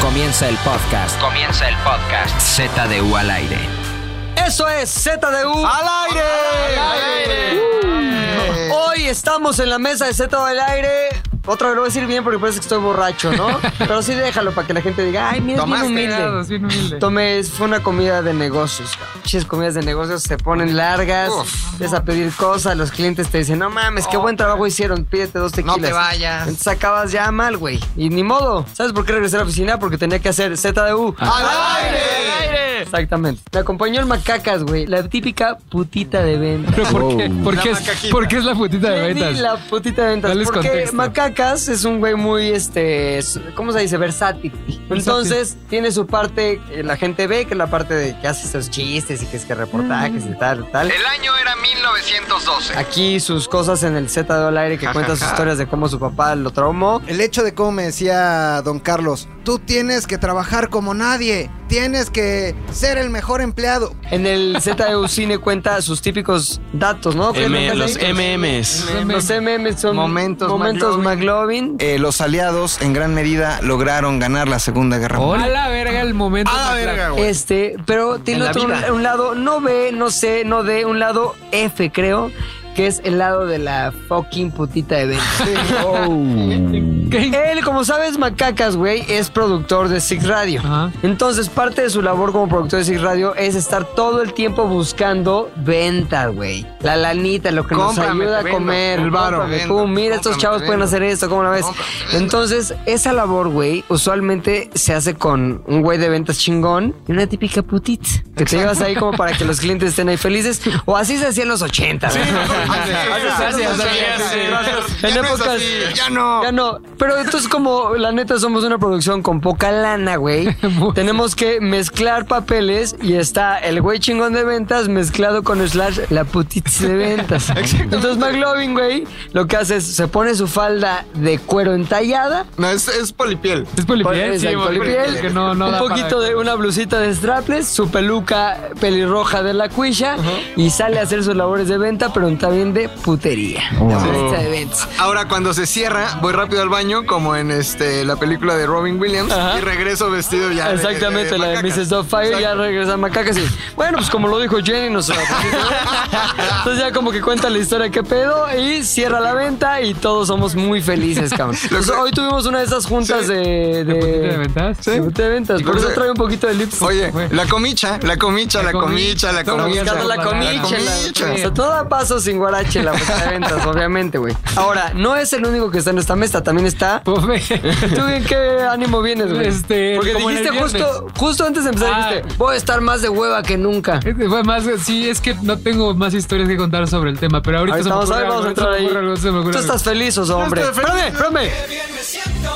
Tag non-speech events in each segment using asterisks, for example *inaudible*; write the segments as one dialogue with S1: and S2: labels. S1: Comienza el podcast. Comienza el podcast. Z de U al aire. Eso es Z de U
S2: ¡Al aire!
S1: Uh. Hoy estamos en la mesa de Z del aire. Otra vez lo voy a decir bien porque parece que estoy borracho,
S2: *laughs*
S1: ¿no? Pero sí déjalo para que la gente diga, ay, mira, es bien
S2: Tomaste,
S1: humilde.
S3: Grados, bien humilde.
S1: Tomé, fue una comida de negocios. cabrón. Muchas comidas de negocios se ponen largas,
S2: Uf. Oh,
S1: empiezas a pedir cosas, los clientes te dicen, no mames, qué buen trabajo hicieron, pídete dos tequilas.
S2: te vayas.
S1: Entonces acabas ya mal, güey. Y ni modo. ¿Sabes por qué regresé a la oficina? Porque tenía que hacer ZDU.
S2: ¡Al aire!
S1: Exactamente. Me acompañó el macacas, güey. La típica putita de venta.
S3: ¿Pero por qué? ¿Por
S2: La
S3: qué, es,
S2: macaquita.
S3: por qué es la putita de
S1: Ni
S3: ventas?
S1: la putita de ventas.
S3: Dales
S1: porque
S3: contexto.
S1: Macacas es un güey muy, este, s- ¿cómo se dice? Versátil. Entonces, tiene su parte, eh, la gente ve que es la parte de que hace esos chistes y que es que reportajes y tal, tal.
S2: El año era 1912.
S1: Aquí sus cosas en el Z de al aire que
S2: Ja,
S1: cuenta
S2: ja,
S1: sus
S2: ja.
S1: historias de cómo su papá lo traumó.
S4: El hecho de cómo me decía don Carlos, tú tienes que trabajar como nadie, tienes que ser el mejor empleado.
S1: En el ZDU Cine cuenta sus típicos datos, ¿no? ¿Qué es
S5: M-
S1: lo que
S5: los
S1: hace?
S5: MMs.
S1: Los MMs son
S4: Momentos
S1: momentos McLovin.
S4: Eh, los aliados en gran medida lograron ganar la Segunda Guerra Mundial.
S3: A la verga el momento.
S2: ¡A Ah, la
S3: más
S2: verga,
S3: largo.
S2: güey!
S1: Este, pero tiene
S2: En la
S1: otro, un,
S2: vida.
S1: un lado, no B, no C, no D, un lado F, creo, que es el lado de la fucking putita de
S2: *laughs*
S1: venta.
S2: Oh.
S3: ¿Qué?
S1: Él, como sabes, Macacas, güey, es productor de Six Radio.
S3: Ajá.
S1: Entonces, parte de su labor como productor de Six Radio es estar todo el tiempo buscando ventas, güey. La lanita, lo que
S2: Cómprame,
S1: nos ayuda a
S2: te vendo.
S1: comer.
S2: El varo.
S1: Cómprame,
S2: Te
S1: tú,
S2: vendo,
S1: mira, estos
S2: cómprame,
S1: chavos
S2: te
S1: pueden
S2: vendo.
S1: hacer esto, ¿cómo la ves?
S2: Cómprame, te vendo.
S1: Entonces, esa labor, güey, usualmente se hace con un güey de ventas chingón y una típica putita. Que te llevas ahí como para que los clientes estén ahí felices. O así se hacía en los 80, güey.
S3: Gracias,
S2: Ya
S1: En
S2: no es
S1: épocas.
S2: así, ya no.
S1: Ya no. Pero entonces, como la neta, somos una producción con poca lana, güey. tenemos que mezclar papeles y está el güey chingón de ventas mezclado con slash la putitz de
S2: *laughs*
S1: ventas. entonces, McLovin, güey, lo que hace es se pone su falda de cuero entallada.
S2: No, es, es polipiel.
S3: Es polipiel, sí,
S1: Exacto, polipiel.
S3: polipiel. Que no, no
S1: un
S3: da
S1: poquito
S3: *laughs* para-
S1: de una blusita de strapless, su peluca pelirroja de la cuisha y sale a hacer sus labores de venta, pero también de putería. La putitza de ventas.
S2: Ahora, cuando se cierra, voy rápido al baño, como en este la película de Robin Williams,
S1: Ajá.
S2: y regreso vestido ya. de-
S1: Exactamente,
S2: de
S1: la de
S2: macaca.
S1: Mrs. Doubtfire ya
S2: Exacto.
S1: regresa Macacas y bueno, pues como lo dijo Jenny, nos Entonces ya como que cuenta la historia que pedo y cierra la venta y todos somos muy felices, cabrón. Entonces, hoy tuvimos una de esas juntas de...
S3: ¿De putita de ventas?
S1: de putita de ventas, por
S2: Lo
S1: eso
S2: sé.
S1: trae un poquito de lips.
S2: Oye, la comicha, la comicha, la comicha, la
S3: Todo
S2: comicha.
S1: Buscando la
S3: la
S1: comicha.
S2: comicha.
S1: la- O sea, todo a paso sin guarache la puerta de ventas, *laughs* obviamente, güey. Ahora, no es el único que está en esta mesa, también está...
S3: Pobre.
S1: ¿Tú en qué ánimo vienes, güey?
S3: Este,
S1: Porque
S3: como en el
S1: dijiste justo, justo antes de empezar,
S3: Ah.
S1: dijiste, voy a estar más de hueva que nunca.
S3: Este fue más, sí, es que no tengo más historias que contar sobre el tema, pero ahorita
S1: Ahorita
S3: se me
S1: vamos a
S3: ocurre
S1: ver, vamos a
S3: algo,
S1: entrar
S3: se me
S1: ahí.
S3: ocurre algo, se me ocurre
S1: Tú
S3: algo.
S1: estás feliz, oso, hombre.
S2: estoy feliz.
S1: Espérame, espérame.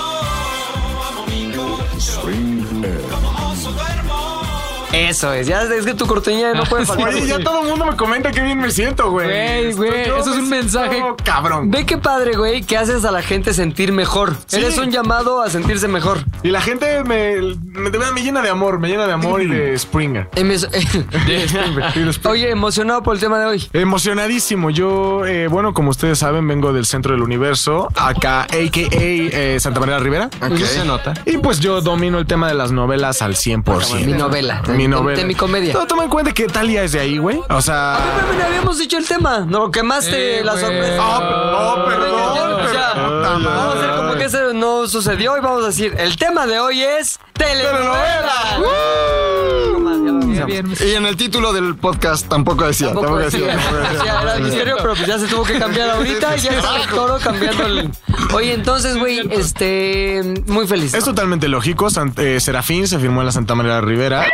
S1: Eso es, ya es que tu corteña no
S3: *laughs*
S1: puede faltar.
S6: Oye, ya todo el mundo me comenta qué bien me siento, güey.
S3: Güey, güey,
S6: Yo
S3: eso es
S6: me
S3: un
S6: siento
S3: mensaje.
S6: Cabrón.
S1: Ve qué padre, güey, que haces a la gente sentir mejor. Eres un llamado a sentirse mejor.
S6: Y la gente me, me, de verdad me llena de amor, me llena de amor y de Springer.
S1: Em-
S6: *laughs*
S1: *laughs* es- Oye, emocionado por el tema de hoy.
S6: Emocionadísimo. Yo, eh, bueno, como ustedes saben, vengo del centro del universo, acá, a.k.a. eh, Santa María Rivera.
S2: se nota.
S6: Y pues yo domino el tema de las novelas al 100%.
S1: Mi novela.
S6: Mi novela.
S1: De mi comedia.
S6: No, toma en cuenta que Talia es de ahí, güey. O sea...
S1: Pero no habíamos dicho el tema. No, quemaste
S3: Eh,
S1: la
S3: güey.
S1: sorpresa.
S3: Ah,
S6: no,
S1: Venga, ya, o sea, Vamos a hacer como que eso no sucedió y vamos a decir, el tema de hoy es telenovela. No más, ya lo
S3: Bien,
S1: anunciamos.
S3: bien, me-
S2: Y en el título del podcast tampoco decía.
S1: Tampoco
S2: Tampoco decía.
S1: decía, *laughs* o
S2: tampoco
S1: sea,
S2: decía. *laughs*
S1: era misterio, pero pues ya se tuvo que cambiar ahorita y ya está el toro cambiando el... Oye, entonces, güey, este... Muy feliz.
S6: Es totalmente lógico. San- eh, Serafín se firmó en la Santa María Rivera.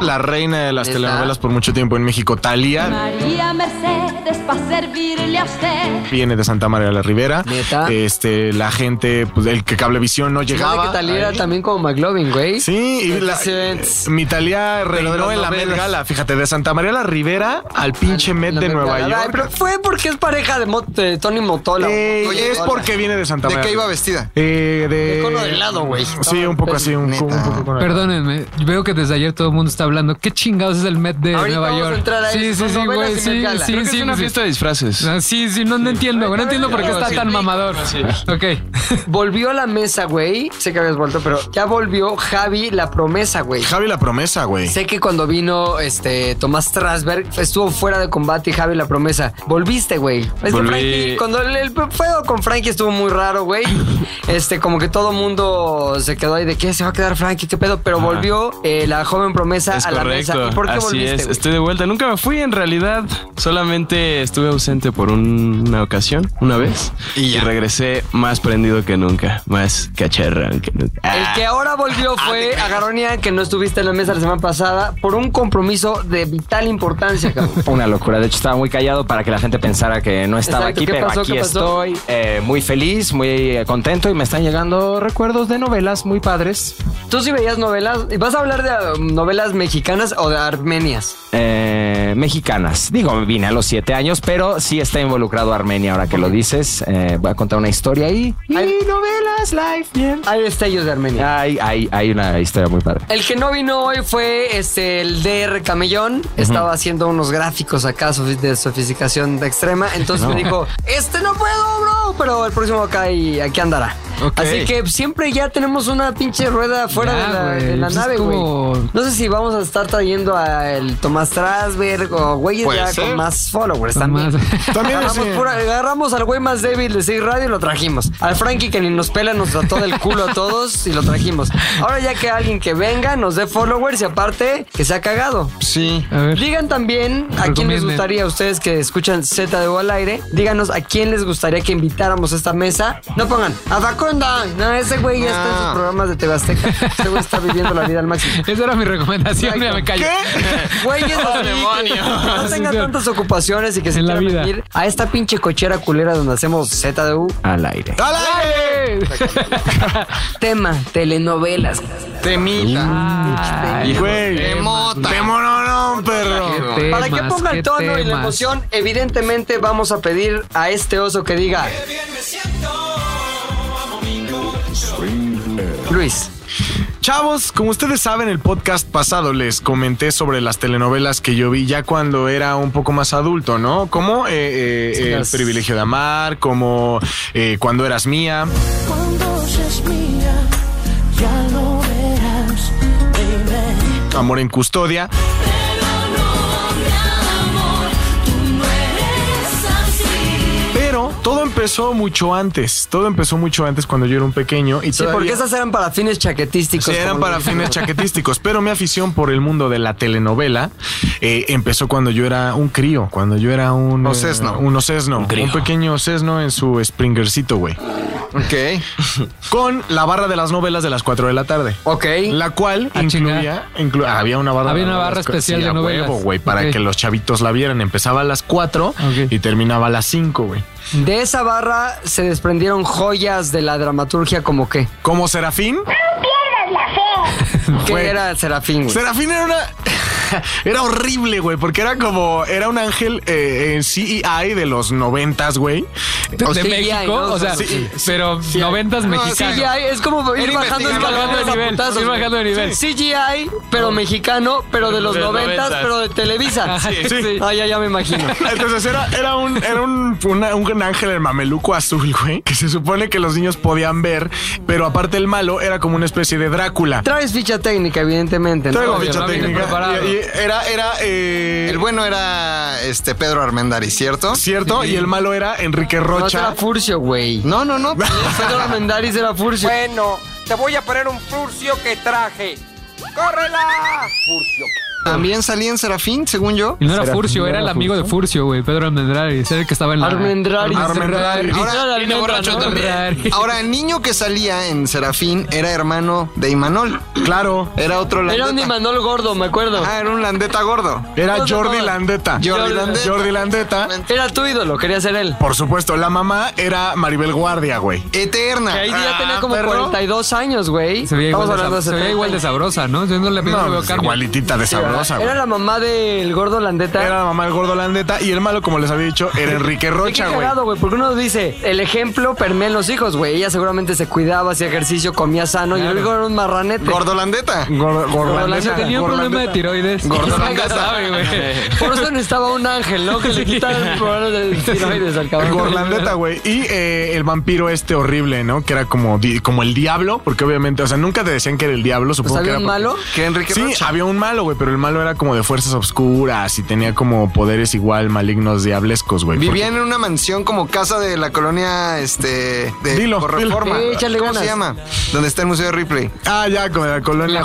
S6: La reina de las
S1: ¿Neta?
S6: telenovelas por mucho tiempo en México, Talia,
S7: María Mercedes para servirle a usted.
S6: viene de Santa María la Rivera.
S1: ¿Neta?
S6: Este, la gente, pues, el que Cablevisión no
S1: Fíjate
S6: llegaba.
S1: que tal era
S6: ahí.
S1: también como McLovin, güey.
S6: Sí, y la,
S1: Entonces,
S6: eh, mi Talia
S2: de las
S6: reinó en la Met
S2: novelas.
S6: Gala. Fíjate, de Santa María la Rivera al pinche Met
S1: la
S6: de Nueva
S1: verdad, ay,
S6: York.
S1: Pero fue porque es pareja de, Mo- de Tony Motola.
S6: Ey,
S2: Oye,
S6: Eh, es
S2: hola.
S6: porque viene de Santa
S2: ¿De
S6: María.
S2: qué iba vestida?
S6: Eh, de...
S1: De cono de helado, güey.
S6: Sí, un poco así, un, un
S2: Neta.
S6: poco con
S3: Perdónenme, veo que desde ayer todo el mundo está hablando. ¿Qué chingados es el Met de
S1: Ahorita
S3: Nueva
S1: vamos a
S3: York?
S1: entrar a
S3: sí,
S1: eso,
S3: sí,
S1: son
S3: sí,
S1: novelas y
S3: güey, sí,
S1: Met Gala.
S3: sí,
S5: Creo que
S3: sí,
S5: es una
S3: sí.
S5: fiesta de disfraces.
S2: *laughs*
S3: Ah, Sí, sí, no, no entiendo, güey, no entiendo por qué está tan mamador. Ok. *laughs*
S1: Volvió a la mesa, güey. Sé que habías vuelto, pero ya volvió Javi la promesa, güey.
S6: Javi la promesa, güey.
S1: Sé que cuando vino este Tomás Strasberg estuvo fuera de combate y Javi la promesa. Volviste, güey. Es que
S3: Volví.
S1: Frankie, cuando el, el pedo con Frankie estuvo muy raro,
S6: *laughs*
S1: güey. Este, como que todo mundo se quedó ahí de qué se va a quedar Frankie, qué pedo. Pero
S5: Ajá.
S1: volvió eh, la joven promesa
S5: Es
S1: a la
S5: correcto.
S1: mesa. ¿Y por qué
S5: Así
S1: volviste?
S5: es.
S1: güey?
S5: Estoy de vuelta. Nunca me fui en realidad. Solamente estuve ausente por un- una ocasión, una vez.
S2: Y ya.
S5: regresé más prendido que nunca. Más cacharrón que nunca.
S1: El
S5: Ah,
S1: que ahora volvió fue Agaronia, que no estuviste en la mesa la semana pasada, por un compromiso de vital
S8: *laughs*
S1: importancia, cabrón.
S8: Fue Una locura. De hecho, estaba muy callado para que la gente pensara que no estaba
S1: Exacto,
S8: aquí,
S1: ¿qué
S8: pero
S1: pasó?
S8: aquí
S1: ¿Qué pasó?
S8: estoy. eh, muy feliz, muy eh, contento y me están llegando recuerdos de novelas muy padres.
S1: Tú sí veías novelas. ¿Y ¿Vas a hablar de um, novelas mexicanas o de armenias?
S8: eh, mexicanas. Digo, vine a los siete años, pero sí está involucrado Armenia ahora que lo dices. Eh, voy a contar una historia ahí. Y
S1: Ay.
S8: novelas, live, bien.
S1: Hay destellos de Armenia.
S8: Hay, hay, hay una historia muy padre.
S1: El que no vino hoy fue este, el DR Camellón. Estaba haciendo unos gráficos acá sofi- de sofisticación de extrema. Entonces me dijo, este no puedo, bro. Pero el próximo acá y aquí andará.
S2: Ok.
S1: Así que siempre ya tenemos una pinche rueda fuera
S3: Ya,
S1: de la, de
S3: güey,
S1: la
S3: pues es
S1: nave, güey.
S3: como-
S1: No sé si vamos a estar trayendo a el Tomás Trasberg o güeyes
S2: Puede
S1: ya
S2: ser.
S1: con más followers
S3: Con
S1: también.
S3: más-
S6: También es,
S1: agarramos,
S6: eh,
S1: pura- agarramos al güey más débil de 6 Radio y lo trajimos. Al Frankie que ni nos pela nos trató del culo a todos y lo trajimos. Ahora ya que alguien que venga nos dé followers y aparte que se ha cagado.
S2: Sí.
S3: A ver.
S1: Digan también a quién les
S3: Recomienden.
S1: gustaría, a ustedes que escuchan ZDU al aire, díganos a quién les gustaría que invitáramos a esta mesa. No pongan a Faconda. No, ese güey ya está en sus
S2: No.
S1: programas de TV Azteca. Ese güey está viviendo la vida al máximo.
S3: Esa era mi recomendación, mira, me *laughs* callo.
S6: *laughs*
S1: Güeyes así que no tengan tantas ocupaciones y que se
S3: En la
S1: quieran
S3: vida.
S1: venir a esta pinche cochera culera donde hacemos ZDU.
S8: Al aire.
S2: ¡Al aire!
S1: Tema, telenovelas.
S2: Temita.
S3: Ay,
S6: Güey.
S2: Temota.
S6: Demononón, perro.
S3: Qué
S1: Para que
S3: temas,
S1: ponga el
S3: qué
S1: tono y la
S3: temas.
S1: emoción, evidentemente vamos a pedir a este oso que diga... Luis,
S6: Chavos, como ustedes saben, el podcast pasado les comenté sobre las telenovelas que yo vi ya cuando era un poco más adulto, ¿no? Como eh, eh, El
S1: Las-
S6: privilegio de amar, como eh, Cuando eras mía.
S9: Cuando seas mía, ya lo verás. Dime,
S6: Amor en Custodia. Pero todo empezó mucho antes. Todo empezó mucho antes cuando yo era un pequeño. Y
S1: sí, porque
S6: todavía-
S1: esas eran para fines chaquetísticos.
S6: Sí, eran
S1: como
S6: para
S1: Luis.
S6: fines chaquetísticos, pero mi afición por el mundo de la telenovela eh, empezó cuando yo era un crío, cuando yo era un... eh,
S2: Ocesno.
S6: un ocesno, un, pequeño sesno en su springercito, güey.
S2: Ok.
S6: Con la barra de las novelas de las 4 de la tarde.
S1: Ok.
S6: La cual
S3: Ah,
S6: incluía, inclu- ah, había una barra,
S3: Había una
S6: de
S3: barra
S6: las-
S3: especial
S6: sí,
S3: de
S6: a
S3: novelas.
S6: huevo, güey, para
S3: Ok.
S6: que los chavitos la vieran. Empezaba a las 4
S3: Ok.
S6: y terminaba a las 5, güey.
S1: De esa barra se desprendieron joyas de la dramaturgia como qué.
S6: Como Serafín,
S1: ¿Qué
S6: Güey.
S1: era Serafín, güey?
S6: Serafín era una. *laughs* era horrible, güey, porque era como. Era un ángel eh, en CEI de los noventas, güey.
S3: ¿De
S1: sí, hay,
S3: México?
S1: ¿no?
S3: O sea,
S1: Sí,
S6: sí,
S3: pero noventas
S1: CGI,
S3: mexicanos.
S1: es como ir
S2: Era
S1: bajando
S2: investigar,
S1: escalones
S3: bajando de
S1: a
S3: nivel,
S1: putazos,
S3: ir
S1: güey.
S3: bajando de nivel.
S1: Sí, CGI, pero mexicano, pero de los
S5: De los
S1: noventas,
S5: 90s.
S1: pero de Televisa.
S3: *laughs* Sí,
S6: sí.
S1: Ah, ya, ya me
S3: *laughs*
S1: imagino.
S6: Entonces era, era un era un, una- un ángel el mameluco azul, güey, que se supone que los niños podían ver, pero aparte el malo era como una especie de Drácula.
S1: Traes ficha técnica, evidentemente. ¿no?
S6: Traigo
S3: Obvio,
S6: ficha
S3: no viene
S6: técnica.
S3: preparado.
S6: Y, y era, era eh,
S2: El bueno era este Pedro Armendariz, ¿cierto?
S6: cierto, y el malo era Enrique
S1: No te
S6: Rocha.
S1: era Furcio, güey.
S2: No, no, *laughs* no.
S1: Pedro Armendáriz era Furcio.
S10: Bueno, te voy a poner un furcio que traje. ¡Córrela!
S2: También salía en Serafín, según yo.
S3: Y no era Furcio, era el amigo de Furcio, güey, Pedro Almendrari, era el que estaba en la...
S1: Armendáriz.
S6: Armendáriz.
S1: Ahora,
S2: Ahora,
S1: era la
S2: viene
S1: almendra,
S2: borracho
S1: ¿no?
S2: también.
S3: Armendáriz.
S2: Ahora, el niño que salía en Serafín era hermano de Imanol.
S6: Claro,
S2: Era otro
S1: Era
S2: landeta.
S1: un Imanol gordo, me acuerdo.
S2: Ah, era un landeta gordo.
S6: era
S1: No, no,
S6: Jordi
S1: no.
S6: Landeta.
S2: Jordi Landeta.
S6: Jordi Landeta.
S1: Era tu ídolo, quería ser él.
S6: Por supuesto, la mamá era Maribel Guardia, güey.
S2: Eterna.
S1: Que ahí ya
S6: Ah,
S1: tenía como
S6: perro.
S1: 42 años, güey.
S3: Se veía, igual
S1: Estamos
S3: de,
S1: hablando
S3: sab- se veía
S1: 70
S3: igual de
S1: años.
S3: sabrosa, ¿no? Yo no le, yo no le
S6: No,
S3: veo
S6: pues,
S3: cambio.
S6: igualitita de horrorosa, güey.
S1: Era la mamá del gordo Landeta.
S6: Era la mamá del gordo Landeta y el malo, como les había dicho, era Enrique
S1: Qué
S6: Rocha, güey.
S1: cagado, güey, porque uno dice, el ejemplo permea en los hijos, güey. Ella seguramente se cuidaba, hacía ejercicio, comía sano y luego era un marranete.
S2: Gordo Landeta.
S6: Gordo,
S3: Gorlandeta tenía
S6: *laughs*
S3: un problema de tiroides. Ya
S6: Gorlandeta.
S3: sabe, güey. *laughs*
S1: Por eso necesitaba un ángel, ¿no? Que le quitaran el problema de tiroides al cabrón.
S6: Gorlandeta, güey. Y eh, el vampiro este horrible, ¿no? Que era como, di- como el diablo, porque obviamente, o sea, nunca te decían que era el diablo,
S1: O sea,
S6: supongo que
S1: Pues había
S6: era.
S1: un
S6: porque-
S1: malo.
S2: Que Enrique
S6: Sí,
S2: Rocha.
S6: había un malo, güey, pero el malo era como de fuerzas obscuras y tenía como poderes igual malignos diablescos, güey.
S2: Vivían en una mansión como casa de la colonia este de
S6: Dilo,
S2: por
S6: dilo.
S2: reforma.
S1: Sí, échale
S2: ¿Cómo
S1: ganas.
S2: se llama? Donde está el Museo de Ripley.
S6: Porque- Ah, ya, como la colonia
S3: La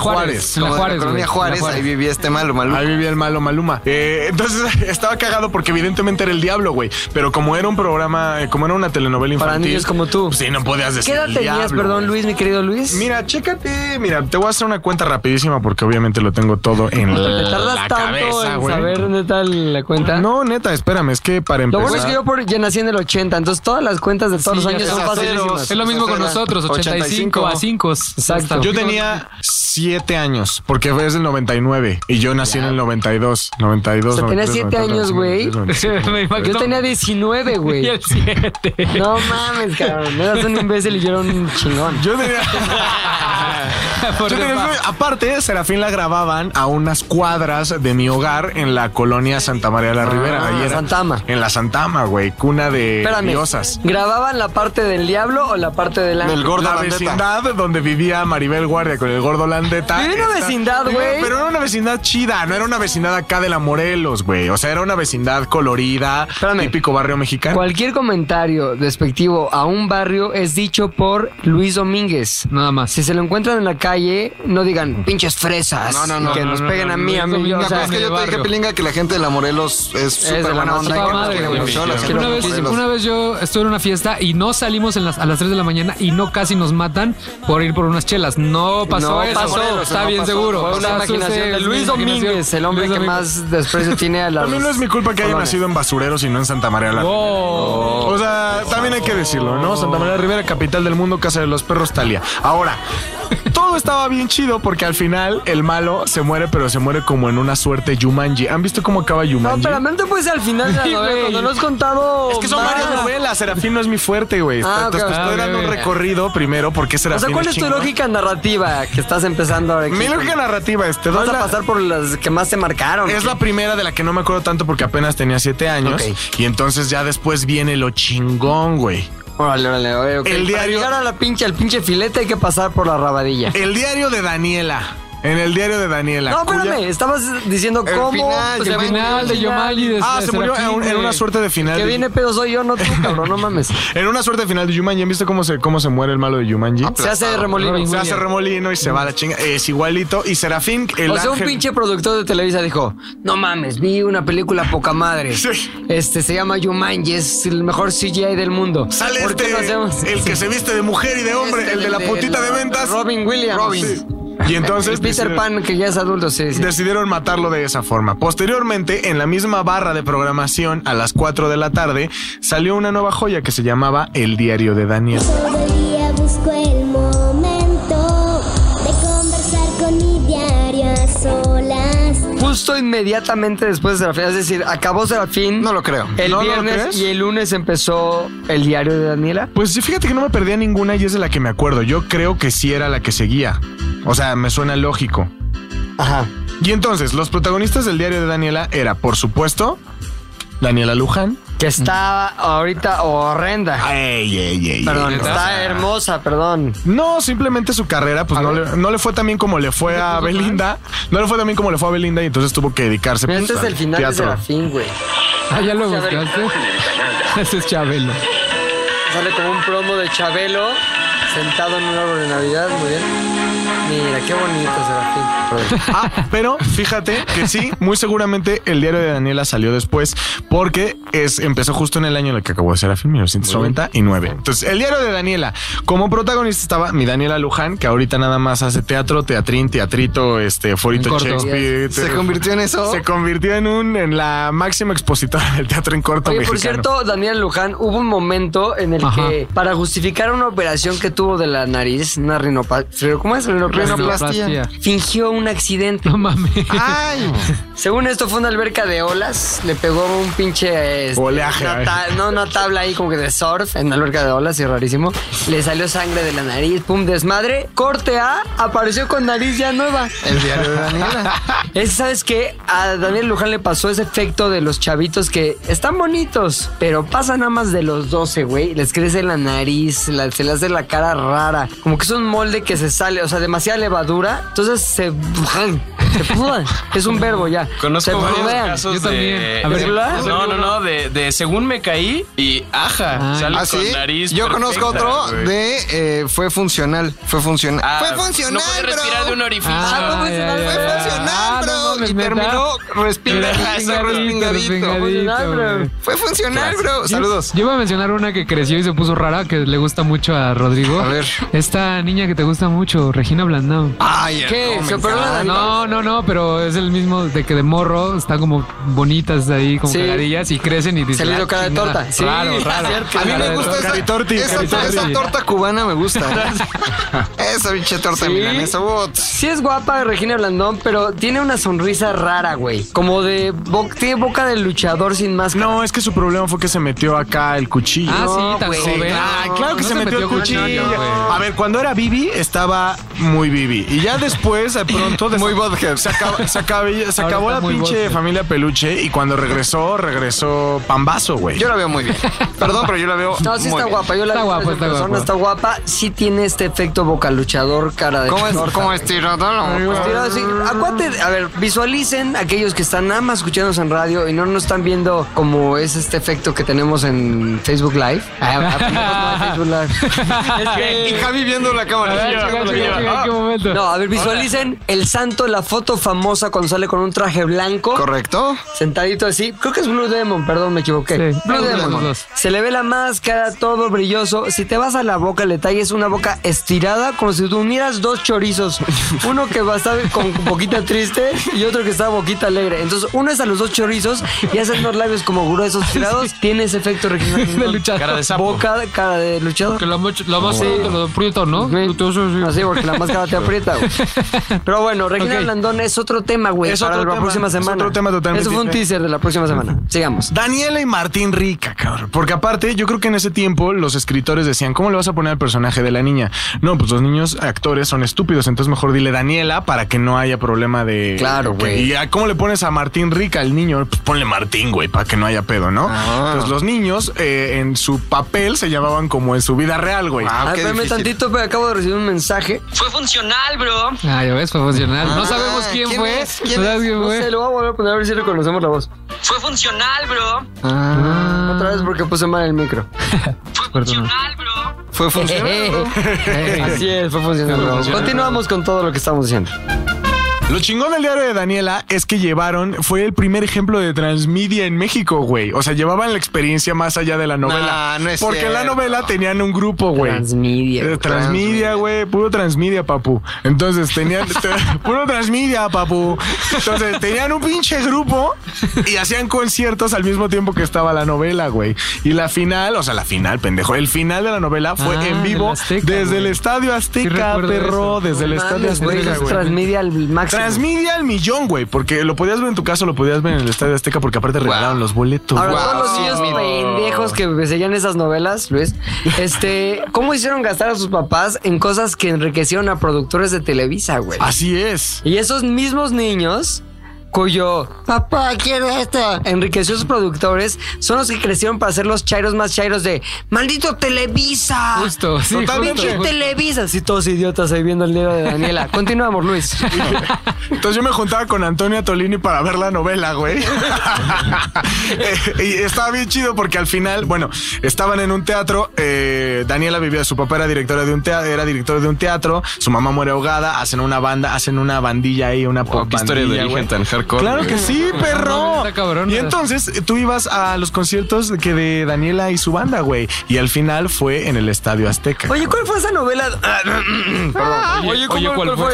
S3: Juárez.
S6: Juárez.
S2: Como
S3: La
S2: de
S3: Juárez,
S2: la colonia
S3: güey. La
S2: Juárez,
S3: Juárez.
S2: ahí vivía este malo, malo.
S6: Ahí vivía el malo Maluma. Eh, entonces *laughs* estaba cagado porque evidentemente era el diablo, güey. Pero como era un programa, eh, como era una telenovela infantil.
S1: Para niños como tú.
S6: pues, Sí, no podías decir.
S1: ¿Qué edad
S6: el
S1: tenías,
S6: diablo,
S1: perdón,
S6: güey.
S1: Luis, mi querido Luis?
S6: Mira, chécate, mira, te voy a hacer una cuenta rapidísima porque obviamente lo tengo todo en
S1: te
S6: la,
S1: tardas
S6: la
S1: tanto
S6: cabeza,
S1: en
S6: güey.
S1: saber dónde está la cuenta.
S6: No, neta, espérame, es que para
S1: Lo
S6: empezar.
S1: bueno es que yo por, ya nací en el 80, entonces todas las cuentas de todos los
S3: Sí,
S1: años
S3: ya
S1: son
S3: sabes,
S1: facilísimas.
S3: Es lo mismo con nosotros, 85 a 5. Exacto.
S6: Yo tenía 7 años, porque fue desde el 99 y yo nací en el 92. 92.
S1: O sea, tenías
S6: 93,
S1: siete
S6: 94,
S1: años, güey.
S6: 95, 96,
S3: Me *laughs* imagino-
S1: Yo tenía 19,
S3: *laughs*
S6: *laughs*
S3: Y
S1: güey.
S3: el 7.
S1: No mames, cabrón. Eras un imbécil y yo era un chingón.
S6: Yo tenía.
S1: *laughs*
S3: Por
S6: Yo tenía-
S3: demás.
S6: aparte, Serafín la grababan a unas cuadras de mi hogar en la colonia Santa María de la Ribera. Ahí era-
S1: Ah, Santama.
S6: En la Santama, güey. Cuna de
S1: Espérame.
S6: diosas.
S1: ¿Grababan la parte del diablo o la parte del ángel?
S2: Del gordo
S6: la
S2: Landeta.
S6: vecindad donde vivía Maribel Guardia con el gordo Landeta.
S1: Vivía en una vecindad, güey.
S6: Pero era una vecindad chida, no era una vecindad acá de la Morelos, güey. O sea, era una vecindad colorida,
S1: Espérame.
S6: típico barrio mexicano.
S1: Cualquier comentario despectivo a un barrio es dicho por Luis Domínguez.
S3: Nada más.
S1: Si se lo encuentran en la calle, no digan pinches fresas.
S2: No, no, no,
S1: Que
S3: no,
S1: nos
S3: no,
S1: peguen
S3: no,
S1: a mí,
S3: Luis
S1: a mí.
S3: Domínguez.
S1: o
S2: No,
S1: sea,
S2: pero es que yo te
S3: barrio.
S2: dije, Pilinga, que la gente de la Morelos es
S1: de
S2: súper
S1: la
S2: buena
S1: más
S2: onda.
S1: puta
S2: que nos
S3: madre,
S2: quiere
S3: güey.
S2: mucho, los
S5: Sí,
S2: quiero
S3: Una vez,
S2: mucho.
S3: una vez yo estuve en una fiesta y no salimos en las- a las 3 de la mañana y no casi nos matan por ir por unas chelas. No pasó
S1: No
S3: eso.
S1: pasó,
S3: está
S2: no
S3: bien
S2: pasó.
S3: seguro.
S1: Fue
S3: O
S1: una
S3: sea,
S1: imaginación
S3: sucede-
S1: de Luis Domínguez, el hombre
S3: Luis
S1: que
S3: Domínguez.
S1: más desprecio tiene a las.
S6: También no es mi culpa que haya
S1: colonias.
S6: nacido en Basureros y no en Santa María la
S3: Oh.
S6: O sea, también hay que decirlo, ¿no? Santa María Rivera, capital del mundo, casa de los perros, Talía. Ahora, todo estaba bien chido porque al final el malo se muere, pero se muere como en una suerte Yumanji. ¿Han visto cómo acaba
S1: No,
S6: Yumanji?
S1: pero no te puedes al final de la
S3: Sí,
S1: novela.
S3: güey.
S1: Cuando no has contado.
S6: es que son
S1: más.
S6: varias novelas. Serafín no es mi fuerte, güey.
S1: Ah,
S6: Entonces,
S1: ok,
S6: te estoy
S3: ok,
S6: dando un
S3: ok.
S6: recorrido primero porque
S1: O
S6: Serafín
S1: sea, ¿cuál es tu
S6: chingón.
S1: lógica narrativa que estás empezando ahora? aquí?
S6: Mi lógica narrativa es, te doy
S1: Vas a
S6: la-
S1: pasar por las que más te marcaron.
S6: Es la primera de la que no me acuerdo tanto porque apenas tenía siete años. Y entonces ya después viene lo chingón, güey.
S1: Órale, órale, órale. ok.
S6: El
S1: Para
S6: diario- Eh,
S1: llegar a la pinche, al pinche filete hay que pasar por la rabadilla.
S6: El diario de Daniela. En el diario de Daniela.
S1: no,
S6: cuya-
S1: espérame, estabas diciendo cómo. pues,
S2: final,
S3: Pues el
S1: se va
S3: final
S1: el
S3: de Yomali. de-
S6: Ah,
S3: de
S6: se murió en,
S3: Serafín,
S6: un- en una
S3: güey.
S6: suerte de final.
S1: Que
S6: de-
S1: viene pedo soy yo, no
S6: *laughs*
S1: tú, cabrón, no mames.
S6: En una suerte de final de Yumanji. ¿Han visto cómo se, cómo se muere el malo de Yumanji?
S1: Se hace remolino.
S6: se hace remolino y se va a la chinga. Es igualito. Y Serafín, el
S1: o sea, un
S6: ángel-
S1: pinche productor de Televisa dijo, no mames, vi una película poca madre.
S6: *laughs* Sí.
S1: Este, se llama Yumanji, es el mejor CGI del mundo.
S6: Sale
S1: ¿Por qué
S6: este,
S1: no hacemos?
S6: el que se viste de mujer y de hombre,
S1: Este,
S6: el de la putita de ventas.
S1: Robin Williams.
S6: Sí. Y entonces
S1: El Peter
S6: dice-
S1: Pan, que ya es adulto, sí, sí.
S6: Decidieron matarlo de esa forma. Posteriormente, en la misma barra de programación, a las 4 de la tarde, salió una nueva joya que se llamaba El Diario de Daniel.
S9: Todo el día busco el momento de conversar con mi diario a solas.
S1: Justo inmediatamente después de Serafín, es decir, acabó Serafín.
S2: No lo creo.
S1: El
S6: ¿No lo
S1: viernes
S6: crees?
S1: y el lunes empezó el diario de Daniela.
S6: Pues sí, fíjate que no me perdía ninguna y es de la que me acuerdo. Yo creo que sí era la que seguía. O sea, me suena lógico.
S1: Ajá.
S6: Y entonces, los protagonistas del Diario de Daniela era, por supuesto, Daniela Luján.
S1: Que está ahorita horrenda.
S6: Ey, ey, ey,
S1: Perdón,
S6: ey.
S1: está hermosa, perdón.
S6: No, simplemente su carrera, pues no le, no le fue tan bien como le fue a Belinda. No le fue tan bien como le fue a Belinda y entonces tuvo que dedicarse.
S1: Mira,
S6: pues,
S1: Este es
S6: al
S1: el final de
S6: teatro.
S1: Serafín, güey.
S3: Ah, ya lo
S1: *laughs*
S3: buscaste. *laughs* Ese es Chabelo.
S1: Sale como un promo de Chabelo sentado en un árbol de Navidad, muy bien. Mira, qué bonito Serafín. Perdón.
S6: Ah, pero fíjate que sí, muy seguramente el diario de Daniela salió después porque es, empezó justo en el año en el que acabó de ser la film, 1999. Entonces, el diario de Daniela, como protagonista estaba mi Daniela Luján, que ahorita nada más hace teatro, teatrín, teatrito, este, forito
S3: En corto.
S6: Shakespeare.
S2: Se convirtió en eso.
S6: Se convirtió en un en la máxima expositora del teatro en corto
S1: Oye, por
S6: mexicano.
S1: cierto, Daniel Luján, hubo un momento en el
S3: Ajá.
S1: que para justificar una operación que tubo de la nariz, una rinoplastia. ¿Cómo es?
S3: Rinoplastia.
S1: Rinoplastia. Fingió un accidente.
S3: No mames.
S1: Ay. Según esto fue una alberca de olas, le pegó un pinche este,
S6: Oleaje,
S1: una
S6: ay.
S1: ta- no una tabla ahí como que de surf en una alberca de olas, es rarísimo. Le salió sangre de la nariz, pum desmadre. Corte A, apareció con nariz ya nueva.
S2: El diario de Daniela.
S1: Es, ¿Sabes qué? A Daniel Luján le pasó ese efecto de los chavitos que están bonitos, pero pasan a más de los 12, güey. Les crece la nariz, la- se les hace la cara rara. Como que es un molde que se sale, o sea, demasiada levadura. Entonces se... se- es un verbo ya.
S5: Conozco
S1: Se
S5: varios
S1: brujean.
S5: casos
S3: Yo también.
S5: de...
S3: A ver,
S5: de-
S3: ¿verdad?
S5: no, no, no, de, de según me caí y aja,
S3: Ay.
S5: sale
S2: Así.
S5: con nariz
S2: ¿Ah, Yo conozco
S5: perfecta,
S2: otro
S5: güey.
S2: de eh, fue funcional. Fue funcional.
S5: Ah,
S2: fue funcional,
S5: No puede
S2: bro.
S5: respirar de un orificio.
S3: Ah,
S1: pues,
S3: ya,
S1: no,
S3: ya,
S1: fue
S3: ya.
S2: funcional,
S3: Ah,
S2: bro.
S3: no mames,
S2: y
S3: ¿verdad?
S2: terminó respingadito,
S5: Respingadito,
S2: respingadito.
S3: respingadito, güey.
S2: Fue funcional, bro. Saludos.
S3: Yo iba a mencionar una que creció y se puso rara, que le gusta mucho a Rodrigo.
S2: A ver.
S3: Esta niña que te gusta mucho, Regina Blandón.
S2: Ay,
S1: ¿Qué?
S2: no,
S1: ¿Se
S2: me
S1: operó la
S2: encanta.
S1: nariz?
S3: Ah, No, no, no, pero es el mismo de que de morro están como bonitas ahí, como
S1: Sí.
S3: cagadillas y crecen y dicen.
S1: le dio
S3: "Ah,
S1: cara de
S3: chingada".
S1: torta. Sí,
S3: Raro,
S1: es
S3: raro.
S1: cierto.
S2: A mí
S3: Cara
S2: me
S3: de
S2: gusta
S3: torta.
S2: esa,
S6: Caritorti,
S2: esa-
S6: caritorti.
S2: esa torta cubana me gusta. esa pinche torta
S1: Sí.
S2: milanesa. bot.
S1: Sí es guapa Regina Blandón, pero tiene una sonrisa rara, güey. Como de... bo- tiene boca de luchador sin máscara.
S6: No, es que su problema fue que se metió acá el cuchillo.
S3: Ah,
S1: No,
S3: sí, tan
S1: güey.
S3: joven.
S6: Ah, claro que
S3: No
S6: se, metió, el
S3: con
S6: cuchillo.
S3: nadie, güey.
S6: A ver, cuando era Bibi, estaba muy Bibi. Y ya después, de pronto. de-
S2: Muy vodka.
S6: Se, acaba- se acaba- se
S3: Ahora
S6: acabó
S3: está
S6: la
S3: muy
S6: pinche
S3: vodka.
S6: familia peluche. Y cuando regresó, regresó Pambazo, güey.
S2: Yo la veo muy bien. Perdón, pero yo la veo.
S1: No, sí
S2: muy
S1: está
S2: bien.
S1: guapa. Yo la
S3: Está
S1: vi
S3: guapa,
S1: en
S3: está
S1: persona,
S3: guapa.
S1: está guapa. Sí tiene este efecto boca luchador, cara de
S2: ¿Cómo es?
S1: torta.
S2: ¿Cómo es tirador?
S1: Pues tirado así. Acuérdate, a ver, visualicen aquellos que están nada más escuchándonos en radio y no nos están viendo como es este efecto que tenemos en Facebook Live. Ah, ah, no, no, Facebook Live.
S2: Y
S1: Es que-
S2: Javi viendo la
S3: A ver,
S2: cámara.
S3: chica, chica, chica, ¿qué momento?
S1: No, a ver, visualicen el santo, la foto famosa cuando sale con un traje blanco.
S2: Correcto.
S1: Sentadito así. Creo que es Blue Demon, perdón, me equivoqué.
S3: Sí,
S1: Blue
S3: Blue
S1: Demon.
S3: Demon.
S1: Se le ve la máscara, todo brilloso. Si te vas a la boca, el detalle es una boca estirada, como si tú unieras dos
S3: *laughs*
S1: chorizos. Uno que va a estar con boquita triste y otro que está boquita alegre. Entonces, unes a los dos chorizos y haces los labios como gruesos
S3: *laughs*
S1: tirados. Tiene ese efecto original.
S3: De luchador.
S5: Cara de sapo.
S1: Boca, cara de luchador.
S3: Que lo más lo más pronto, lo pronto, ¿no?
S1: Sí.
S3: Tú- tú- tú-
S1: Así, porque la máscara te aprieta,
S6: *laughs*
S1: güey. Pero bueno, Regina
S3: Ok.
S1: Blandón es otro tema, güey,
S6: Es
S1: para
S6: otro
S1: la
S6: tema,
S1: próxima
S6: es
S1: semana.
S6: otro tema totalmente
S1: Eso fue un
S6: diferente.
S1: teaser de la próxima semana. Sigamos.
S6: Daniela y Martín Rica, cabrón. Porque aparte, yo creo que en ese tiempo los escritores decían, ¿cómo le vas a poner al personaje de la niña? No, pues los niños actores son estúpidos, entonces mejor dile Daniela para que no haya problema de...
S1: Claro, güey.
S6: ¿Y a cómo le pones a Martín Rica al niño? Pues ponle Martín, güey, para que no haya pedo, ¿no?
S1: Ah.
S6: Entonces los niños eh, en su papel se llamaban como en su vida real, güey.
S2: Ah,
S1: A
S2: qué
S1: ver, espérame
S2: difícil.
S1: tantito, pero acabo de recibir un mensaje.
S3: Ah, ya ves, fue funcional.
S2: Ah,
S3: no sabemos quién,
S2: ¿quién
S3: fue.
S2: es? ¿Quién
S3: no sabes quién
S1: No
S3: fue.
S1: sé, lo voy a volver a poner a ver si reconocemos la voz.
S3: Ah,
S1: Otra vez porque puse mal el
S6: *laughs*
S1: micro. *laughs*
S2: Fue funcional.
S1: Así es, fue funcionando. Continuamos con todo lo que estamos diciendo.
S6: Lo chingón del diario de Daniela es que llevaron, fue el primer ejemplo de transmedia en México, güey. O sea, llevaban la experiencia más allá de la novela.
S2: Nah, no es
S6: porque en la
S2: cierto.
S6: novela tenían un grupo, güey.
S1: Transmedia.
S6: Eh, Transmedia, güey, puro transmedia, papu. Entonces tenían *laughs* te- puro transmedia, papu. Entonces tenían un pinche grupo y hacían conciertos al mismo tiempo que estaba la novela, güey. Y la final, o sea, la final, pendejo, el final de la novela fue
S3: Ah,
S6: en vivo
S3: del Azteca,
S6: desde
S3: güey.
S6: el Estadio Azteca,
S3: recuerdo
S6: perro,
S3: eso.
S6: desde el Estadio
S1: Mames, güey,
S6: Azteca,
S1: es
S6: güey.
S1: Transmedia al máximo.
S6: Transmedia al millón, güey, porque lo podías ver en tu casa, lo podías ver en el Estadio Azteca, porque aparte regalaron los boletos.
S1: Ahora,
S6: güey.
S1: todos los niños pendejos que seguían esas novelas, Luis, este, ¿cómo hicieron gastar a sus papás en cosas que enriquecieron a productores de Televisa, güey?
S6: Así es.
S1: Y esos mismos niños cuyo papá quiero esto enriqueció a sus productores son los que crecieron para ser los chairos más chairos de maldito Televisa.
S3: Justo, sí,
S1: Totalmente.
S3: justo, justo.
S1: Televisa. Sí, todos idiotas ahí viendo el libro de Daniela. Continuamos, Luis.
S3: *laughs*
S6: Entonces yo me juntaba con Antonia Tolini para ver la novela, güey. *laughs* Eh, y estaba bien chido porque al final, bueno, estaban en un teatro. eh, Daniela vivía, su papá era directora de un teatro, era director de un teatro. Su mamá muere ahogada. Hacen una banda, hacen una bandilla ahí, una
S5: Wow, Oh, qué historia de
S6: popbandilla,
S5: origen
S6: Ah, güey.
S5: tan hardcore.
S6: Claro
S5: güey.
S6: que sí,
S3: No,
S6: perro.
S3: está cabrón.
S6: y entonces eh, tú ibas a los conciertos que de Daniela y su banda, güey. Y al final fue en el Estadio Azteca.
S1: *clears throat* Oye, Ah, ¿cuál fue esa novela?
S5: Oye, oye, ¿cuál fue?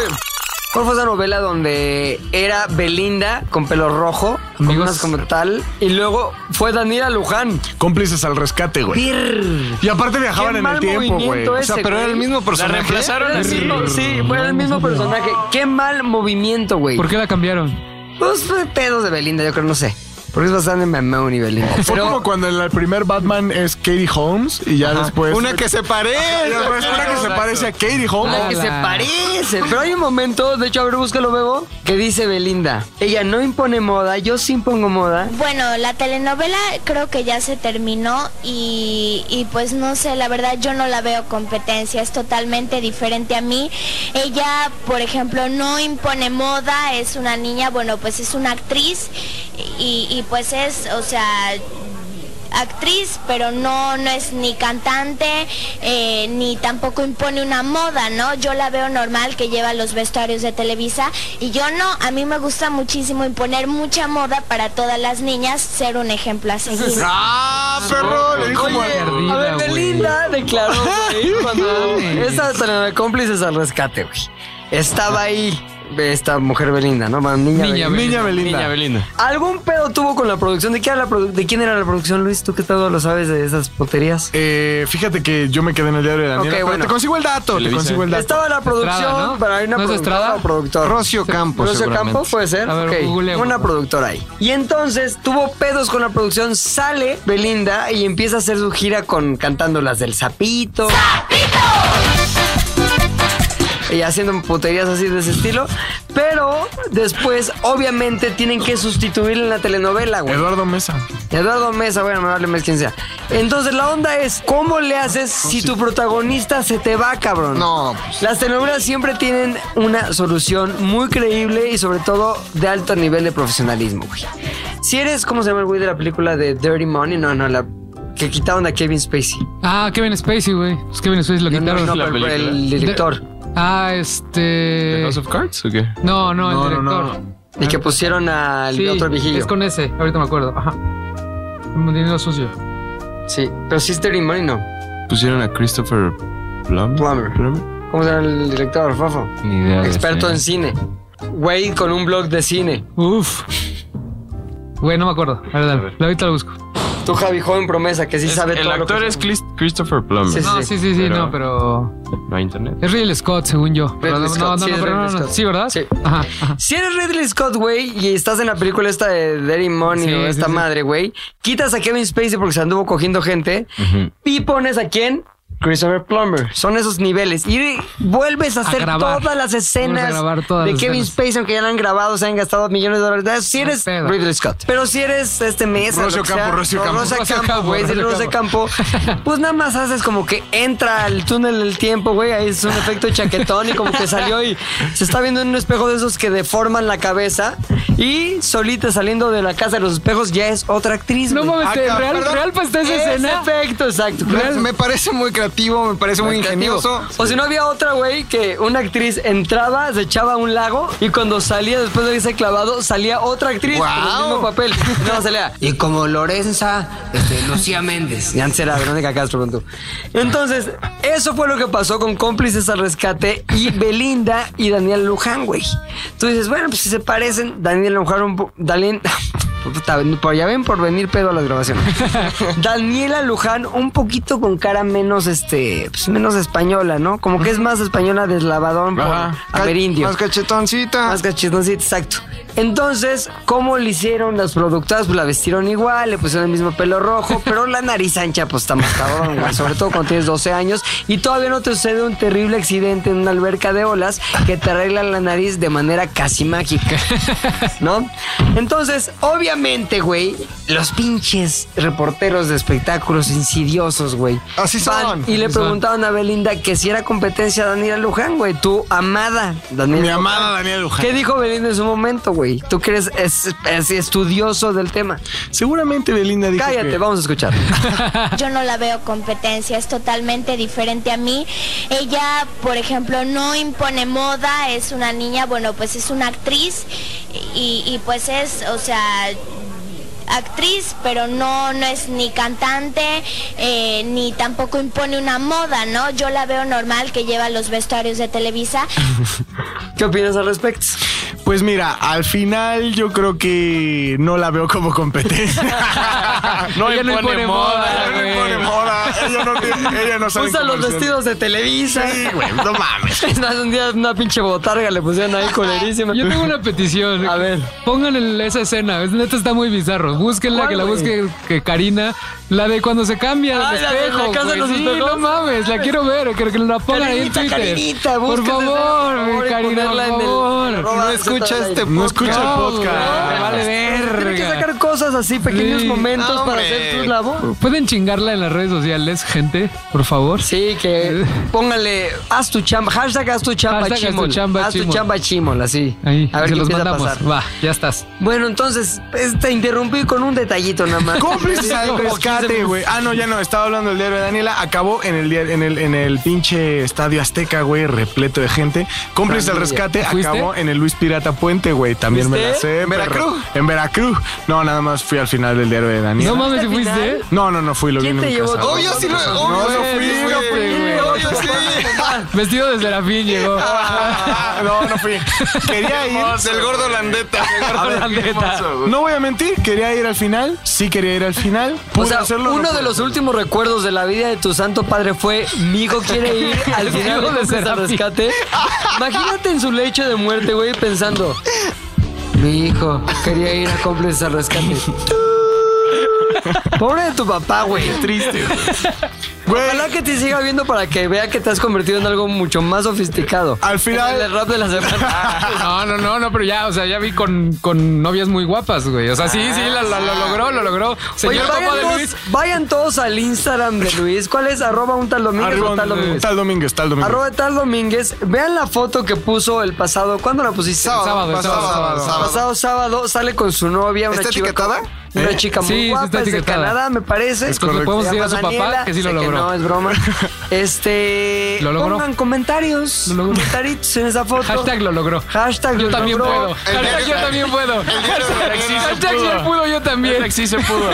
S1: ¿Cuál fue esa novela donde era Belinda con pelo rojo, con
S3: Amigos.
S1: unas como tal? Y luego fue Daniela Luján.
S6: Cómplices al rescate, güey.
S1: Brr.
S6: Y aparte viajaban
S1: Qué
S6: en el
S1: mal
S6: tiempo, güey.
S1: movimiento
S6: O
S1: ese,
S6: sea, pero era
S1: güey.
S6: el mismo
S5: La
S6: personaje.
S5: reemplazaron
S1: Era el
S5: así.
S1: mismo- sí, fue el mismo personaje. Qué mal movimiento, güey.
S3: ¿Por qué la cambiaron?
S1: Pues fue pedos de Belinda, yo creo, no sé. Porque es bastante mamón y Belinda.
S6: Fue como cuando el primer Batman es Katie Holmes y ya después.
S2: Una que se
S6: Y
S2: parece.
S6: después una que se parece a Katie Holmes.
S1: Ay, que se
S3: Ala.
S1: parece. Pero hay un momento, de hecho, a ver, búscalo, Bebo, que dice Belinda. Ella no impone moda, yo sí impongo moda.
S9: Bueno, la telenovela creo que ya se terminó y, y pues no sé, la verdad yo no la veo competencia, es totalmente diferente a mí. Ella, por ejemplo, no impone moda, es una niña, bueno, pues es una actriz y, y pues es, o sea, actriz, pero no, no es ni cantante, eh, ni tampoco impone una moda, ¿no? Yo la veo normal que lleva los vestuarios de Televisa y yo no, a mí me gusta muchísimo imponer mucha moda para todas las niñas, ser un ejemplo a seguir.
S6: ¡Ah, perro! Le dijo muerto.
S1: A ver,
S3: güey.
S1: Belinda declaró, güey, cuando esa telenovela cómplices al rescate, güey. Estaba ahí esta mujer Belinda, ¿no? Bueno, niña, Belinda.
S3: Niña
S6: Niña Belinda.
S5: Niña Belinda.
S1: ¿Algún pedo tuvo con la producción? ¿De quién, era la produ- ¿De quién era la producción, Luis? ¿Tú qué todo lo sabes de esas poterías?
S6: Eh, fíjate que yo me quedé en el diario de Daniela.
S1: Ok,
S6: pero
S1: bueno.
S6: te consigo el dato.
S5: Televisa.
S6: Te consigo el dato.
S1: Estaba la producción,
S3: ¿no?
S1: pero hay una
S3: ¿No es de
S1: productora
S3: Estrada?
S1: o productor.
S2: Rocio Campos.
S1: Rocio
S2: seguramente.
S1: Campos puede ser.
S3: A ver,
S1: Ok,
S3: googleo.
S1: Una productora ahí. Y entonces tuvo pedos con la producción, sale Belinda y empieza a hacer su gira con cantando las del sapito. Y haciendo puterías así de ese estilo. Pero después, obviamente, tienen que sustituir en la telenovela, güey.
S6: Eduardo Mesa.
S1: Eduardo Mesa, bueno, me vale más quien sea. Entonces, la onda es, ¿cómo le haces si tu protagonista se te va, cabrón?
S2: No,
S3: pues.
S1: Las telenovelas siempre tienen una solución muy creíble y sobre todo de alto nivel de profesionalismo, güey. Si eres, ¿cómo se llama el güey de la película de Dirty Money? No, no, la que quitaron a Kevin Spacey.
S3: Ah, Kevin Spacey, güey. Pues Kevin Spacey lo
S1: No, no,
S3: quitaron.
S1: no,
S5: la
S1: pero- pero el
S5: película.
S1: director.
S3: Ah, este.
S5: ¿House of Cards o qué?
S3: No, no, el
S6: No, no, no.
S3: director.
S1: Y que pusieron al
S3: Ah. Sí,
S1: otro viejillo.
S3: es con ese. Ahorita me acuerdo. Ajá. Dinero sucio.
S1: Sí, pero si es Dirty Money, no.
S5: Pusieron a Christopher Plum.
S1: Plummer. ¿Cómo se llama el director, Fafo?
S5: Ni idea. de
S1: Experto
S5: ese.
S1: en cine. Güey con un blog de cine.
S3: Uf. Güey, no me acuerdo. A ver, dale. Ahorita lo busco.
S1: Tú, Javi, joven promesa, que sí
S5: Es-
S1: sabe
S5: el
S1: todo lo
S5: actor
S1: que-
S5: es Chris- Christopher Plummer.
S1: Sí,
S3: No, sí, sí, sí, no, pero.
S5: No hay internet.
S3: Es Ridley Scott, según yo. Pero no,
S1: Scott,
S3: no, no,
S1: sí, es
S3: no, pero
S1: Ridley
S3: no, no.
S1: Scott.
S3: Sí, ¿verdad?
S1: Sí.
S3: Ajá, ajá.
S1: Si eres Ridley Scott, güey, y estás en la película esta de Dirty Money
S3: Sí,
S1: o
S3: sí,
S1: esta
S3: sí.
S1: madre, güey, quitas a Kevin Spacey porque se anduvo cogiendo gente y pones a quién? Christopher Plummer. Son esos niveles. Y re- vuelves a hacer
S3: grabar.
S1: todas las escenas
S3: Vuelves a grabar todas
S1: de
S3: las
S1: Kevin
S3: escenas.
S1: Spacey, aunque ya la han grabado, se han gastado millones de dólares. De- Si eres
S3: pedo.
S1: Ridley Scott. Pero si eres este mes.
S6: Rocio Campo, Rocio Campo.
S3: Rocio Campo,
S1: güey. Si eres
S3: Rocio
S1: Rocio Campo, pues nada más haces como que entra al túnel del tiempo, güey. Ahí es un efecto chaquetón y como que salió y se está viendo en un espejo de esos que deforman la cabeza. Y solita saliendo de la casa de los espejos ya es otra actriz.
S3: No
S1: güey.
S3: mames, ¿te-
S2: Acá,
S3: real,
S2: perdón.
S3: real para esta
S1: Ese
S3: escena.
S1: efecto, exacto.
S2: me parece muy creativo, me parece muy ingenioso.
S1: O si no había otra, güey, que una actriz entraba, se echaba a un lago y cuando salía después de ese clavado, salía otra actriz con el
S2: ¡Guau!
S1: mismo *laughs* papel. No, salía. Y como Lorenza, este, Lucía Méndez. Y antes era Verónica Castro pronto. Entonces, eso fue lo que pasó con Cómplices al Rescate y Belinda y Daniel Luján, güey. Tú dices, bueno, pues si se parecen, Daniel Luján un po- Daniel- *laughs* Puta, Por ya ven por venir pedo a las *laughs* grabaciones. Daniela Luján, un poquito con cara menos este, pues menos española, ¿no? Como que es más española deslavadón por amerindio.
S2: Más cachetoncita.
S1: Más cachetoncita, exacto. Entonces, ¿cómo le hicieron las productoras? Pues la vestieron igual, le pusieron el mismo pelo rojo, pero la nariz ancha, pues está más cabrón, güey. Sobre todo cuando tienes 12 años y todavía no te sucede un terrible accidente en una alberca de olas que te arreglan la nariz de manera casi mágica, ¿no? Entonces, obviamente, güey, los pinches reporteros de espectáculos insidiosos, güey.
S2: Así
S1: van
S2: son.
S1: Y le
S3: Así son.
S1: preguntaron a Belinda que si era competencia a Daniela Luján, güey, tu amada Daniela
S6: Mi
S1: Luján.
S6: amada Daniela Luján.
S1: ¿Qué dijo Belinda en su momento, güey? Tú que eres es- es estudioso del tema.
S6: Seguramente Belinda dijo
S1: Cállate,
S6: que-
S1: vamos a escuchar.
S9: Yo no la veo competencia, es totalmente diferente a mí. Ella, por ejemplo, no impone moda, es una niña, bueno, pues es una actriz y, y pues es, o sea, actriz, pero no, no es ni cantante, eh, ni tampoco impone una moda, ¿no? Yo la veo normal que lleva los vestuarios de Televisa.
S1: ¿Qué opinas al respecto?
S6: Pues mira, al final yo creo que no la veo como competencia.
S1: *laughs*
S6: *laughs*
S3: No Ella no
S6: pone
S3: impone moda,
S6: no
S3: güey.
S6: impone moda. Ella no, tiene- ella no sabe
S1: Usa los
S6: comercial.
S1: vestidos de Televisa.
S6: Sí, güey, no mames.
S1: Es más, un día una pinche botarga le pusieron ahí culerísima.
S3: Yo tengo una petición.
S1: A ver.
S3: Pongan el- esa escena. Es- Neta está muy bizarro. Búsquenla,
S1: ¿Cuál,
S3: que la
S1: güey?
S3: busque que Karina. La de cuando se cambia
S1: Ah,
S3: el
S1: la de la
S3: espejo.
S1: casa de
S3: güey.
S1: los
S3: Sí,
S1: espejos.
S3: no mames, la quiero ver. Quiero que la pongan ahí en
S1: Carinita,
S3: Twitter.
S1: Carinita,
S3: por
S1: búsquenla, por
S3: favor,
S1: favor, y
S3: güey, Karina, por
S1: ponerla en el-
S3: favor.
S2: No escucha este
S6: No escucha el
S3: No,
S6: podcast.
S3: güey, Vale
S1: Tiene que
S3: ver.
S1: sacar cosas así, pequeños
S3: Sí.
S1: momentos
S2: No,
S1: para
S2: hombre.
S1: hacer tu labor.
S3: ¿Pueden chingarla en las redes sociales, gente? Por favor.
S1: Sí, que póngale, haz tu chamba, hashtag haz tu chamba
S3: Hashtag haz tu
S1: chimol.
S3: chamba
S1: haz tu
S3: chimol.
S1: chamba chimol, así.
S3: Ahí,
S1: a ver
S3: se
S1: qué
S3: los
S1: empieza a
S3: mandamos.
S1: pasar.
S3: Va, ya estás.
S1: Bueno, entonces, pues, te interrumpí con un detallito nada más.
S6: Cómplices al rescate, güey. Ah, no, ya no. Estaba hablando del diario de Daniela. Acabó en el, diario- en el, en el pinche estadio Azteca, güey, repleto de gente. Cómplices al rescate.
S3: ¿Fuiste?
S6: Acabó en el Luis Pirata Puente, güey. También me la
S1: ¿Fuiste?
S6: sé.
S2: ¿En
S6: perro.
S2: Veracruz?
S6: En Veracruz. No, nada más fui al final del diario de Daniela.
S3: No mames, si
S1: ¿Fuiste al
S3: fuiste.
S6: No, no, no fui, lo vi
S1: ¿Quién
S6: en
S1: te
S6: mi
S1: llevó?
S6: casa.
S2: Obvio, Oh, sí, lo-
S6: No,
S2: obvio,
S6: no fui,
S2: sí,
S6: no fui, güey.
S2: Obvio, oh, sí.
S3: *laughs* Vestido de
S1: *laughs*
S3: serafín llegó.
S6: Ah, No, no fui. Quería ir.
S2: El gordo Landeta.
S3: A ver,
S6: No voy a mentir, quería ir al final. Sí quería ir al final.
S1: O
S6: Pude
S1: sea,
S6: hacerlo, no
S1: uno
S6: pude
S1: de los
S6: hacerlo.
S1: últimos recuerdos de la vida de tu santo padre fue mi hijo
S3: *laughs*
S1: quiere ir al final
S3: Hijo de
S1: de al
S3: Serafín.
S1: rescate. Imagínate en su lecho de muerte, güey, pensando. Mi hijo quería ir a cómplices al
S3: *laughs*
S1: rescate. Pobre de tu papá, güey.
S6: Triste. Güey,
S1: Ojalá que te siga viendo para que vea que te has convertido en algo mucho más sofisticado.
S6: Al final-
S1: En el rap de la semana.
S3: No, no, no, no, pero ya, o sea, ya vi con, con novias muy guapas, güey. O sea, sí, sí, lo, lo- lo logró, lo logró.
S1: Oye,
S3: Señor Copa
S1: vayan,
S3: de
S1: todos,
S3: Luis.
S1: vayan todos al Instagram de Luis. ¿Cuál es? Arroba un tal Domínguez
S6: arriba
S1: o
S6: un-
S1: tal Domínguez.
S6: Tal Domínguez, tal Domínguez.
S1: Arroba tal Domínguez. Vean la foto que puso el pasado. ¿Cuándo la pusiste?
S2: Sábado,
S3: Sábado,
S2: pasado
S3: sábado,
S2: sábado,
S1: El
S2: sábado.
S1: pasado sábado sale con su novia. Una
S2: ¿Está
S1: chica,
S2: etiquetada?
S1: Una chica muy
S3: Sí, sí está
S1: guapa, es de
S3: etiquetada.
S1: Canadá, me parece.
S3: Es correcto.
S1: Se
S3: Podemos decir
S1: llama
S3: a su papá
S1: Daniela,
S3: que sí lo
S1: sé
S3: logró.
S1: no, es
S3: *laughs*
S1: broma. Este.
S3: Lo logró.
S1: Pongan comentarios.
S3: Lo logró.
S1: Comentaritos en esa foto.
S3: Hashtag lo logró.
S1: Hashtag
S3: Yo
S1: lo
S3: también
S1: logró.
S3: puedo. Hashtag yo también puedo. Hashtag
S5: pudo.
S3: yo pudo, yo también.
S5: Sí se pudo.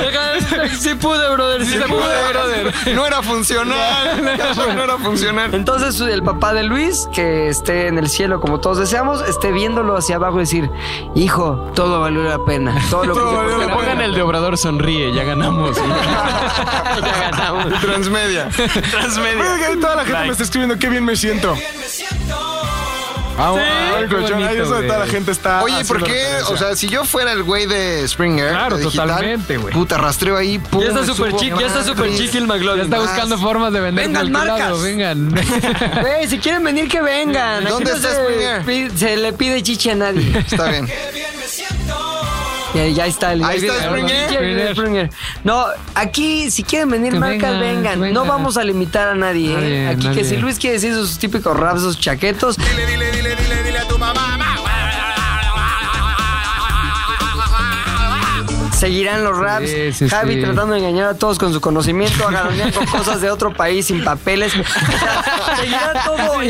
S1: Sí pude, brother. Sí,
S3: se pudo, brother.
S2: No era
S6: *laughs*
S2: funcional. No era funcional.
S1: Entonces el papá de Luis, que esté en el cielo como todos deseamos, esté viéndolo hacia abajo y decir, hijo, todo valió la pena. Todo lo que hice por
S5: Que
S1: ti".
S5: pongan el de Obrador sonríe, ya ganamos.
S1: Ya ganamos.
S2: Transmedia.
S6: Oiga, que toda la gente me está escribiendo qué bien me siento. Ah, ah, el
S3: qué
S6: colchón, ahí
S3: bonito,
S6: eso de toda la
S3: güey.
S6: gente está.
S2: Oye, ¿por
S6: haciendo
S2: qué?
S6: Ah, referencia.
S2: O sea, si yo fuera el güey de Springer.
S3: Claro,
S2: de digital,
S3: totalmente, güey.
S2: Puta, rastreo ahí. Pum,
S1: Ya está
S2: me
S1: súper
S2: subo.
S1: chic, ya está súper chic el
S3: Ya
S1: McLovin.
S3: está buscando formas de vender
S1: Vengan,
S3: calculado,
S1: marcas.
S3: vengan.
S1: Güey, si quieren venir, que vengan. Aquí
S2: ¿Dónde
S1: no
S2: está
S1: se,
S2: Springer?
S1: pi- se le pide chichi a nadie.
S2: Está bien.
S1: Ya, ya está el
S2: Ahí
S1: ya
S2: está
S1: viene-
S2: Springer.
S1: ya viene Springer. No, aquí si quieren venir
S3: Que
S1: marcas,
S3: vengan,
S1: vengan. No
S3: vengan.
S1: vamos a limitar a nadie. ¿eh?
S3: Nadie,
S1: aquí
S3: nadie.
S1: que si Luis quiere decir sus típicos raps, sus chaquetos, seguirán los raps.
S3: Sí, sí,
S1: Javi
S3: sí.
S1: tratando de engañar a todos con su conocimiento, agarronean con *laughs* cosas de otro país sin papeles. *laughs* O sea, seguirá todo
S3: Igual.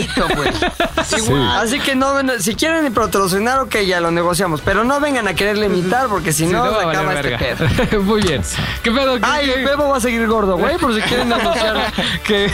S1: igualito, pues. Igual. Así que no, no, si quieren patrocinar, ok, ya lo negociamos. Pero no vengan a querer limitar porque si
S3: *laughs* Sí,
S1: no,
S3: no va
S1: se
S3: a valer
S1: acaba este
S3: verga.
S1: pedo.
S3: *laughs* Muy bien. ¿Qué pedo? ¿Qué-
S1: Ay,
S3: qué-
S1: Bebo va a seguir gordo, güey, por si quieren
S2: *laughs*
S1: anunciar
S3: que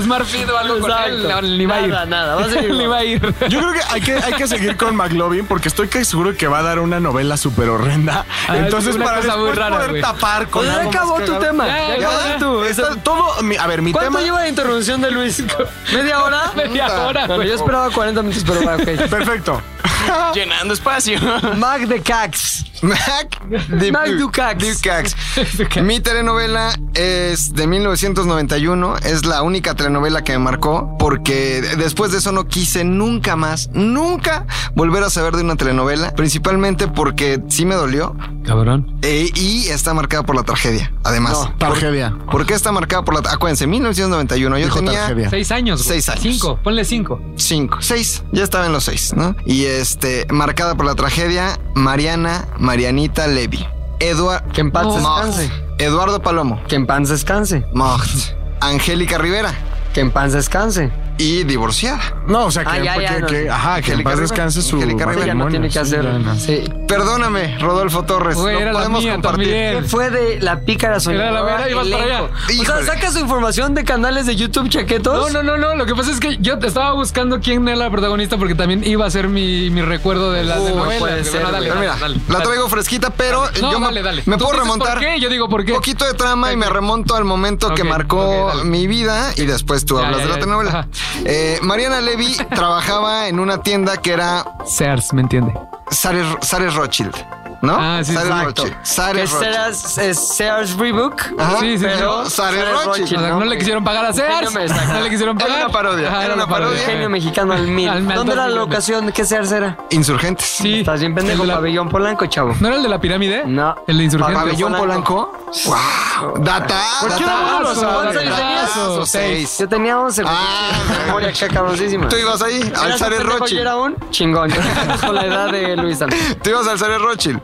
S3: Smart Fit o algo con él, no, ni va a ir.
S1: Nada, nada, va a seguir
S3: *laughs* Ni va a ir.
S6: Yo creo que hay que, hay que seguir con McLovin porque estoy casi seguro que va a dar una novela súper horrenda.
S3: Ah,
S6: Entonces,
S3: es una
S6: para
S3: cosa muy
S6: después
S3: rara,
S6: poder
S3: güey.
S6: tapar con
S1: Pues ya
S6: algo más
S1: acabó tu
S6: cagado.
S1: tema.
S3: Ya,
S1: Ya,
S3: ya,
S1: acabó tu-
S6: Está
S1: esa-
S6: todo, mi- a ver, mi
S1: ¿Cuánto
S6: tema.
S1: lleva la interrupción de Luis? *laughs* ¿Media hora?
S3: Media
S1: Puta.
S3: hora,
S1: Bueno,
S3: güey.
S1: yo esperaba 40 minutos, pero va, ok.
S6: Perfecto.
S5: *laughs* Llenando espacio.
S1: Mac de Cax.
S2: Mac de
S1: Mac
S2: Pu-
S1: Ducax.
S2: Ducax. Mi telenovela es de 1991. Es la única telenovela que me marcó porque después de eso no quise nunca más, nunca volver a saber de una telenovela. Principalmente porque sí me dolió
S3: Cabrón.
S2: eh, y está marcada por la tragedia. Además,
S6: Tragedia.
S2: ¿por qué está marcada por la tragedia? Acuérdense, 1991. Yo
S6: Dijo
S2: tenía
S6: tragedia.
S3: Seis años. güey.
S2: Seis años. Pues
S3: Cinco. Ponle cinco.
S2: cinco, seis, ya estaba en los seis, ¿no? Y este, marcada por la tragedia, Mariana, Marianita Levy, Eduard,
S1: Que en paz
S2: Moth,
S1: descanse.
S2: Eduardo Palomo,
S1: Que en paz descanse.
S2: Mocht, Angélica Rivera,
S1: Que en paz descanse.
S2: y divorciada.
S6: No, o sea, que,
S2: Ah, ya, ya,
S6: que-
S2: no,
S6: que-
S2: sí.
S6: ajá, que en
S2: Angélica
S6: paz
S2: Rivera.
S6: descanse su
S2: Angélica Rivera.
S6: matrimonio.
S2: Ya no tiene que
S6: Sí,
S2: hacer-
S6: ya no.
S1: Sí.
S2: Perdóname, Rodolfo Torres.
S3: Güey,
S2: no
S3: era la
S2: podemos
S3: mía
S2: compartir.
S3: también.
S1: ¿Qué fue de la pícara sonora?
S3: Era la vera, ibas para allá.
S1: O sea,
S2: Híjole.
S1: ¿sacas su información de canales de YouTube
S3: No,
S1: chaquetos?
S3: no, no, no. Lo que pasa es que yo te estaba buscando quién era la protagonista porque también iba a ser mi, mi recuerdo de la
S1: Uh,
S3: de
S1: no
S3: novela.
S1: puede
S3: Bueno,
S1: ser,
S3: dale,
S1: güey.
S2: Pero
S3: dale,
S2: mira,
S3: dale,
S2: la
S3: dale.
S2: traigo fresquita, pero
S3: No,
S2: yo me-
S3: dale, dale.
S2: me
S3: Tú
S2: puedo
S3: dices
S2: remontar.
S3: ¿Por qué? Yo digo, ¿por qué?
S2: Un poquito de trama y me remonto al momento que
S3: Ok,
S2: marcó
S3: ok, dale.
S2: mi vida y después tú
S3: Ya,
S2: hablas
S3: ya,
S2: de la
S3: ya.
S2: telenovela.
S3: Ajá.
S2: Eh, Mariana Levy trabajaba en una tienda que era
S3: Sears, ¿me entiende?
S2: Sares, Sares Rothschild, ¿no?
S3: Ah, sí,
S2: Sares
S3: exacto.
S2: Rothschild. Sares
S1: Que
S2: Rothschild.
S1: serás eh, Sears Rebook.
S2: Ajá,
S3: Sí, sí, sí.
S2: pero Sares
S1: Sares
S2: Rothschild.
S3: O sea, no, le quisieron pagar a Sears.
S1: Genio mexicano.
S3: No le quisieron
S2: Era
S3: pagar. Ah,
S2: una parodia,
S3: Ajá,
S2: era una parodia.
S1: Genio mexicano al mil.
S3: eh. Al mil,
S1: ¿Dónde era la
S3: mil.
S1: locación? ¿Qué Sears era?
S2: Insurgentes.
S3: Sí.
S1: Estás bien
S3: El
S1: pendejo,
S3: de la-
S1: pabellón polanco, chavo.
S3: ¿No era el de la pirámide?
S1: No.
S3: El de insurgente.
S2: Pabellón Polanco. Wow. Data.
S1: ¿Por qué
S2: data-
S1: no los
S2: data-
S1: avances?
S2: datazo,
S3: Datazo,
S2: seis.
S1: Yo tenía 11. güey.
S2: Ah,
S1: Tengo memoria acá cabroncísima.
S2: Tú ibas ahí, al
S1: Eras un
S2: Sares
S1: pendejo, Yo
S2: Rothschild.
S1: era un
S2: *laughs*
S1: chingón. Yo era Con la edad de Luis Andrés.
S2: Tú ibas al Sares Rothschild.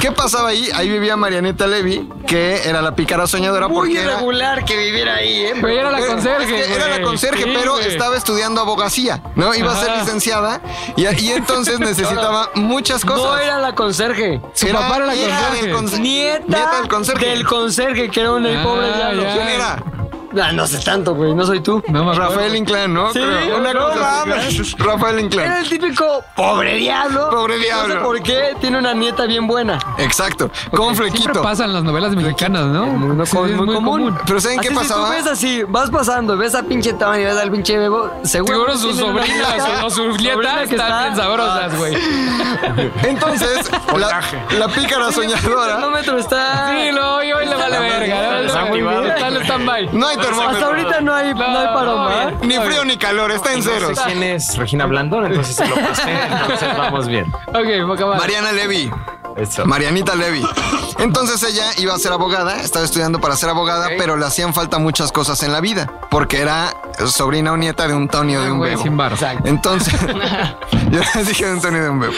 S2: ¿Qué pasaba ahí? Ahí vivía Marianita Levy, que era la pícara soñadora
S1: Muy
S2: porque era...
S1: irregular que viviera ahí, ¿eh?
S3: Güey, era la
S2: Pero,
S3: conserje.
S2: es que era la
S3: güey.
S2: conserje,
S3: Sí,
S2: pero
S3: güey.
S2: estaba estudiando abogacía, ¿no? Iba a ser
S3: Ajá.
S2: licenciada y, y
S3: *laughs*
S2: entonces necesitaba muchas cosas.
S1: No era la conserje.
S3: Su papá era la
S2: hija
S3: conserje.
S2: del conse-
S1: Nieta,
S2: nieta del conserje.
S1: del conserje, que era un el pobre
S3: Ah,
S1: diablo.
S3: ya.
S2: ¿Quién era?
S1: Ah, no sé tanto, güey. No soy tú.
S3: No me acuerdo.
S2: Rafael Inclán, ¿no?
S1: Sí,
S2: Creo. Una
S1: no
S2: cosa así.
S1: mames.
S2: Rafael
S1: Era
S2: Inclán.
S1: el típico pobre diablo.
S2: Pobre
S1: No
S2: diablo.
S1: sé por qué tiene una nieta bien buena.
S2: Exacto. Con
S3: Siempre
S2: flequito.
S3: pasan las novelas mexicanas, ¿no?
S1: Muy,
S3: Sí, es
S1: muy común.
S2: Pero ¿saben qué
S1: Así,
S2: pasaba?
S1: Si tú ves así, vas pasando, ves a pinche Tony, ves al pinche Bebo, seguro.
S3: Seguro sus
S1: tienen una
S3: sobrinas
S1: hija-
S3: o sus
S1: sobrina
S3: nietas
S1: que
S3: están
S1: está-
S3: bien sabrosas, *laughs* güey.
S2: Entonces,
S3: *laughs*
S2: la, la pícara
S1: El
S2: soñadora.
S1: termómetro está.
S3: Sí, no, y hoy le vale verga. ¿no?
S1: Está muy bien.
S3: Está en stand-by.
S2: No hay
S1: Hasta
S2: termómetro.
S1: ahorita no hay, no,
S3: No,
S1: hay
S3: no,
S1: paloma. ¿eh?
S3: bien.
S2: Ni frío ni calor, está en ceros.
S8: ¿Quién es Regina Blandón? Entonces se lo pasé, entonces vamos bien.
S3: Ok, va a acabar.
S2: Mariana Levy.
S8: Eso.
S2: Marianita Levy. Entonces ella iba a ser abogada, estaba estudiando para ser abogada, pero le hacían falta muchas cosas en la vida, porque era sobrina o nieta de un Tony o de un
S3: Güey,
S2: Bebo.
S3: sin barro.
S2: Entonces, *laughs* yo les dije de un Tony o de un Bebo.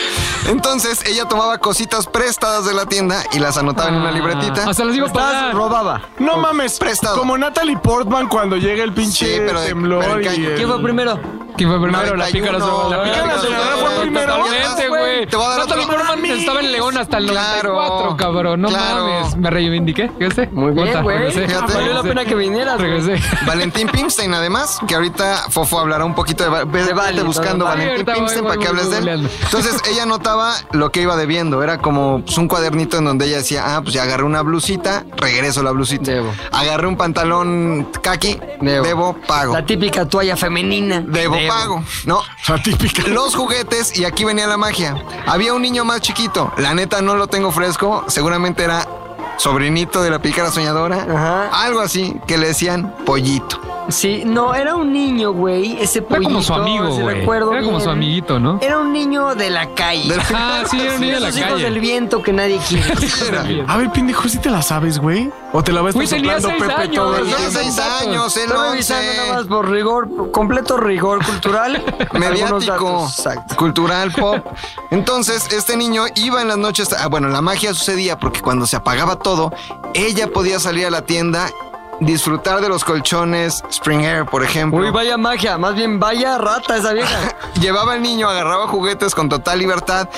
S2: Entonces ella tomaba cositas prestadas de la tienda y las anotaba
S3: Ah.
S2: en una libretita.
S3: Hasta les digo para.
S1: Estás robaba.
S6: No mames,
S2: Prestado.
S6: Como Natalie Portman cuando llega el pinche
S2: Sí, pero de-
S6: temblor
S2: pero en
S6: y
S2: caño.
S6: el-
S1: ¿Quién fue primero?
S3: ¿Quién fue primero? La
S2: 91,
S3: pícara soñadora.
S2: la
S6: pícara soñadora fue primero.
S3: Totalmente, güey.
S2: Te voy a dar
S3: Natalie
S2: otro.
S3: Portman estaba en León hasta el
S2: Claro.
S3: 94, cabrón. No
S2: Claro.
S3: mames. Me reivindiqué. ¿Viste?
S1: Muy bien,
S3: Puta,
S1: güey.
S3: regresé.
S2: Fíjate.
S1: Valió la
S3: Regresé.
S1: pena que vinieras. güey.
S3: Regresé.
S2: Valentín Pimstein, además, que ahorita Fofo hablará un poquito de, va- ve-
S1: De
S2: vete
S1: Vale,
S2: buscando
S1: todo.
S2: Valentín
S3: Ahorita voy,
S2: Pimstein
S3: voy,
S2: para que
S3: voy,
S2: hables de
S3: voy
S2: él.
S3: googleando.
S2: Entonces ella anotaba lo que iba debiendo, era como pues, un cuadernito en donde ella decía, ah, pues ya agarré una blusita, regreso la blusita.
S1: Debo.
S2: Agarré un pantalón kaki, debo,
S1: Debo.
S2: pago.
S1: La típica toalla femenina.
S2: Debo, pago, ¿no?
S6: La típica.
S2: Los juguetes, y aquí venía la magia. Había un niño más chiquito, la neta no lo tengo fresco, seguramente era sobrinito de la pícara soñadora,
S1: Ajá.
S2: algo así, que le decían pollito.
S1: Sí, no, era un niño, güey. Ese
S3: Era
S1: pollito.
S3: como su amigo,
S1: sí
S3: güey.
S1: recuerdo
S3: Era como
S1: bien.
S3: su amiguito, ¿no?
S1: Era un niño de la calle.
S2: De la-
S3: Ah, sí, era un niño de la
S1: Esos hijos del
S3: calle.
S1: viento que
S3: *laughs*
S1: nadie quiere.
S6: A ver, pendejo, si te la sabes, güey. O te la vas
S3: Güey, tenía
S6: soplando,
S3: seis
S6: Pepe,
S3: años.
S6: todo el
S3: ¿no?
S2: Tenía
S3: son
S2: seis
S3: datos.
S2: años, el
S1: Estoy revisando
S2: once.
S1: nada más por rigor, por completo rigor
S3: *laughs*
S1: cultural. Algunos
S2: mediático,
S1: datos, Exacto.
S2: cultural, pop. Entonces, este niño iba en las noches, ah, bueno, la magia sucedía porque cuando se apagaba todo, ella podía salir a la tienda, disfrutar de los colchones, Springer, por ejemplo.
S1: Uy, vaya magia, más bien vaya rata esa
S3: *laughs*
S1: vieja.
S2: Llevaba al niño, agarraba juguetes con total libertad.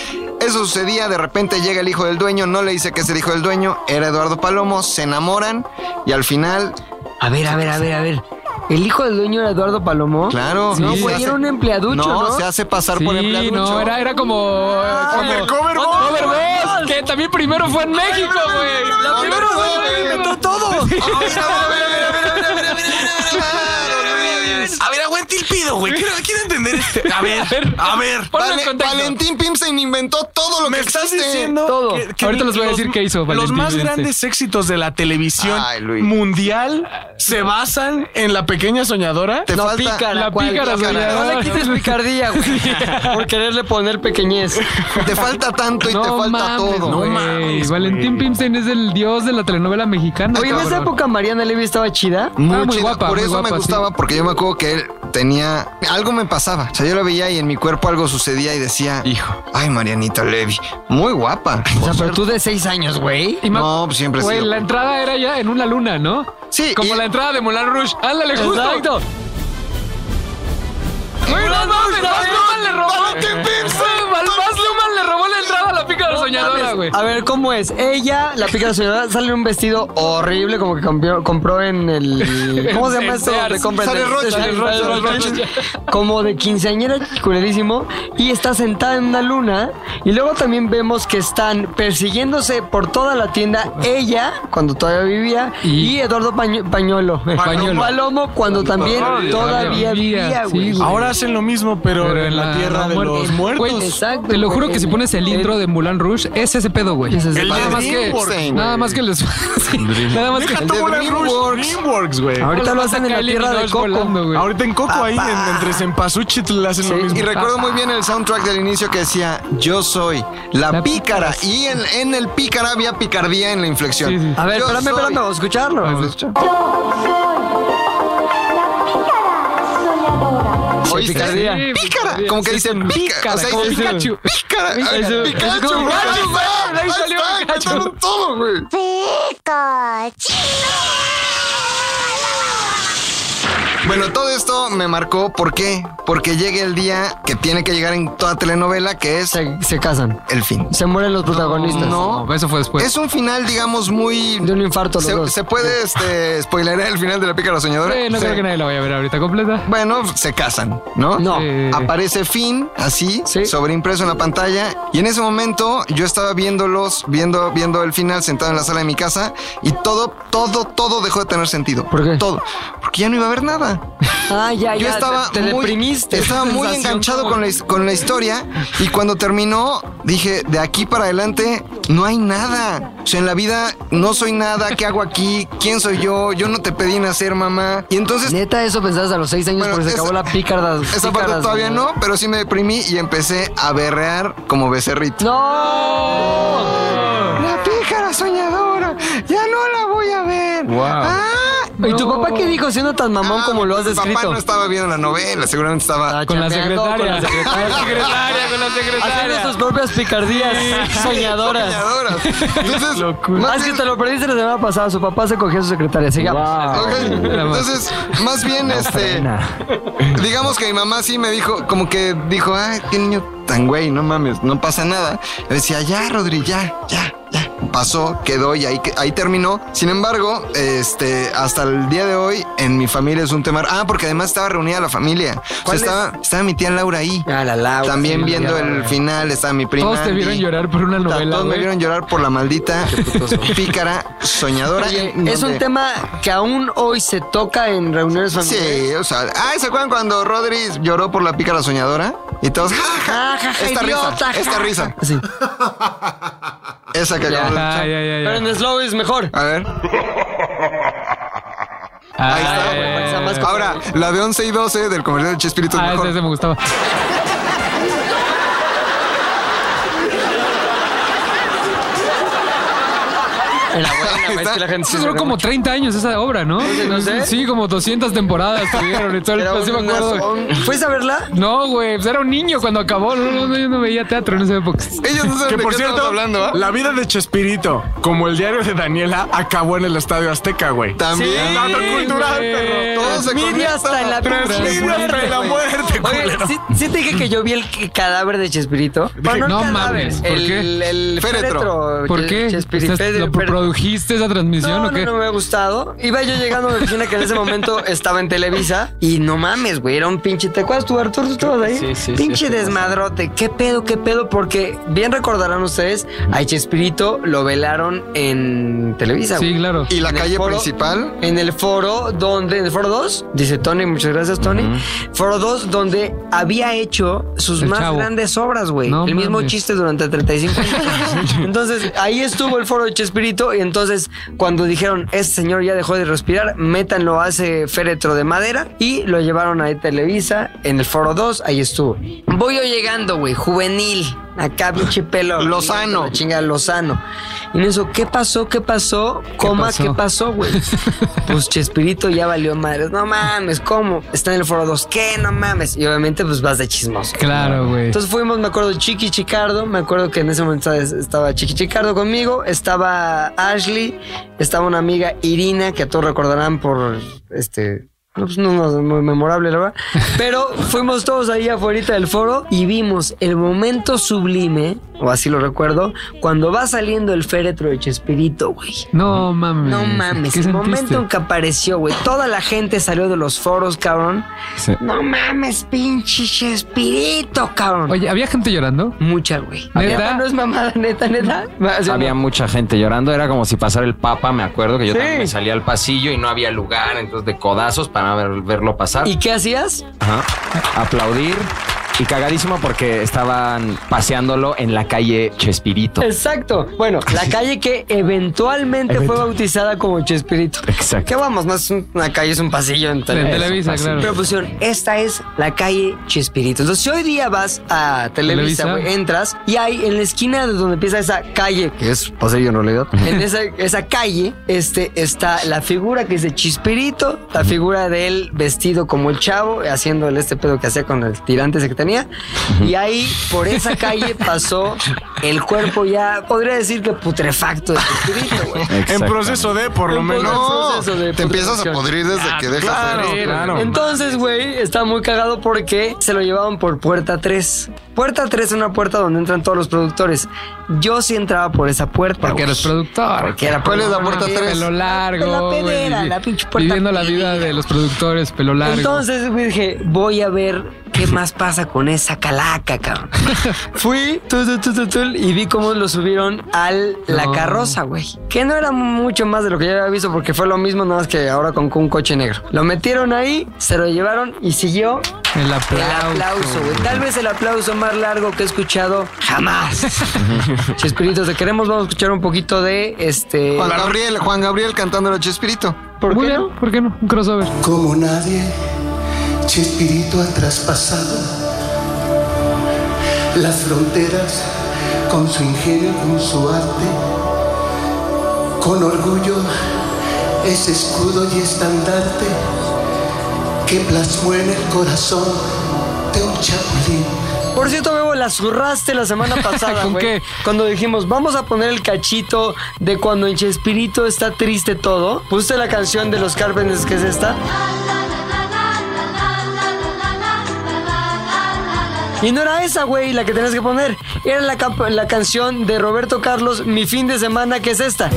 S2: Eso sucedía, de repente llega el hijo del dueño, no le dice que es el hijo del dueño, era Eduardo Palomo, se enamoran y al final,
S1: A ver, a ver, a ver, a ver. ¿El hijo del dueño era Eduardo Palomo?
S2: claro,
S1: No,
S2: se
S1: güey,
S2: hace-
S1: era un empleaducho, ¿no?
S2: se hace pasar por
S3: Sí,
S2: empleaducho.
S3: no, era, era como. como-
S6: Undercover Boss.
S3: Undercover Boss, Que también primero fue en México, güey.
S1: La primera fue la que inventó todo.
S3: *laughs*
S6: *laughs*
S5: A ver, aguante el pido, güey. Quiero, quiero entender este. A ver, a ver.
S3: Ponlo en
S2: Vale-
S3: contexto.
S2: Valentín Pimstein inventó todo lo
S6: ¿Me
S2: que
S6: estás
S2: existe.
S6: diciendo?
S1: Todo.
S3: Ahorita les voy a decir qué hizo
S6: Los
S3: Valentín
S6: más
S3: Vicente.
S6: grandes éxitos de la televisión
S2: Ay, Luis.
S6: mundial se basan en la pequeña soñadora.
S2: Te
S1: No,
S2: falta-
S1: pícara,
S3: La
S1: ¿cuál?
S3: pícara
S1: No
S3: soñadora.
S1: le quites
S3: *laughs*
S1: picardía, güey. Por quererle poner pequeñez.
S2: Te falta tanto y te falta todo.
S3: güey. Valentín Pimstein es el dios de la telenovela mexicana.
S1: Oye, en esa
S3: cabrón.
S1: época Mariana Levy estaba chida.
S2: Muy
S3: Ah, muy
S2: chido.
S3: guapa,
S2: Por
S3: muy
S2: eso me
S3: guapa,
S2: gustaba,
S3: sí.
S2: porque yo me acuerdo que él tenía. Algo me pasaba. O sea, yo la veía y en mi cuerpo algo sucedía y decía. Hijo. Ay, Marianita Levy. Muy
S3: *laughs*
S2: guapa.
S1: O sea, pero tú de seis años, güey.
S3: Y me-
S2: No, pues siempre he
S3: Güey,
S2: sido.
S3: la entrada era ya en una luna, ¿no?
S2: Sí,
S3: Como
S2: y-
S3: la entrada de Moulin Rouge. Ándale, justo.
S1: Exacto.
S3: güey.
S2: Ah,
S1: A ver, ¿cómo es? Ella, la pica de señora, sale en un vestido horrible, como que cambió- compró en el. ¿Cómo se llama esto? donde compras
S2: Sale
S1: el-
S2: Rocha, sale Rocha,
S1: Sale
S2: sale
S1: Rocha. Como de quinceañera, culerísimo. Y está sentada en una luna. Y luego también vemos que están persiguiéndose por toda la tienda ella, cuando todavía vivía, y, Eduardo Paño- Pañuelo.
S3: Pañuelo.
S1: Palomo, cuando también
S5: Todavía,
S1: todavía vivía,
S3: sí,
S1: güey.
S3: güey.
S5: Ahora hacen lo mismo, pero,
S3: Pero
S5: en la, tierra de
S3: muerte.
S5: los muertos.
S3: Güey,
S1: Exacto,
S3: Te lo juro
S1: güey.
S3: que si pones el intro de Mulan Rouge, es ese pedo, güey.
S1: Es ese
S3: Nada
S2: pedo.
S3: más que.
S2: Dreamworks,
S3: Nada
S2: güey.
S3: más que les. *laughs* sí, nada más que.
S6: Deja tú Mulan Rouge, Dreamworks, güey.
S1: Ahorita lo hacen en la
S3: Kylie
S1: tierra de
S3: Minogue
S1: Coco.
S3: volando, güey.
S6: Ahorita en Coco ahí, en- entre Cempasúchil, hacen lo mismo.
S2: Y recuerdo muy bien el soundtrack del inicio que decía Yo soy la,
S3: La
S2: pícara. Y en, en el pícara había picardía en la inflexión.
S3: Sí, sí.
S1: A ver,
S2: Yo
S1: espérame,
S2: soy-
S1: espérame, vamos a escucharlo.
S2: ¿Oíste?
S1: picardía.
S2: Sí, Pícara. Como que dice pícara. O sea,
S3: como
S2: dice
S3: Pikachu.
S2: Pícara. Ay,
S1: Eso-
S2: Pikachu,
S1: eso-
S2: güey, ahí
S1: Pikachu.
S2: está,
S1: Ahí
S2: ahí
S1: salió
S2: está,
S1: Pikachu.
S2: cantaron todo, güey. Bueno, todo esto me marcó, ¿por qué? Porque llega el día que tiene que llegar en toda telenovela, que es
S1: Se, se casan.
S2: el fin.
S1: Se mueren los protagonistas.
S2: No,
S3: Eso fue después.
S2: es un final, digamos, muy...
S1: De un infarto los
S2: Se,
S1: dos.
S2: se puede este, spoiler el final de La Pícara Soñadora?
S3: Sí, no
S2: Sí.
S3: creo que nadie la vaya a ver ahorita completa.
S2: Bueno, se casan, ¿no?
S1: No.
S3: Eh,
S2: Aparece Finn, así,
S1: Sí.
S2: sobreimpreso en la pantalla. Y en ese momento yo estaba viéndolos, viendo, viendo el final sentado en la sala de mi casa. Y todo, todo, todo dejó de tener sentido.
S1: ¿Por qué?
S2: Todo. Porque ya no iba a haber nada.
S1: Ah, ya,
S2: Yo
S1: ya.
S2: estaba
S1: te, te
S2: muy,
S1: deprimiste. *laughs*
S2: Estaba muy
S1: Sensación
S2: enganchado
S1: como-
S2: con la, his- con la historia y cuando terminó dije, de aquí para adelante no hay nada. O sea, en la vida no soy nada, ¿qué hago aquí? ¿Quién soy yo? Yo no te pedí nacer, mamá. Y entonces
S1: Neta, eso pensabas a los seis años
S2: este- Bueno,
S1: porque se
S2: esa-
S1: acabó la pícarda.
S2: esa parte
S1: pícaras,
S2: todavía
S1: güey.
S2: no, pero sí me deprimí y empecé a berrear como becerrito.
S1: ¡No!
S2: La pícara soñadora, ya no la voy a ver.
S5: Wow.
S2: Ah,
S1: ¿Y tu papá qué dijo siendo tan mamón
S2: ah,
S1: como lo has
S2: mi
S1: descrito? Ah,
S2: Papá no estaba viendo la novela, seguramente estaba.
S1: Estaba
S3: Con la
S1: chambeando,
S3: secretaria.
S1: Con la secretaria.
S3: secretaria, con *laughs* la
S1: Haciendo sus propias picardías soñadoras.
S2: Soñadoras.
S1: *laughs*
S2: Entonces, más
S1: Más que
S2: bien-
S1: te lo perdiste la semana pasada, su papá se cogió a su secretaria. Sigamos.
S2: Ok, Entonces, más bien, este, digamos que mi mamá sí me dijo, como que dijo, ay, qué niño tan güey, no mames, no pasa nada. Le decía, ya, Rodri, ya, ya, ya. Pasó, quedó y ahí, que- ahí terminó. Sin embargo, este, hasta el día de hoy, en mi familia es un tema. Ah, porque además estaba reunida la familia. O sea, estaba, estaba mi tía Laura ahí.
S1: Ah, la Laura,
S2: También
S1: sí,
S2: viendo
S1: la
S2: el
S1: Laura.
S2: final, estaba mi prima.
S3: Todos te
S2: Andy.
S3: vieron llorar por una novela,
S2: Todos me
S3: güey.
S2: vieron llorar por la
S3: *laughs*
S2: maldita pícara soñadora.
S1: Oye, eh, es un
S2: Donde-
S1: tema que aún hoy se toca en reuniones familiares.
S2: Sí, o sea, ay, ¿se acuerdan cuando Rodri lloró por la pícara soñadora? Y todos, ja, ja,
S1: Ja, ja, ja,
S2: esta
S1: idiota,
S2: risa,
S1: ja,
S2: esta
S1: ja.
S2: risa,
S1: Sí.
S2: esa que acabamos de
S3: Ah,
S2: escuchar.
S3: ya, ya, ya.
S1: Pero en slow es mejor.
S2: A ver,
S3: Ah,
S2: ahí está.
S3: ya, ya, ya.
S1: está más-
S2: Ahora, la de 11 y 12 del comercial de Chespirito es
S3: Ah,
S2: mejor.
S3: ese, ese me gustaba.
S1: Era buena,
S2: *laughs* Ahí
S1: güey, es
S2: está.
S1: que la gente
S3: Eso
S1: se
S3: duró como 30 años esa obra, ¿no?
S1: no sé.
S3: Sí, como 200 temporadas tuvieron. y todo el-
S2: Era
S3: sí me
S2: una
S3: acuerdo.
S2: son-
S1: ¿Fuiste a verla?
S3: No, güey, pues era un niño cuando acabó. No, no, no, yo no veía teatro en esa época.
S2: Ellos no saben
S6: Que
S2: de
S6: por
S2: qué estamos
S6: cierto,
S2: hablando, ¿ah?
S6: la vida de Chespirito, como el diario de Daniela, acabó en el Estadio Azteca, güey.
S2: También.
S6: Dato cultural,
S3: güey.
S6: perro.
S2: Todo se
S1: Transmedia
S2: conecta.
S1: hasta en la
S6: Transmedia
S1: pinche
S6: hasta en la muerte,
S1: güey. Oye,
S6: culero.
S1: ¿sí, sí te dije que yo vi el c- cadáver de Chespirito. Bueno,
S3: no
S1: el cadáver,
S3: mames, ¿por
S1: el,
S3: qué?
S1: el
S2: Féretro.
S1: féretro.
S3: ¿Por
S1: Che-
S3: qué?
S1: Chespirito.
S3: ¿Estás- ¿Lo
S1: Féretro.
S3: produjiste esa transmisión
S1: No,
S3: o qué?
S1: no, no me ha gustado. Iba yo llegando a mi oficina que en ese momento estaba en Televisa y no mames, güey, era un pinche. ¿Te acuerdas tú, Arturo? ¿Tú estabas ahí?
S5: sí, sí,
S1: pinche
S5: sí,
S1: desmadrote. ¿Qué pedo, qué pedo? Porque bien recordarán ustedes, a Chespirito lo velaron en Televisa.
S3: Sí,
S1: güey.
S3: claro.
S2: Y la
S1: En el
S2: calle
S1: foro-
S2: principal.
S1: En el foro donde, en el foro 2, dice Tony, muchas gracias Tony, foro 2 donde había hecho sus
S3: El
S1: más
S3: Chavo.
S1: grandes obras, güey.
S3: No
S1: el mismo
S3: mames.
S1: chiste durante 35
S3: *laughs*
S1: años. entonces, ahí estuvo el foro de Chespirito y entonces cuando dijeron, este señor ya dejó de respirar, métanlo a ese féretro de madera y lo llevaron a Televisa en el foro 2, ahí estuvo. Voy yo llegando, güey, juvenil. Acá, pinche pelo.
S2: Lozano.
S1: Chinga, Lozano. Y en eso, ¿qué pasó? ¿Qué pasó? Coma,
S3: pasó?
S1: ¿qué pasó, güey? pues Chespirito ya valió madres. No mames, ¿cómo? Está en el foro 2. ¿Qué? No mames. Y obviamente, pues vas de chismoso.
S3: Claro, güey.
S1: Entonces fuimos, me acuerdo, Chiqui Chicardo. Me acuerdo que en ese momento es- estaba Chiqui Chicardo conmigo. Estaba Ashley. Estaba una amiga Irina, que a todos recordarán por este. Pues no, no, muy memorable, la verdad. Pero fuimos todos ahí afuera del foro y vimos el momento sublime, o así lo recuerdo, cuando va saliendo el féretro de Chespirito, güey.
S3: No mames.
S1: No mames,
S3: ¿Qué
S1: el
S3: sentiste?
S1: momento en que apareció, güey. Toda la gente salió de los foros, cabrón. No mames, pinche Chespirito, cabrón.
S3: Oye, ¿había gente llorando?
S1: Mucha, güey.
S3: ¿Neta?
S1: No es mamada, neta, neta.
S8: Había mucha gente llorando, era como si pasara el Papa, me acuerdo que yo
S1: Sí.
S8: también me salía al pasillo y no había lugar, entonces de codazos para ver- verlo pasar.
S1: ¿Y qué hacías?
S8: Ajá. Aplaudir y cagadísimo porque estaban paseándolo en la calle Chespirito.
S1: Exacto. Bueno, la calle que eventualmente fue bautizada como Chespirito.
S8: Exacto.
S1: Que vamos, no es una calle, es un pasillo en
S3: En Televisa,
S1: Así.
S3: claro.
S1: Pero pues, pusieron, esta es la calle Chespirito. Entonces, si hoy día vas a Televisa,
S3: Televisa.
S1: güey, entras y hay en la esquina de donde empieza esa calle, que es pasillo en realidad, en esa, esa calle este, está la figura que es de Chespirito, la figura de él vestido como el chavo, haciendo el- este pedo que hacía con el tirante ese que tenía. Y ahí, por esa calle, pasó el cuerpo ya, podría decir que putrefacto de Chespirito, güey.
S6: En proceso de, por lo
S1: Un
S6: menos.
S1: proceso de
S2: Te empiezas a
S1: putrefacción.
S2: podrir desde que dejas
S6: Claro,
S2: de
S6: claro.
S1: Entonces, güey, está muy cagado porque se lo llevaban por puerta 3. Puerta 3 es una puerta donde entran todos los productores. Yo sí entraba por esa puerta.
S3: Porque
S1: güey.
S3: eres productor.
S1: pues, Porque era
S2: ¿Cuál es la puerta
S3: Pelo
S2: tres?
S3: largo.
S1: La pedera,
S3: güey,
S1: la pinche puerta
S3: Viviendo la vida de los productores, pelo largo.
S1: Entonces, güey, dije, voy a ver qué más pasa con esa calaca, cabrón. Fui tul, tul, tul, tul, tul, y vi cómo lo subieron a la
S3: No.
S1: carroza, güey. Que no era mucho más de lo que yo había visto porque fue lo mismo, nada más que ahora con un coche negro. Lo metieron ahí, se lo llevaron y siguió
S3: el
S1: El
S3: aplauso.
S1: aplauso, güey. Tal vez el aplauso más largo que he escuchado
S3: *laughs*
S1: jamás. Chespiritos, te queremos. Vamos a escuchar un poquito de este.
S2: Juan Gabriel, Juan Gabriel cantando a Chespirito.
S1: ¿Por
S3: Muy
S1: qué
S3: bien,
S1: no?
S3: ¿por qué no? Un crossover.
S11: Como nadie, Chespirito ha traspasado las fronteras con su ingenio, con su arte. Con orgullo es escudo y estandarte que plasmó en el corazón de un chapulín.
S1: Por cierto, Bebo, la zurraste la
S3: *laughs*
S1: semana pasada.
S3: ¿Con
S1: güey.
S3: qué?
S1: Cuando dijimos, vamos a poner el cachito de cuando en Chespirito está triste todo. Pusiste la canción de los Carpenters, que es esta. Y no era esa, güey, la que tenías que poner. Era la, camp- la canción de Roberto Carlos, Mi fin de semana, que es esta.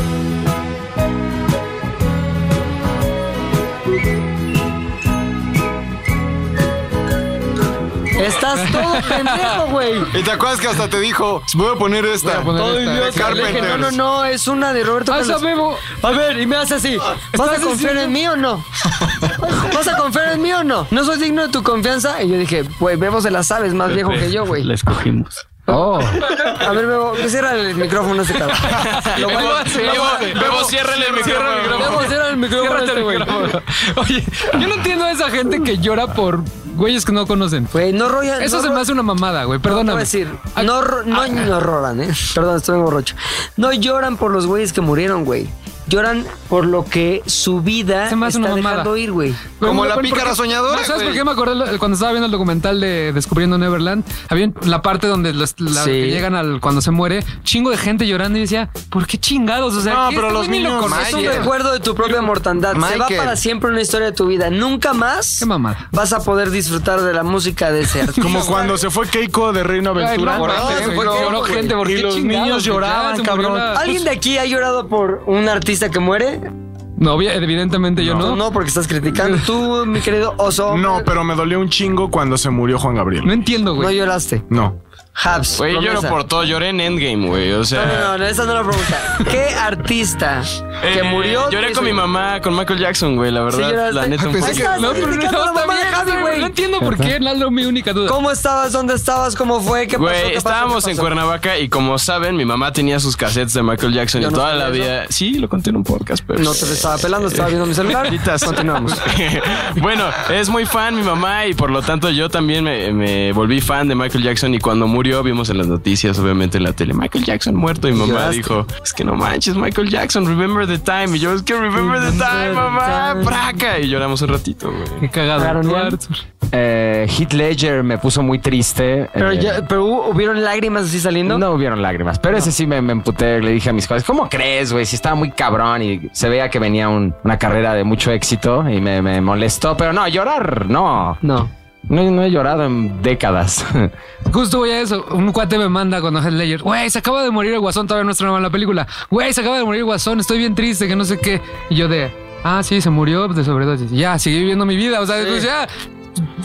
S1: Estás todo pendejo, güey.
S2: Y te acuerdas que hasta te dijo, voy a poner esta.
S3: Voy a poner esta,
S1: idiota. Le dije, no, no, no, es una de Roberto
S3: Ah,
S1: Carlos.
S3: sabemos.
S1: A ver, y me hace así. ¿Vas a
S3: ¿Estás
S1: confiar
S3: diciendo?
S1: en mí o
S3: *laughs*
S1: no? ¿Vas a confiar en mí o no? ¿No soy digno de tu confianza? Y yo dije, güey, Bebo se la sabes, más viejo que yo, güey.
S5: La escogimos.
S3: *laughs* Oh.
S1: A ver, Bebo, cierra el micrófono a este
S3: *laughs*
S1: cabrón. Lo voy a-
S5: Bebo, ciérrale el
S1: Bebo,
S5: micrófono.
S1: cierra el micrófono a
S3: Ciérrate
S1: este
S3: el
S1: güey.
S3: micrófono. *laughs* Oye, yo no entiendo a esa gente que llora por güeyes que no conocen.
S1: Güey, no rollan.
S3: Eso
S1: no
S3: se
S1: ro-
S3: me hace una mamada, güey.
S1: No, te voy
S3: Perdóname. Ah.
S1: a decir, no, ro- no, no roran, ¿eh? Perdón, estoy borrocho. No lloran por los güeyes que murieron, güey. Lloran por lo que su vida
S3: Se me hace
S1: está
S3: una mamada.
S1: dejando ir, güey.
S3: Güey,
S2: Como
S3: me
S2: la
S3: acuerdo
S2: pícara
S3: porque-
S2: soñadora,
S3: No, ¿Sabes
S2: güey.
S3: por qué me acordé lo- cuando estaba viendo el documental de Descubriendo Neverland? Había un- la parte donde los- la-
S1: Sí.
S3: que llegan al cuando se muere, chingo de gente llorando y decía, ¿por qué chingados? O sea,
S6: No,
S3: ¿qué?
S6: pero
S3: Este
S6: los
S3: güey ni lo
S6: niños,
S3: conoce.
S1: Es un
S2: Michael.
S1: recuerdo de tu propia mortandad. Se va
S2: Michael.
S1: para siempre una historia de tu vida. Nunca más
S3: Qué mamada.
S1: vas a poder disfrutar de la música de
S5: *laughs*
S1: ese artista.
S6: Como cuando se fue Keiko de Reino
S3: Ay,
S6: Aventura.
S3: no,
S6: por
S3: mames,
S6: ejemplo.
S3: güey, que lloró gente, ¿por
S6: Y
S3: qué
S6: los
S3: chingados?
S6: niños
S3: Ya,
S6: lloraban,
S3: se murió
S6: cabrón.
S3: la-
S1: ¿Alguien de aquí ha llorado por un artista que muere?
S3: No, obvia- evidentemente yo
S1: No,
S3: no.
S1: porque estás criticando. Tú, mi querido oso.
S6: No, pero me dolió un chingo cuando se murió Juan
S3: No
S6: Gabriel.
S3: entiendo,
S1: No
S3: güey.
S1: lloraste.
S6: No.
S1: Habs.
S5: Güey, yo lloro
S1: promesa.
S5: por todo. Lloré en Endgame, güey. O sea.
S1: No, no, no, esa no la pregunta.
S5: *laughs*
S1: ¿Qué artista que
S5: eh,
S1: murió?
S5: Lloré
S1: te
S5: con mi
S1: hizo-
S5: mamá, con Michael Jackson, güey. La
S1: Sí,
S5: verdad,
S1: lloraste. Ah,
S5: la neta. un
S1: Pensé
S5: poco.
S1: Pues, que-
S3: No, pero no,
S1: Criticando a la
S3: está
S1: mamá de
S3: bien,
S1: Javi,
S3: güey.
S1: güey.
S3: No entiendo por qué, no es lo- mi única duda.
S1: ¿Cómo estabas? ¿Dónde estabas? ¿Cómo fue? ¿Qué pasó?
S5: Güey,
S1: ¿Qué pasó?
S5: estábamos
S1: ¿Qué
S5: en
S1: pasó?
S5: Cuernavaca y como saben, mi mamá tenía sus cassettes de Michael Jackson
S1: Yo
S5: y
S1: no
S5: toda
S1: sabía
S5: la
S1: eso.
S5: vida. Sí, lo conté en un podcast, pero.
S1: No te lo estaba pelando, estaba viendo mi *laughs* celular. Continuamos.
S5: *laughs* bueno, es muy fan mi mamá y por lo tanto yo también me, me volví fan de Michael Jackson y cuando murió murió, vimos en las noticias, obviamente en la tele, Michael Jackson muerto. Y mamá
S6: Lloraste.
S5: dijo, es que no manches, Michael Jackson, remember the time. Y yo, es que remember the time, mamá, praca. Y lloramos un ratito, güey.
S3: Qué cagado.
S8: Eh, Heath Ledger me puso muy triste.
S1: Pero,
S8: Eh,
S1: ya, pero hubo- hubieron lágrimas así saliendo.
S8: No hubieron lágrimas, pero ese sí me, me emputé. Le dije a mis cosas, ¿cómo crees, güey? Si estaba muy cabrón y se veía que venía un- una carrera de mucho éxito y me, me molestó, pero no, llorar, no.
S1: No.
S8: No, no he llorado en décadas.
S3: Justo voy a eso. Un cuate me manda cuando Heath Ledger. Güey, se acaba de morir el guasón. Todavía no estrenaba la película. Güey, se acaba de morir el guasón. Estoy bien triste, que no sé qué. Y yo de. Ah, sí, se murió de sobredosis. Ya, seguí viviendo mi vida. O sea, pues ya.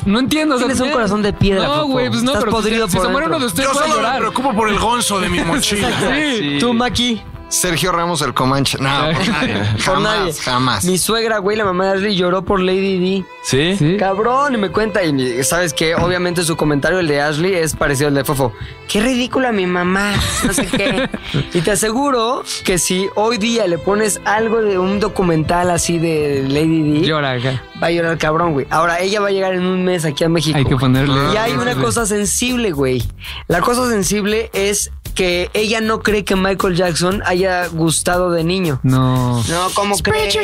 S3: No entiendo. o sea, pues
S1: Tienes un
S3: ya-
S1: corazón de piedra,
S3: No,
S1: Joto.
S3: güey, pues no,
S1: Estás
S3: pero
S1: podrido
S3: si, si
S1: por
S3: se muere
S1: dentro.
S3: uno de ustedes,
S6: Yo
S3: voy a
S6: solo me
S3: llorar.
S6: preocupo por el gonzo de mi mochila.
S1: Sí. Tú, Maki.
S2: Sergio Ramos el Comanche. No, por nadie.
S1: Por
S2: Jamás,
S1: nadie.
S2: jamás.
S1: Mi suegra, güey, la mamá de Ashley lloró por Lady D.
S5: ¿Sí?
S1: Cabrón, y me cuenta. Y mi- sabes que obviamente su comentario, el de Ashley, es parecido al de Fofo. Qué ridícula mi mamá. No sé *laughs* qué. y te aseguro que si hoy día le pones algo de un documental así de Lady D,
S3: Llora acá.
S1: va a llorar cabrón, güey. Ahora, ella va a llegar en un mes aquí a México.
S3: Hay que
S1: güey.
S3: ponerle.
S1: Y hay una cosa sensible, güey. La cosa sensible es que ella no cree que Michael Jackson haya gustado de niño.
S3: No.
S1: No, ¿cómo crees?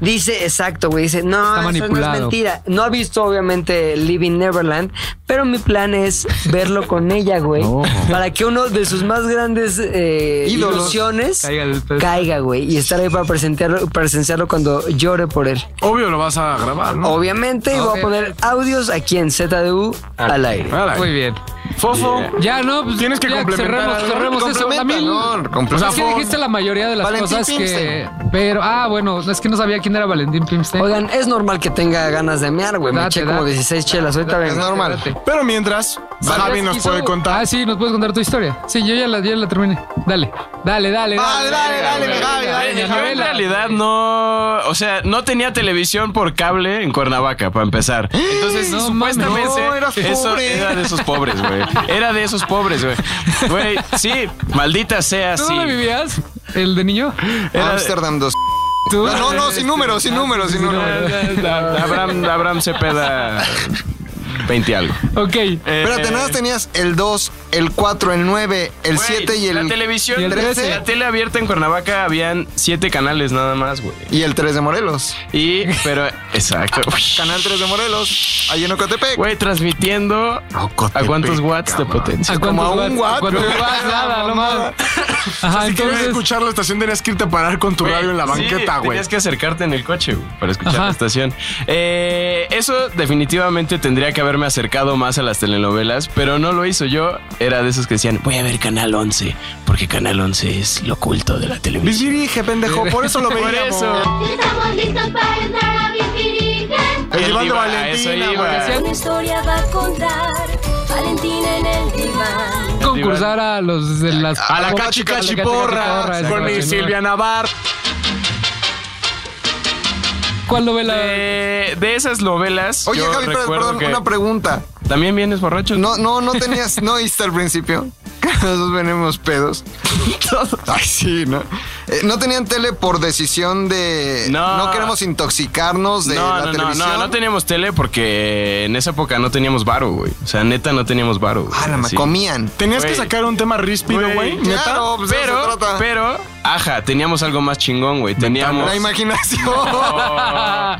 S1: Dice, exacto, güey. Dice, no,
S3: Está
S1: eso no es
S3: manipulado.
S1: mentira. No ha visto, obviamente, Living Neverland, pero mi plan es verlo con ella, güey.
S8: No.
S1: Para que uno de sus más grandes eh,
S2: Ídolos.
S1: ilusiones
S3: Caiga del pez.
S1: caiga, güey. Y estar ahí para presenciarlo, presenciarlo cuando llore por él.
S6: Obvio lo vas a grabar, ¿no?
S1: Obviamente, y voy a poner audios aquí en ZDU al aire.
S6: Ahora,
S3: Muy bien.
S6: Fofo.
S3: Ya, no, pues.
S6: Tienes que
S3: ya,
S6: complementar
S3: Cerremos,
S6: algo.
S3: cerremos eso.
S2: Complementa,
S3: También.
S2: no, complementa.
S3: O sea,
S2: Por
S3: es que
S2: favor.
S3: dijiste la mayoría de las
S2: Valentín
S3: cosas que.
S2: Pimstein.
S3: Pero, ah, bueno, es que no sabía quién era Valentín Pimstein.
S1: Oigan, es normal que tenga ganas de mear, güey. Me
S3: Date,
S1: eché como
S3: date.
S1: 16 chelas. Ahorita
S2: Es
S1: vengo.
S2: normal.
S6: Pero mientras, Javi nos puede contar.
S3: Ah, sí, nos puedes contar tu historia. Sí, yo ya la, ya la terminé. Dale, dale, dale.
S2: Dale, dale, dale, mi Javi,
S3: venga,
S2: dale, mi
S3: venga,
S5: Yo en
S3: novela.
S5: realidad no, o sea, no tenía televisión por cable en Cuernavaca para empezar. Entonces,
S3: No
S5: supuestamente
S3: mames.
S2: No, eras
S5: eso
S2: pobre.
S5: era de esos pobres, güey. Era de esos pobres, güey. Güey, sí, maldita sea,
S3: ¿Tú
S5: sí.
S3: dónde vivías? ¿El de niño?
S5: Era-
S2: Amsterdam 2.
S3: ¿Tú?
S2: No, no, no, sin números, sin números, sin números.
S5: Abraham, Abraham Cepeda 20 algo.
S3: Ok.
S5: Eh,
S2: Espérate, nada más tenías el 2, el 4, el 9, el
S5: güey,
S2: 7 y
S5: la
S2: el,
S5: televisión,
S3: y el
S5: trece.
S2: 13.
S5: la tele abierta en Cuernavaca habían siete canales nada más, güey.
S2: y el 3 de Morelos.
S5: Y pero exacto.
S2: Canal 3 de Morelos, ahí en Ocotepec.
S5: Güey, transmitiendo a cuántos watts de potencia.
S3: ¿A
S2: Como a
S3: cuántos
S2: un
S3: watts?
S2: watt.
S3: ¿Cuántos
S6: *laughs*
S3: watts? Nada, no mames. Ajá,
S6: Si querías
S3: Ah, entonces.
S6: escuchar la estación, tenías que irte a parar con tu
S5: Güey,
S6: radio en la
S5: sí,
S6: banqueta, güey.
S5: Tenías que acercarte en el coche güey, para escuchar
S3: Ajá.
S5: la estación. Eh, eso definitivamente tendría que haberme acercado más a las telenovelas, pero no lo hizo. Yo era de esos que decían, voy a ver Canal 11, porque Canal 11 es lo oculto de la televisión.
S6: dirige, pendejo, por eso lo
S5: *laughs* Por
S6: veíamos.
S5: eso.
S7: Estamos listos para entrar a Vivirigen.
S6: El
S5: Él
S6: diván de
S5: iba, a
S6: Valentina,
S5: eso iba.
S6: güey.
S7: Una historia va a contar Valentina en el diván.
S3: Concursar a los de las.
S6: A la cachi cachi porra,
S3: esa
S6: con mi
S3: noche, ¿no?
S6: Silvia Navar.
S3: ¿Cuál novela?
S5: De, eh, de esas novelas.
S2: Oye,
S5: yo
S2: Javi, pero-
S5: recuerdo
S2: perdón,
S5: que-
S2: una pregunta.
S5: ¿También vienes borracho?
S2: No, no, no tenías, no oíste al principio. que Nosotros venimos pedos. Ay, sí, ¿no? Eh, no tenían tele por decisión de. No,
S5: No.
S2: queremos intoxicarnos de la
S5: no, no, no,
S2: televisión.
S5: no, no teníamos tele porque en esa época no teníamos varo, güey. O sea, neta no teníamos varo. güey.
S2: Ah, la ma-
S5: Sí.
S2: comían.
S6: Tenías que
S5: Güey.
S6: sacar un tema ríspido, güey.
S5: Güey,
S6: ¿Neta?
S2: Claro, pues de eso se
S5: Pero,
S2: trata.
S5: pero, ajá, teníamos algo más chingón, güey. Teníamos.
S2: La imaginación.
S5: Oh,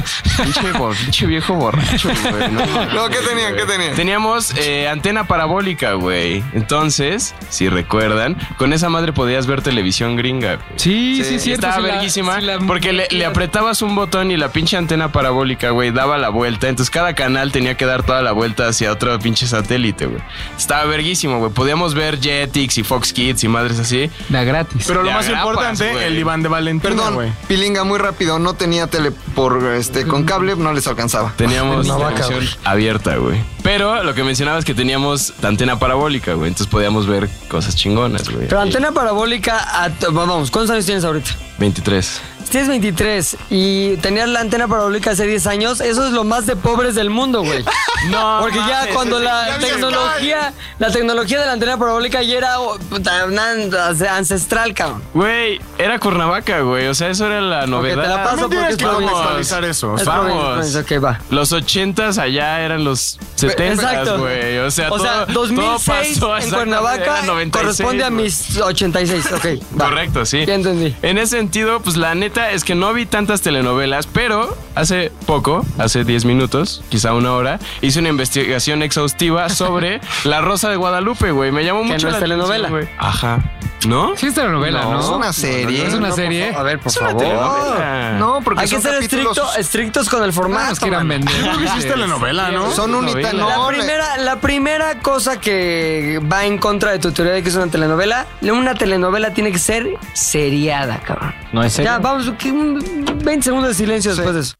S5: *laughs* pinche, bo- pinche viejo borracho, güey.
S2: *laughs*
S5: No,
S2: *laughs* No, ¿qué tenían? ¿Qué tenían?
S5: Teníamos eh, antena parabólica, güey. Entonces, si recuerdan, con esa madre podías ver televisión gringa.
S3: *laughs*
S5: güey.
S3: Sí, sí,
S5: Y
S3: cierto.
S5: Estaba
S3: sí la-
S5: verguísima.
S3: sí la-
S5: porque le, le apretabas un botón y la pinche antena parabólica, güey, daba la vuelta. Entonces cada canal tenía que dar toda la vuelta hacia otro pinche satélite, güey. Estaba verguísimo, güey. Podíamos ver Jetix y Fox Kids y madres así.
S3: Da gratis.
S6: Pero lo
S5: Te
S6: más
S5: agrapas,
S6: importante,
S5: güey.
S6: el diván de Valentina,
S2: Perdón,
S6: güey.
S2: pilinga, muy rápido. No tenía tele por este, con cable, no les alcanzaba.
S5: Teníamos
S1: Una vaca,
S5: televisión abierta, güey. Pero lo que mencionabas es que teníamos antena parabólica, güey. Entonces podíamos ver cosas chingonas, güey.
S1: Pero antena parabólica, a t- vamos, ¿cuántos años tienes ahorita?
S5: 23.
S1: Si tienes *laughs* 23 y tenías la antena parabólica hace 10 años, eso es lo más de pobres del mundo, güey.
S5: No
S1: Porque ya
S5: mames,
S1: cuando
S5: ese-
S1: la
S5: ya vi
S1: tecnología, la tecnología de la antena parabólica ya era oh, puta, una an- ancestral, cabrón.
S5: Güey, era Cuernavaca, güey. O sea, eso era la novedad.
S1: te la paso
S5: No
S1: porque
S5: tienes
S1: es
S5: que
S1: provincia.
S5: contextualizar eso.
S1: Es
S5: Vamos.
S1: provincia, ok, va.
S5: Los ochentas allá eran los setentas,
S1: Exacto.
S5: güey. O sea,
S1: o sea
S5: todo, todo
S1: 2006
S5: pasó
S1: en
S5: exactamente,
S1: Cuernavaca
S5: era 96,
S1: corresponde a
S5: güey.
S1: mis 86, ok. va.
S5: Correcto, sí.
S1: Ya entendí.
S5: En ese sentido, pues la neta es que no vi tantas telenovelas, pero hace poco, hace 10 minutos, quizá una hora, hice una investigación
S1: *laughs*
S5: exhaustiva sobre La Rosa de Guadalupe, güey. Me llamó
S1: Que
S5: mucho
S1: no
S5: la
S1: es telenovela.
S5: atención, güey. Ajá. ¿No?
S3: Sí es telenovela, ¿no?
S5: Es una
S2: serie.
S3: Es una serie.
S1: A ver, por
S5: Es una
S1: Oh,
S5: telenovela.
S2: No, porque
S1: Hay que
S2: son
S1: ser
S2: capítulos-
S1: estricto- estrictos con el formato.
S3: Más Ah, que eran
S1: mano.
S3: vender.
S6: Creo que sí es telenovela, ¿no?
S2: Son
S1: La
S2: unita- no, le-
S1: primera, la primera cosa que va en contra de tu teoría de que es una telenovela, una telenovela tiene que ser seriada, cabrón.
S8: No es serio.
S1: Ya, vamos, que un 20 segundos de silencio después de eso.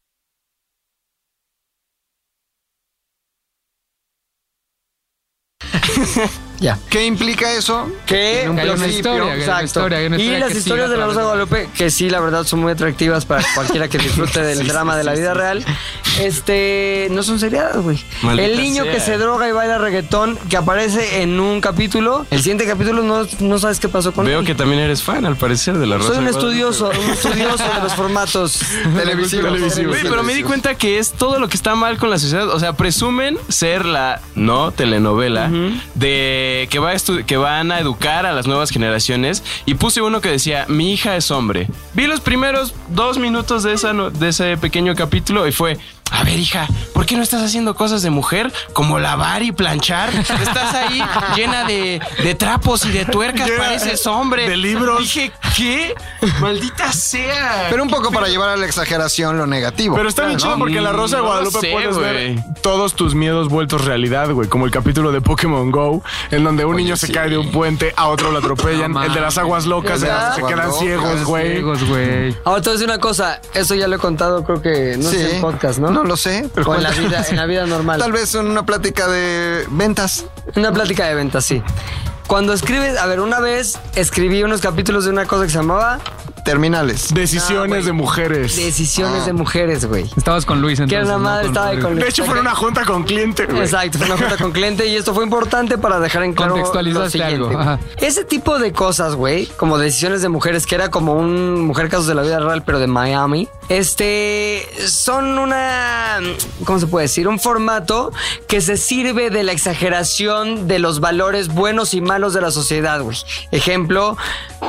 S1: ya.
S2: ¿Qué implica eso?
S1: Que
S3: Que hay una
S1: principio,
S3: historia, que hay una
S1: exacto.
S3: historia, que hay una
S1: y
S3: historia
S1: las
S3: que
S1: historias
S3: siga
S1: de la Rosa de
S3: trabajando.
S1: Guadalupe, que sí, la verdad, son muy atractivas para cualquiera que disfrute del drama de la vida real. Este, no son seriadas, güey.
S5: Maldita
S1: El niño
S5: sea.
S1: que se droga y baila reggaetón, que aparece en un capítulo, el siguiente capítulo no, no sabes qué pasó con
S5: Veo
S1: él.
S5: que también eres fan, al parecer, de La Rosa
S1: Soy un
S5: de Guadalupe.
S1: estudioso, un estudioso de los formatos
S2: Televisivos.
S5: Güey, pero me di cuenta que es todo lo que está mal con la sociedad. O sea, presumen ser la no telenovela de que va a estu- que van a educar a las nuevas generaciones. Y puse uno que decía: Mi hija es hombre. Vi los primeros dos minutos de, esa no- de ese pequeño capítulo y fue. A ver, hija, ¿por qué no estás haciendo cosas de mujer como lavar y planchar? Estás ahí llena de, de trapos y de tuercas,
S6: Llena
S5: pareces hombre.
S6: de libros.
S5: Dije, ¿qué? Maldita sea.
S2: Pero un poco para llevar a la exageración lo negativo.
S6: Pero está bien chido porque en la Rosa de
S5: No lo
S6: Guadalupe
S5: sé,
S6: puedes ver
S5: güey.
S6: todos tus miedos vueltos realidad, güey. Como el capítulo de Pokémon Go, en donde un niño se cae de un puente, a otro lo atropellan.
S3: No
S6: el de las aguas locas, en las que se
S2: ¿Verdad?
S6: quedan
S2: Aguas
S6: ciegos,
S2: locas,
S6: güey.
S3: Ciegos, güey.
S1: Ahora te voy a decir una cosa, eso ya lo he contado, creo que no sé
S2: Sí.
S1: en podcast, ¿no?
S2: No lo sé. pero
S1: O en la
S2: cuenta.
S1: vida, en la vida normal.
S2: Tal vez en una plática de ventas.
S1: Una plática de ventas, sí. Cuando escribes, a ver, una vez escribí unos capítulos de una cosa que se llamaba
S2: Terminales.
S6: Decisiones de mujeres. De
S1: Decisiones
S3: Ah.
S1: de mujeres, güey.
S3: Estabas con Luis
S1: Que
S3: entonces.
S1: era la
S3: ¿no?
S1: madre, estaba ahí con
S6: hecho, fue una junta con cliente, güey.
S1: Exacto, fue una junta con cliente y esto fue importante para dejar en claro.
S3: Contextualizaste
S1: lo siguiente,
S3: algo,
S1: güey.
S3: ajá.
S1: Ese tipo de cosas, güey, como decisiones de mujeres, que era como un mujer casos de la vida real, pero de Miami, este, son una, ¿cómo se puede decir? Un formato que se sirve de la exageración de los valores buenos y malos de la sociedad, güey. Ejemplo,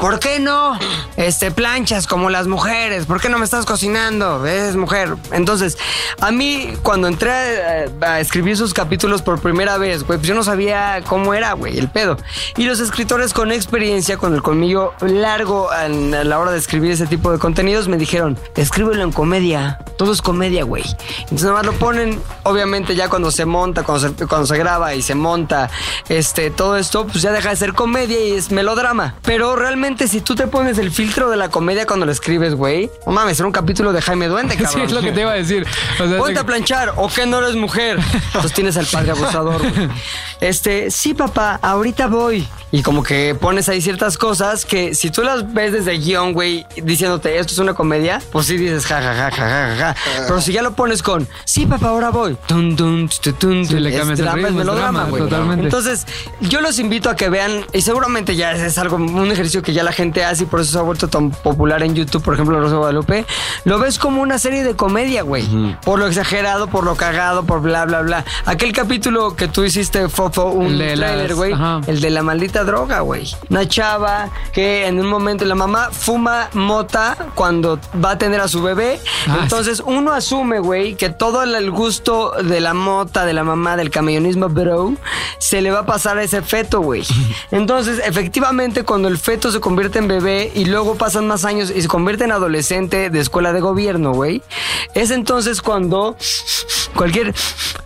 S1: ¿por qué no este, planchas como las mujeres? ¿Por qué no me estás cocinando? Eres mujer. Entonces, a mí, cuando entré eh, a escribir sus capítulos por primera vez, güey, pues yo no sabía cómo era, güey, el pedo. Y los escritores con experiencia, con el colmillo largo en- a la hora de escribir ese tipo de contenidos, me dijeron, escríbelo en comedia. Todo es comedia, güey. Entonces, nada más lo ponen, obviamente, ya cuando se monta, cuando se, cuando se graba y se monta, este, todo esto, pues ya deja de ser comedia y es melodrama. Pero realmente, si tú te pones el filtro de la comedia cuando lo escribes, güey, no mames, era un capítulo de Jaime Duende, cabrón.
S3: *laughs* *laughs* Sí, es lo que te iba a decir. O sea,
S1: Ponte
S3: se-
S1: a planchar, o que no eres mujer. Entonces tienes al padre abusador.
S3: *laughs*
S1: güey. Este, sí, papá, ahorita voy. Y como que pones ahí ciertas cosas que si tú las ves desde guión, güey, diciéndote esto es una comedia, pues sí dices ja, ja, ja, ja, ja, ja, ja. Pero si ya lo pones con sí, papá, ahora voy. Tun, tun, tu, tu, tun,
S3: Sí,
S1: tun,
S3: le
S1: es
S3: cambias el
S1: drama, es
S3: ritmo, es
S1: melodrama,
S3: drama,
S1: güey.
S3: totalmente.
S1: Entonces, yo los invito a que vean, y seguramente ya es, es algo, un ejercicio que ya la gente hace y por eso se ha vuelto tan popular en YouTube, por ejemplo, Rosa de Guadalupe. Lo ves como una serie de comedia, güey. Por lo exagerado, por lo cagado, por bla, bla, bla. Aquel capítulo que tú hiciste, Fofo, un
S3: El de las-
S1: trailer, güey.
S3: ajá.
S1: El de la maldita droga, güey. Una chava que en un momento la mamá fuma mota cuando va a tener a su bebé.
S3: Ah,
S1: Entonces uno asume, güey, que todo el- el gusto de la mota, de la mamá, del camellonismo, bro, se le va a pasar a ese feto, güey. Entonces, efectivamente, cuando el feto se convierte en bebé y luego pasan más años y se convierte en adolescente de escuela de gobierno, güey, es entonces cuando cualquier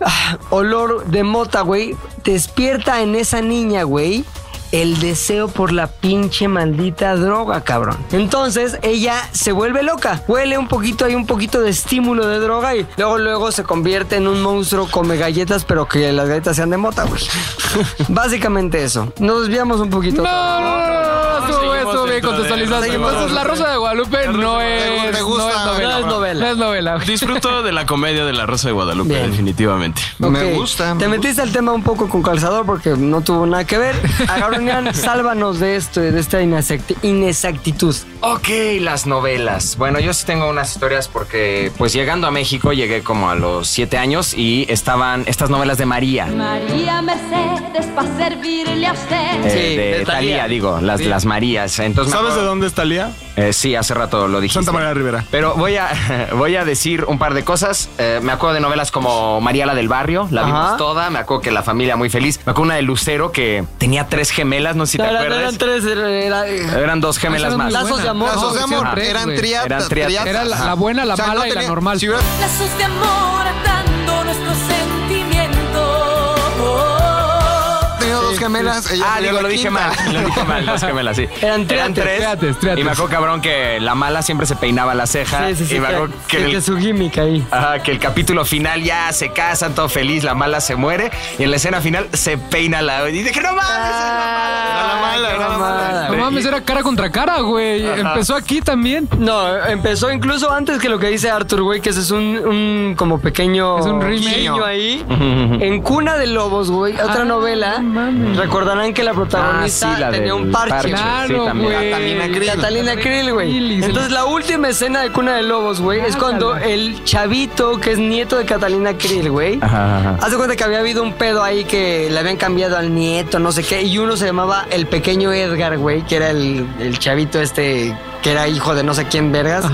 S1: ah, olor de mota, güey, despierta en esa niña, güey, el deseo por la pinche maldita droga, cabrón. Entonces ella se vuelve loca, huele un poquito, hay un poquito de estímulo de droga y luego luego se convierte en un monstruo come galletas, pero que las galletas sean de mota, güey. *laughs* Básicamente eso. Nos desviamos un poquito.
S3: No, no, no, no, no, no, estuvo,
S5: seguimos
S3: estuvo
S5: en
S3: bien güey, contextualizaste. Entonces, La Rosa de Guadalupe no es,
S5: ¿Te
S3: no
S5: gusta?
S3: es novela.
S5: No es novela.
S3: No es novela. güey.
S5: Disfruto de la comedia de La Rosa de Guadalupe,
S1: Bien.
S5: definitivamente.
S1: Ok, Te metiste al tema un poco con calzador porque no tuvo nada
S8: *laughs*
S1: que ver. Agaronian, sálvanos de esto, de esta inexacti- inexactitud.
S8: Ok, las novelas. Bueno, yo sí tengo unas historias porque, pues llegando a México, llegué como a los siete años y estaban estas novelas de María.
S7: María Mercedes para servirle a usted.
S8: eh, de Talía, digo, las,
S7: Sí.
S8: las Marías. Entonces,
S6: ¿Sabes de
S8: dónde
S6: es Talía?
S8: sí, hace rato lo dijiste.
S6: Santa María Rivera.
S8: Pero voy a, *laughs* voy a decir un par de cosas. Eh, me acuerdo de novelas como María la del Barrio, la vimos toda. Me acuerdo que La Familia Muy Feliz. Me acuerdo una de Lucero que tenía tres gemelas, no sé si te
S1: No, eran,
S8: acuerdas.
S1: eran tres. era- era-
S8: Eran dos gemelas
S1: Eran
S8: más.
S1: Lazos de amor.
S2: Lazos de amor, eran triatas,
S8: Eran triatas.
S3: Era la, la
S8: Ajá.
S3: buena, la mala y la normal.
S7: Lazos de amor atando nuestros sentimientos.
S2: Tenía dos gemelas. Ella
S8: ah,
S2: tenía
S8: digo,
S2: la
S8: lo dije
S2: quinta.
S8: mal. Lo dije mal, dos gemelas, sí.
S1: *laughs* Eran triates.
S8: tres.
S1: Triates, triates.
S8: Y me acuerdo, cabrón, que la mala siempre se peinaba la ceja.
S1: Sí, sí, sí,
S8: y me
S1: que-
S8: acuerdo que,
S1: sí,
S8: el-
S1: que su gimmick ahí.
S8: ajá, que el capítulo final ya se casan, todo feliz, la mala se muere. Y en la escena final se peina la. Y dije, no mames.
S1: Era la mala.
S3: No mames, era cara contra cara, güey.
S1: Ajá.
S3: Empezó aquí también.
S1: No, empezó incluso antes que lo que dice Arthur, güey, que ese es un, un como pequeño
S3: Es un remake.
S1: guiño
S8: *laughs*
S1: ahí. En Cuna de Lobos, güey,
S3: Ah,
S1: otra novela. Recordarán que la protagonista
S8: Ah, sí, la
S1: tenía
S8: del
S1: un parche.
S8: parche, Claro, sí, también. güey. Catalina Krill.
S1: Catalina Krill, güey. Entonces la última escena de Cuna de Lobos, güey, es cuando el chavito que es nieto de Catalina Krill, güey. Haz de cuenta que había habido un pedo ahí que le habían cambiado al nieto, no sé qué, y uno se llamaba el pequeño Edgar, güey, que era el, el chavito este que era hijo de no sé quién vergas.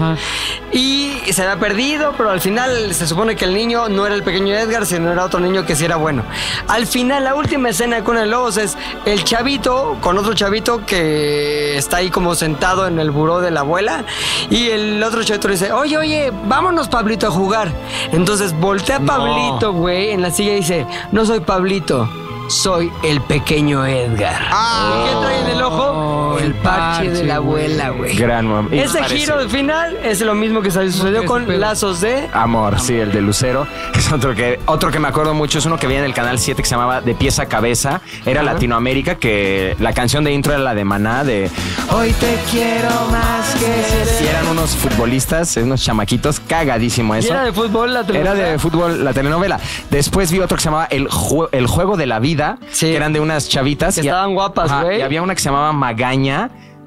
S1: Y se había perdido, pero al final se supone que el niño no era el pequeño Edgar, sino era otro niño que sí era bueno. Al final, la última escena con el Lobos es el chavito con otro chavito que está ahí como sentado en el buró de la abuela. Y el otro chavito le dice, oye, oye, vámonos, Pablito, a jugar. Entonces voltea a Pablito, güey, en la silla y dice, no soy Pablito, soy el pequeño Edgar. ¿Qué trae en el ojo? Ah. Oh, el parche, de la abuela, güey.
S8: Gran mam- y
S1: Ese
S8: parece-
S1: giro de final es lo mismo que sucedió con Lazos de...
S8: Amor, sí, el de Lucero. Es otro que, otro que me acuerdo mucho, es uno que veía en el canal 7 que se llamaba De pies a cabeza. Era
S1: Ajá.
S8: Latinoamérica, que la canción de intro era la de Maná, de Hoy te quiero más que Y eran unos futbolistas, unos chamaquitos, cagadísimo
S1: Y
S8: eso.
S1: era de fútbol la
S8: Era
S1: telenovela.
S8: de fútbol la telenovela. Después vi otro que se llamaba El, Jue- El Juego de la Vida, que eran de unas chavitas.
S1: Que
S8: y-
S1: estaban guapas,
S8: Ajá,
S1: güey.
S8: Y había una que se llamaba Magaña,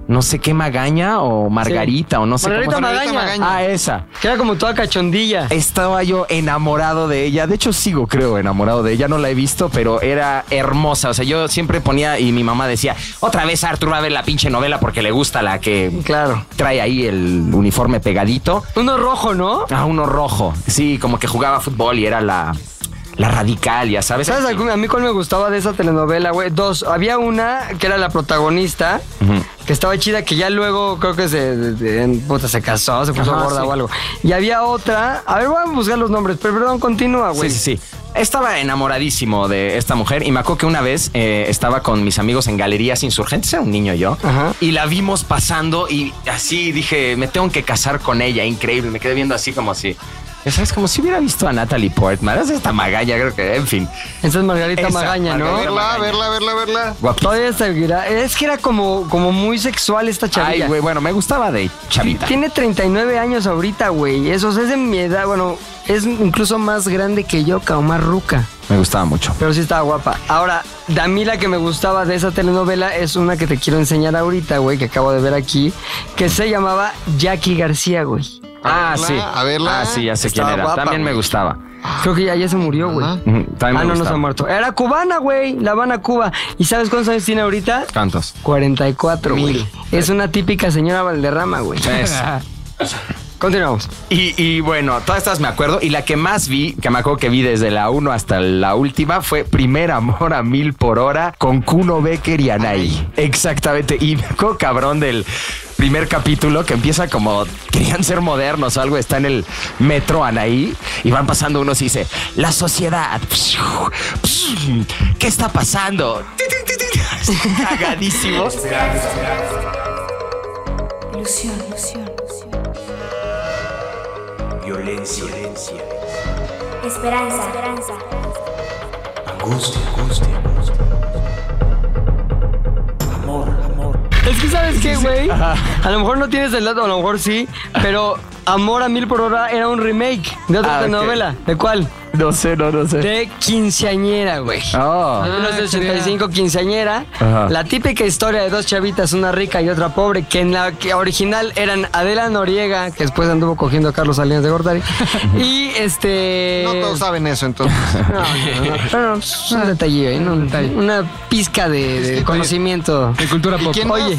S8: no sé qué Magaña o Margarita o no sé
S1: Margarita
S8: cómo se-
S1: Magaña.
S8: Ah, esa.
S1: Que era como toda cachondilla.
S8: Estaba yo enamorado de ella. De hecho, sigo, creo, enamorado de ella. No la he visto, pero era hermosa. O sea, yo siempre ponía y mi mamá decía, otra vez Arthur va a ver la pinche novela porque le gusta la que
S1: claro.
S8: trae ahí el uniforme pegadito.
S1: Uno rojo, ¿no?
S8: Ah, uno rojo. Sí, como que jugaba fútbol y era la, la radical, ya sabes.
S1: ¿Sabes algún- a mí cuál me gustaba de esa telenovela, güey? Dos. Había una que era la protagonista, que estaba chida, que ya luego creo que se, de- de- en- puta, se casó, se puso
S8: Ajá,
S1: gorda
S8: sí.
S1: o algo. Y había otra. A ver, voy a buscar los nombres, pero perdón, continúa, güey.
S8: Sí, sí, sí. Estaba enamoradísimo de esta mujer y me acuerdo que una vez eh, estaba con mis amigos en Galerías Insurgentes, era un niño yo, y la vimos pasando y así dije, me tengo que casar con ella, increíble, me quedé viendo así como así. Ya sabes, como si hubiera visto a Natalie Portman, es esta magaña, creo que, en fin.
S1: Esa es Margarita
S8: Esa,
S1: Magaña, ¿no?
S8: Margarita
S2: Verla, verla, verla, verla.
S8: Guapísima.
S1: Todavía seguirá. Es que era como, como muy sexual esta
S8: Ay,
S1: chavilla.
S8: güey, bueno, me gustaba de chavita.
S1: Tiene 39 años ahorita, güey. Eso o sea, es de mi edad. Bueno, es incluso más grande que yo, o más ruca.
S8: Me gustaba mucho.
S1: Pero sí estaba guapa. Ahora, de a mí la que me gustaba de esa telenovela es una que te quiero enseñar ahorita, güey, que acabo de ver aquí, que se llamaba Jackie García, güey.
S8: Ah, sí. A verla. Ah, sí, ya sé
S1: Estaba
S8: quién era.
S1: guapa,
S8: También me
S1: güey.
S8: gustaba.
S1: Creo que ya, ya se murió, güey.
S8: Ujú, También me
S1: Ah, no, no
S8: gustaba.
S1: se ha muerto. Era cubana, güey. La Habana, Cuba. ¿Y sabes cuántos años tiene ahorita?
S8: ¿Cuántos?
S1: 44, güey. Es una típica señora Valderrama, güey.
S8: Esa.
S1: Continuamos.
S8: *laughs* Y, y bueno, todas estas me acuerdo. Y la que más vi, que me acuerdo que vi desde la 1 hasta la última, fue Primer Amor a Mil por Hora con Kuno Becker y Anaí. Exactamente. Y me acuerdo, cabrón, del primer capítulo que empieza como querían ser modernos o algo. Está en el metro Anaí y van pasando unos y dice: La sociedad. ¿Qué está pasando? *laughs* Cagadísimo.
S7: Ilusión, ilusión.
S12: Violencia, violencia.
S7: Esperanza, esperanza.
S12: Angustia, angustia, angustia. Amor, amor.
S1: Es que sabes qué, güey. A lo mejor no tienes el dato, a lo mejor sí, pero Amor a Mil por Hora era un remake de otra
S8: Ah, ok.
S1: telenovela. ¿De cuál?
S8: No sé, no, no sé.
S1: De quinceañera, güey.
S8: Ah.
S1: De 1985, quinceañera.
S8: Ajá.
S1: La típica historia de dos chavitas, una rica y otra pobre, que en la que original eran Adela Noriega, que después anduvo cogiendo a Carlos Salinas de Gortari, y este...
S2: No todos saben eso, entonces.
S1: No, no, no, pero pues, un detalle, ahí, ¿no? una pizca de, de conocimiento.
S3: De cultura
S2: ¿Y quién más?
S1: Oye,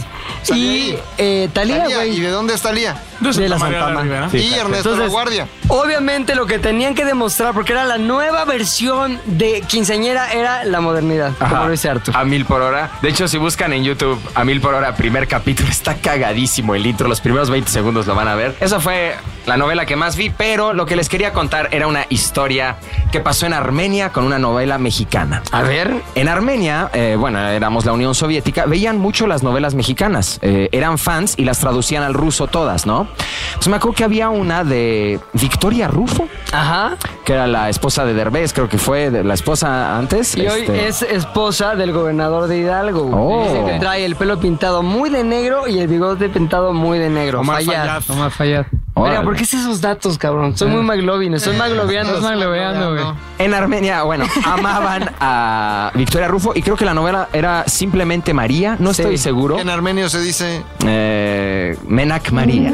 S1: y eh, Talía,
S2: Talía,
S1: güey.
S2: ¿Y de dónde está Lía?
S1: De la Santa Ma-
S2: Sí, y Ernesto La
S1: Entonces,
S2: Guardia.
S1: Obviamente lo que tenían que demostrar, porque era la nueva versión de quinceañera, era la modernidad.
S8: Ajá, A mil por hora. De hecho, si buscan en YouTube a mil por hora, primer capítulo, *laughs* está cagadísimo el intro. Los primeros 20 segundos lo van a ver. Esa fue la novela que más vi, pero lo que les quería contar era una historia que pasó en Armenia con una novela mexicana.
S1: A ver.
S8: En Armenia, eh, bueno, éramos la Unión Soviética, veían mucho las novelas mexicanas. Eh, eran fans y las traducían al ruso todas, ¿no? Pues me acuerdo que había una de Victoria Rufo.
S1: Ajá.
S8: Que era la esposa de Derbez, creo que fue de- la esposa antes.
S1: Y hoy
S8: este.
S1: es esposa del gobernador de Hidalgo.
S8: Oh.
S1: güey. Dice que trae el pelo pintado muy de negro y el bigote pintado muy de negro. Fayad.
S3: Omar Fayad.
S1: Mira, ¿por qué sé esos datos, cabrón? Soy muy maglovin, estoy maglobeando.
S3: Estás maglobeando, güey.
S8: En Armenia, bueno, amaban a Victoria Rufo y creo que la novela era simplemente María, no estoy seguro.
S2: En armenio se dice.
S8: Eh, Menak María.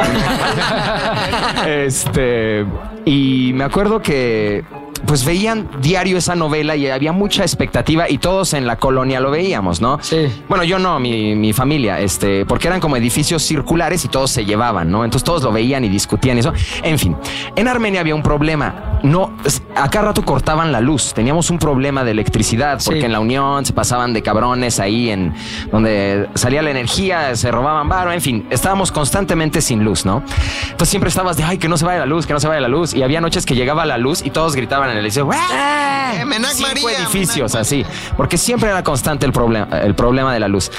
S8: *laughs* Este. Y me acuerdo que. Pues veían diario esa novela y había mucha expectativa y todos en la colonia lo veíamos, ¿no? Sí. Bueno, yo no, mi, mi familia, este, porque eran como edificios circulares y todos se llevaban, ¿no? Entonces todos lo veían y discutían y eso. En fin, en Armenia había un problema. No, es- a cada rato cortaban la luz. Teníamos un problema de electricidad porque en la Unión se pasaban de cabrones ahí en donde salía la energía, se robaban varo, en fin, estábamos constantemente sin luz, ¿no? Entonces siempre estabas de, ay, que no se vaya la luz, que no se vaya la luz. Y había noches que llegaba la luz y todos gritaban en el edificio, ¡Ah!
S2: ¡Eh, Menac
S8: cinco
S2: María!
S8: edificios así, porque siempre era constante el problema, el problema de la luz.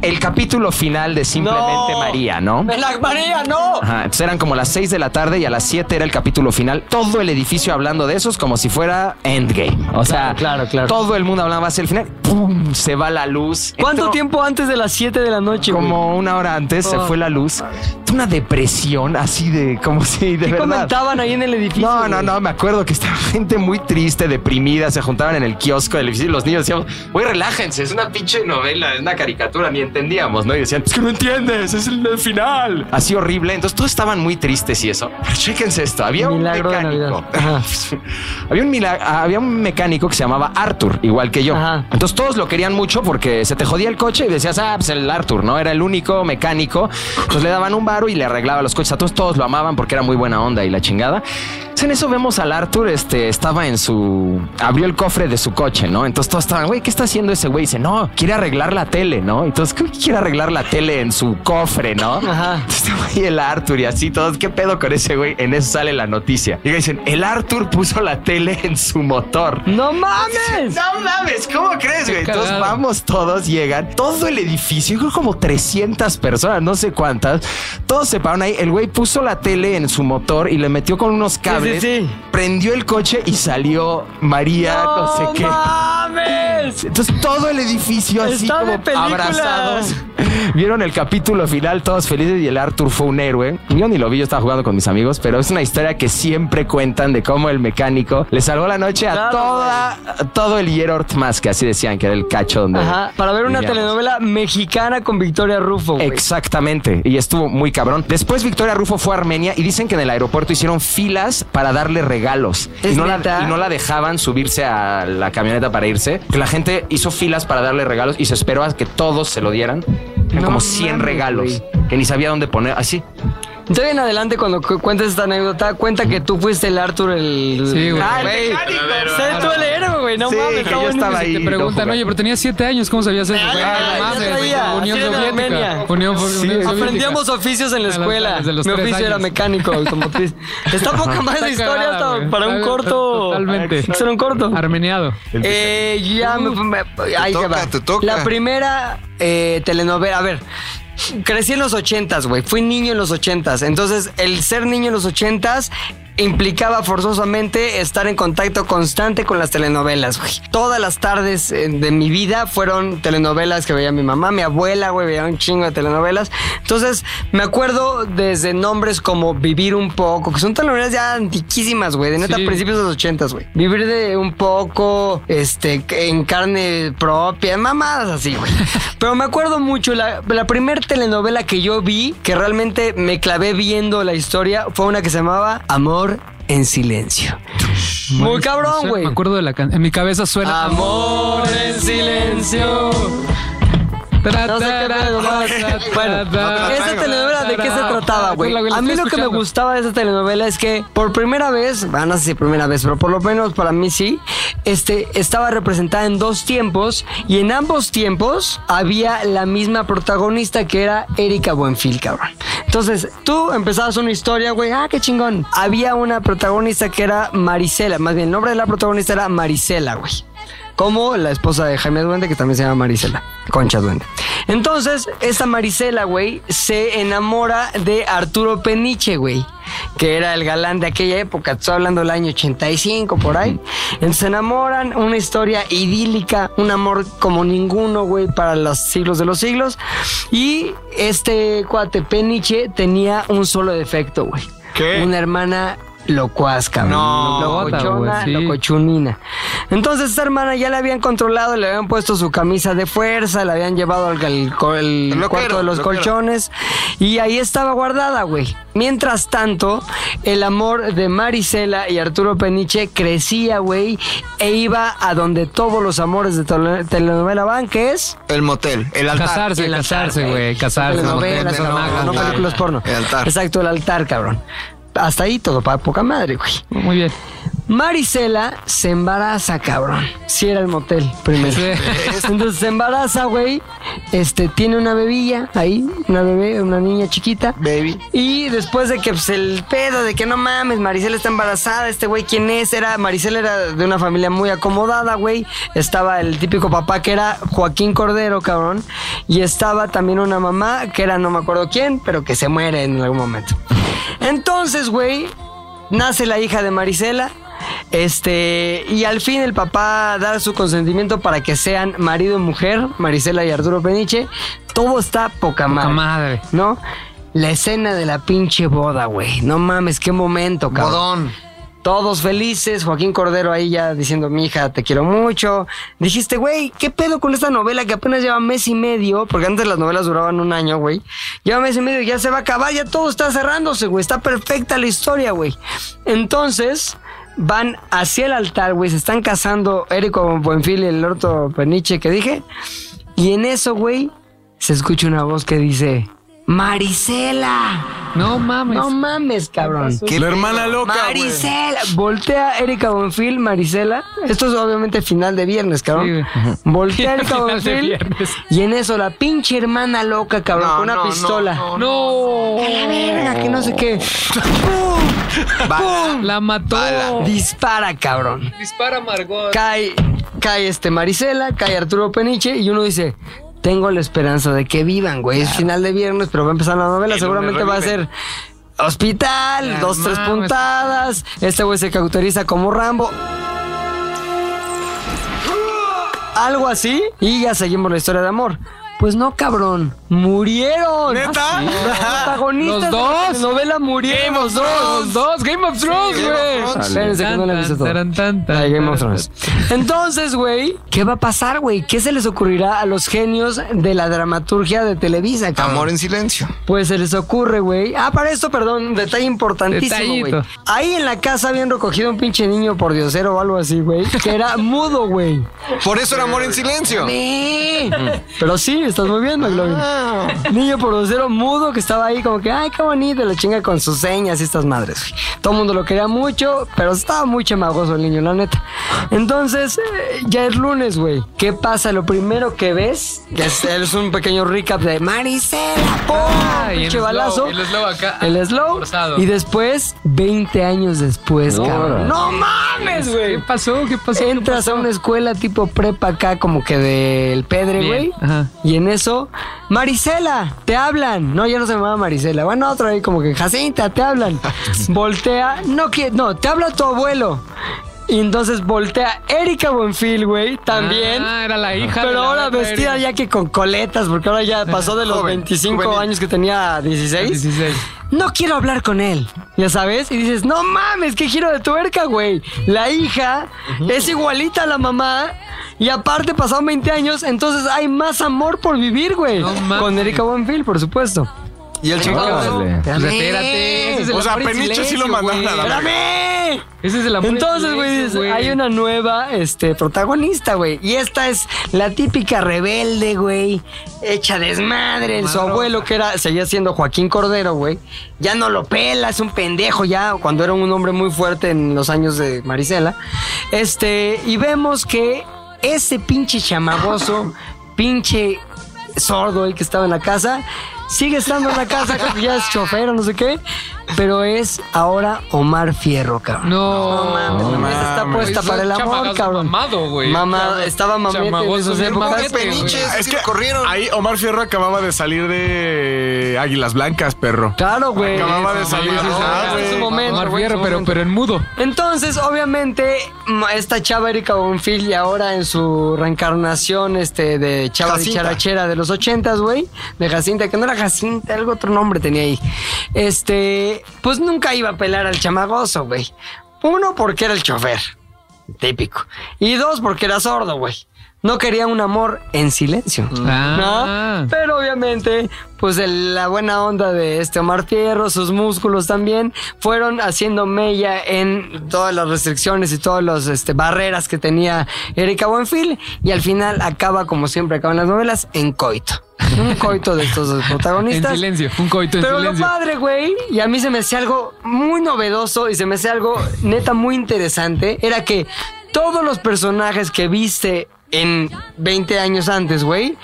S8: El capítulo final de Simplemente María, ¿no?
S1: ¡Menac María, no!
S8: Ajá, entonces eran como las 6 de la tarde y a las 7 era el capítulo final. Todo el edificio hablando de esos como si fuera Endgame. O sea, claro, claro. todo el mundo hablaba hacia el final. ¡Pum! Se va la luz.
S1: ¿Cuánto
S8: Entró-
S1: tiempo antes de las 7 de la noche, güey?
S8: Como una hora antes se
S1: Oh.
S8: fue la luz. Una depresión así de como si de
S1: ¿Qué
S8: verdad.
S1: comentaban ahí en el edificio?
S8: No, no, no, me acuerdo que estaba gente muy triste, deprimida, se juntaban en el kiosco del edificio y los niños decían, güey, relájense, es una pinche novela, es una caricatura, ni entendíamos, ¿no? Y decían, es que no entiendes, es el final. Así horrible, entonces todos estaban muy tristes y eso. Pero chéquense esto, había un
S1: Milagro de
S8: mecánico. había, un mila- había un mecánico que se llamaba Arthur, igual que yo. Entonces todos lo querían mucho porque se te jodía el coche y decías, ah, pues el Arthur, ¿no? Era el único mecánico. Entonces le daban un varo y le arreglaba los coches. A todos, todos lo amaban porque era muy buena onda y la chingada. Entonces, en eso vemos al Arthur, este, estaba en su... Abrió el cofre de su coche, ¿no? Entonces todos estaban, güey, ¿qué está haciendo ese güey? Dice, no, quiere arreglar la tele, ¿no? Entonces, ¿qué quiere arreglar la tele en su cofre, no? Ajá. Y Este el Arthur y así todos, ¿qué pedo con ese güey? En eso sale la noticia. Y dicen, el Arthur puso la tele en su motor.
S1: ¡No mames!
S8: ¡No mames! ¿Cómo crees, güey?
S1: Qué
S8: Entonces
S1: cagado.
S8: vamos todos, llegan, todo el edificio, yo creo como 300 personas, no sé cuántas, todos se pararon ahí, el güey puso la tele en su motor y le metió con unos cables, prendió el coche y salió María, no, sé qué.
S1: mames!
S8: Entonces todo el edificio así
S1: Está de
S8: como
S1: películas.
S8: abrazados. Vieron el capítulo final, todos felices y el Arthur fue un héroe. Yo ni lo vi, yo estaba jugando con mis amigos, pero es una historia que siempre cuentan de cómo el mecánico le salvó la noche a
S1: Claro,
S8: toda, a todo el Yerort más que así decían que era el cacho donde.
S1: Ajá, para ver una
S8: vivíamos.
S1: telenovela mexicana con Victoria Rufo, güey.
S8: Exactamente, y estuvo muy cabrón. Después Victoria Rufo fue a Armenia y dicen que en el aeropuerto hicieron filas para darle regalos.
S1: ¿Es
S8: y, no la,
S1: neta?
S8: y no la dejaban subirse a la camioneta para irse. Que la gente hizo filas para darle regalos y se esperó a que todos se lo dieran. Eran
S1: No
S8: como 100
S1: mames,
S8: regalos que ni sabía dónde poner. Así.
S1: Entonces, en adelante, cuando cu- cuentes esta anécdota, cuenta que tú fuiste el Arthur, el.
S3: Sí, güey.
S1: Ah, el mecánico. Sé tú el héroe, güey. No
S8: Sí,
S1: mames,
S8: que
S1: está
S8: yo
S1: buenísimo.
S8: estaba ahí,
S3: Te preguntan,
S8: no,
S3: oye, pero tenías siete años, ¿cómo sabías eso? Güey,
S1: ya
S3: no Ah, mames,
S1: traía, así
S3: güey,
S1: era en
S3: Unión Soviética.
S1: Armenia.
S3: Unión, Unión Soviética.
S1: Aprendíamos oficios en la
S3: A los-
S1: escuela.
S3: desde los
S1: Mi
S3: tres
S1: oficio era
S3: años.
S1: mecánico
S3: *laughs*
S1: automotriz. Está poca más
S3: Está
S1: de historia
S3: cagada,
S1: hasta
S3: güey.
S1: para un
S3: Está-
S1: corto.
S3: Totalmente.
S1: Será un corto.
S3: Armeniado.
S1: Eh, ya me, me- ahí
S2: toca,
S1: te va.
S2: te toca.
S1: La primera eh, telenovela, a ver. Crecí en los ochentas, güey. Fui niño en los ochentas. Entonces, el ser niño en los ochentas implicaba forzosamente estar en contacto constante con las telenovelas, güey. Todas las tardes eh, de mi vida fueron telenovelas que veía mi mamá, mi abuela, güey, veía un chingo de telenovelas. Entonces, me acuerdo desde nombres como Vivir un poco, que son telenovelas ya antiquísimas, güey, de neta,
S3: Sí.
S1: principios de los ochentas, güey. Vivir de un poco, este, en carne propia, mamadas así,
S3: *laughs*
S1: güey. Pero me acuerdo mucho, la, la primera telenovela que yo vi, que realmente me clavé viendo la historia, fue una que se llamaba Amor en Silencio. Muy cabrón, güey.
S3: Me acuerdo de la canción. En mi cabeza suena.
S1: Amor en silencio. No sé qué pedo, no, Bueno, esa telenovela de qué se trataba, güey.
S3: Hola, güey, la
S1: A mí
S3: estoy
S1: lo que me
S3: escuchando.
S1: gustaba de esa telenovela es que por primera vez, ah, van a ser primera vez, pero por lo menos para mí sí, este estaba representada en dos tiempos y en ambos tiempos había la misma protagonista que era Erika Buenfil, cabrón. Entonces, tú empezabas una historia, güey, ah, qué chingón. Había una protagonista que era Marisela, más bien el nombre de la protagonista era Marisela, güey como la esposa de Jaime Duende, que también se llama Marisela, Concha Duende. Entonces, esta Marisela, güey, se enamora de Arturo Peniche, güey, que era el galán de aquella época, estoy hablando del año 85, por ahí. Entonces, se enamoran, una historia idílica, un amor como ninguno, güey, para los siglos de los siglos. Y este cuate Peniche tenía un solo defecto, güey. Una hermana locuaz, cabrón.
S3: No,
S1: locochona,
S3: güey, sí.
S1: locochunina. Entonces, esta hermana ya la habían controlado, le habían puesto su camisa de fuerza, la habían llevado al, al- al
S2: Loquero,
S1: cuarto de los
S2: loquero.
S1: colchones y ahí estaba guardada, güey. Mientras tanto, el amor de Marisela y Arturo Peniche crecía, güey, e iba a donde todos los amores de tole- telenovela van, que es
S2: El motel, el altar.
S3: Casarse,
S2: El altar.
S3: casarse, güey. Casarse.
S1: telenovelas,
S2: no,
S1: no, no
S2: no,
S1: películas
S2: no,
S1: porno.
S2: el altar.
S1: Exacto, el altar, cabrón. Hasta ahí todo para poca madre, güey.
S3: Muy bien.
S1: Marisela se embaraza, cabrón. Si era el motel primero.
S3: Sí.
S1: Entonces se embaraza, güey. Este, tiene una bebilla ahí, una bebé, una niña chiquita.
S2: Baby.
S1: Y después de que pues, el pedo de que no mames, Marisela está embarazada, este güey, ¿quién es? Era, Marisela era de una familia muy acomodada, güey. Estaba el típico papá que era Joaquín Cordero, cabrón. Y estaba también una mamá que era no me acuerdo quién, pero que se muere en algún momento. Entonces, güey, nace la hija de Marisela. Este, y al fin el papá da su consentimiento para que sean marido y mujer, Marisela y Arturo Peniche. Todo está poca madre.
S3: madre.
S1: ¿No? La escena de la pinche boda, güey. No mames, qué momento, cabrón.
S2: Bodón.
S1: Todos felices, Joaquín Cordero ahí ya diciendo, mi hija, te quiero mucho. Dijiste, güey, ¿qué pedo con esta novela que apenas lleva mes y medio? Porque antes las novelas duraban un año, güey. Lleva mes y medio, ya se va a acabar, ya todo está cerrándose, güey. Está perfecta la historia, güey. Entonces, van hacia el altar, güey. Se están casando Érico Buenfil y el orto Peniche que dije. Y en eso, güey, se escucha una voz que dice, Marisela.
S3: No mames.
S1: No mames, cabrón.
S6: La hermana loca, güey.
S1: Marisela. Voltea Erika Bonfil, Marisela. Esto es obviamente final de viernes, cabrón.
S3: *laughs*
S1: Voltea Erika
S3: Final de
S1: Bonfil.
S3: viernes.
S1: Y en eso la pinche hermana loca, cabrón,
S2: No,
S1: con una
S2: no,
S1: pistola.
S2: no,
S3: No.
S1: A la verga, que no sé qué.
S2: Bala.
S3: La mató.
S1: Dispara, cabrón.
S3: Dispara Margot.
S1: Cae, cae este Marisela, cae Arturo Peniche y uno dice. Tengo la esperanza de que vivan, güey. Es final de viernes, pero va a empezar la novela.
S5: El
S1: Seguramente va
S5: lunes
S1: a
S5: revive.
S1: ser hospital,
S3: Ah,
S1: dos, tres
S3: mames.
S1: puntadas. Este güey se cauteriza como Rambo. algo así y ya seguimos la historia de amor. Pues no, cabrón. Murieron. Ah,
S3: *laughs*
S6: ¿Neta?
S1: Los protagonistas
S3: ¿Los dos?
S1: de la novela murieron. los
S3: Los dos, Game of Thrones, güey.
S1: Espérense que no la he visto toda.
S3: Tan, tan, tan,
S1: La de Game of
S3: tan,
S1: Thrones. Entonces, güey, ¿qué va a pasar, güey? ¿Qué se les ocurrirá a los genios de la dramaturgia de Televisa, cabrón?
S2: Amor en silencio.
S1: Pues se les ocurre, güey. Ah, para esto, perdón, un detalle importantísimo, güey.
S3: Detallito.
S1: Ahí en la casa habían recogido un pinche niño por diosero o algo así, güey, que era mudo, güey.
S2: Por eso era amor en silencio.
S1: Sí. *laughs* Pero sí, estás muy bien, McLovin. Niño producero mudo que estaba ahí como que, ay, qué bonito, la chinga con sus señas y estas madres. güey. Todo el mundo lo quería mucho, pero estaba muy chamagoso el niño, la neta. Entonces, eh, ya es lunes, güey. ¿Qué pasa? Lo primero que ves que es, es un pequeño recap de Maricela,
S3: Ah,
S1: ¡pum!
S3: y el
S1: Pinche
S3: slow,
S1: balazo.
S3: el slow acá.
S1: El slow.
S3: Forzado.
S1: Y después, 20 años después, cabrón. ¡No mames, güey!
S3: ¿Qué pasó? Pues, ¿Qué pasó?
S1: Entras a una escuela tipo prepa acá, como que del Pedre,
S3: Bien,
S1: güey.
S3: ajá.
S1: Y en eso, Marisela, te hablan. No, ya no se llamaba Marisela. Bueno, otra vez como que Jacinta, te
S3: *laughs*
S1: hablan. Voltea, no, que, no, te habla tu abuelo. Y entonces voltea Erika Bonfil, güey, también.
S3: Ah, era la hija de
S1: Pero
S3: la
S1: ahora
S3: otra
S1: vestida
S3: Erika.
S1: ya que con coletas, porque ahora ya pasó de los
S3: Joven,
S1: 25
S3: juvenil.
S1: años que tenía a
S3: Ah,
S1: 16.
S3: 16.
S1: No quiero hablar con él, ya sabes. Y dices, no mames, qué giro de tuerca, güey. La hija es igualita a la mamá. Y aparte pasaron 20 años, entonces hay más amor por vivir, güey. con Erika Bonfil, por supuesto.
S2: Y el
S1: chingado.
S3: Pues espérate, ese es el
S6: O sea,
S3: amor en
S6: Peniche sí lo
S3: silencio,
S6: mandaron a la
S3: güey.
S6: verga.
S1: ¡Espérame!
S3: Ese es el amor en
S1: Entonces, güey,
S3: silencio,
S1: dices, hay una nueva este, protagonista, güey. Y esta es la típica rebelde, güey. Hecha desmadre. Su abuelo, que era, seguía siendo Joaquín Cordero, güey. Ya no lo pela, es un pendejo ya, cuando era un hombre muy fuerte en los años de Marisela. Este, y vemos que ese pinche chamagoso, pinche sordo ahí que estaba en la casa. Sigue estando en la casa, creo que ya es chofer o no sé qué. Pero es ahora Omar Fierro, cabrón.
S3: No,
S1: mames, la mesa está puesta para el amor, cabrón.
S3: Mamado, güey.
S1: Mamá, estaba mamete en
S3: Chamagoso,
S1: esas
S3: bien
S1: épocas.
S3: mamete, güey.
S6: Es que corrieron. Ahí Omar Fierro acababa de salir de Águilas Blancas, perro.
S1: Claro, güey.
S6: Acababa de salir.
S1: Sí, sí, sí,
S6: Ah,
S1: sí,
S6: güey.
S1: en Este su momento,
S3: Omar
S1: güey, en su
S3: Fierro, pero,
S1: momento.
S3: pero en mudo.
S1: Entonces, obviamente, ma- esta chava Erika Bonfil, y ahora en su reencarnación este, de chava de
S2: Jacinta.
S1: charachera de los ochentas, güey, de Jacinta, que no era Jacinta, algo otro nombre tenía ahí. Este, pues nunca iba a pelar al chamagoso, güey. Uno, porque era el chofer, típico. Y dos, porque era sordo, güey. No quería un amor en silencio.
S3: Ah.
S1: ¿no? Pero obviamente, pues el- la buena onda de este Omar Fierro, sus músculos también, fueron haciendo mella en todas las restricciones y todas las este, barreras que tenía Erika Buenfil. Y al final acaba, como siempre acaban las novelas, en coito. Un coito de estos dos
S3: *laughs* En
S1: protagonistas.
S3: silencio, un coito en
S1: Pero lo
S3: silencio.
S1: padre, güey, y a mí se me hacía algo muy novedoso y se me hacía algo neta muy interesante, era que todos los personajes que viste en 20 años antes, güey,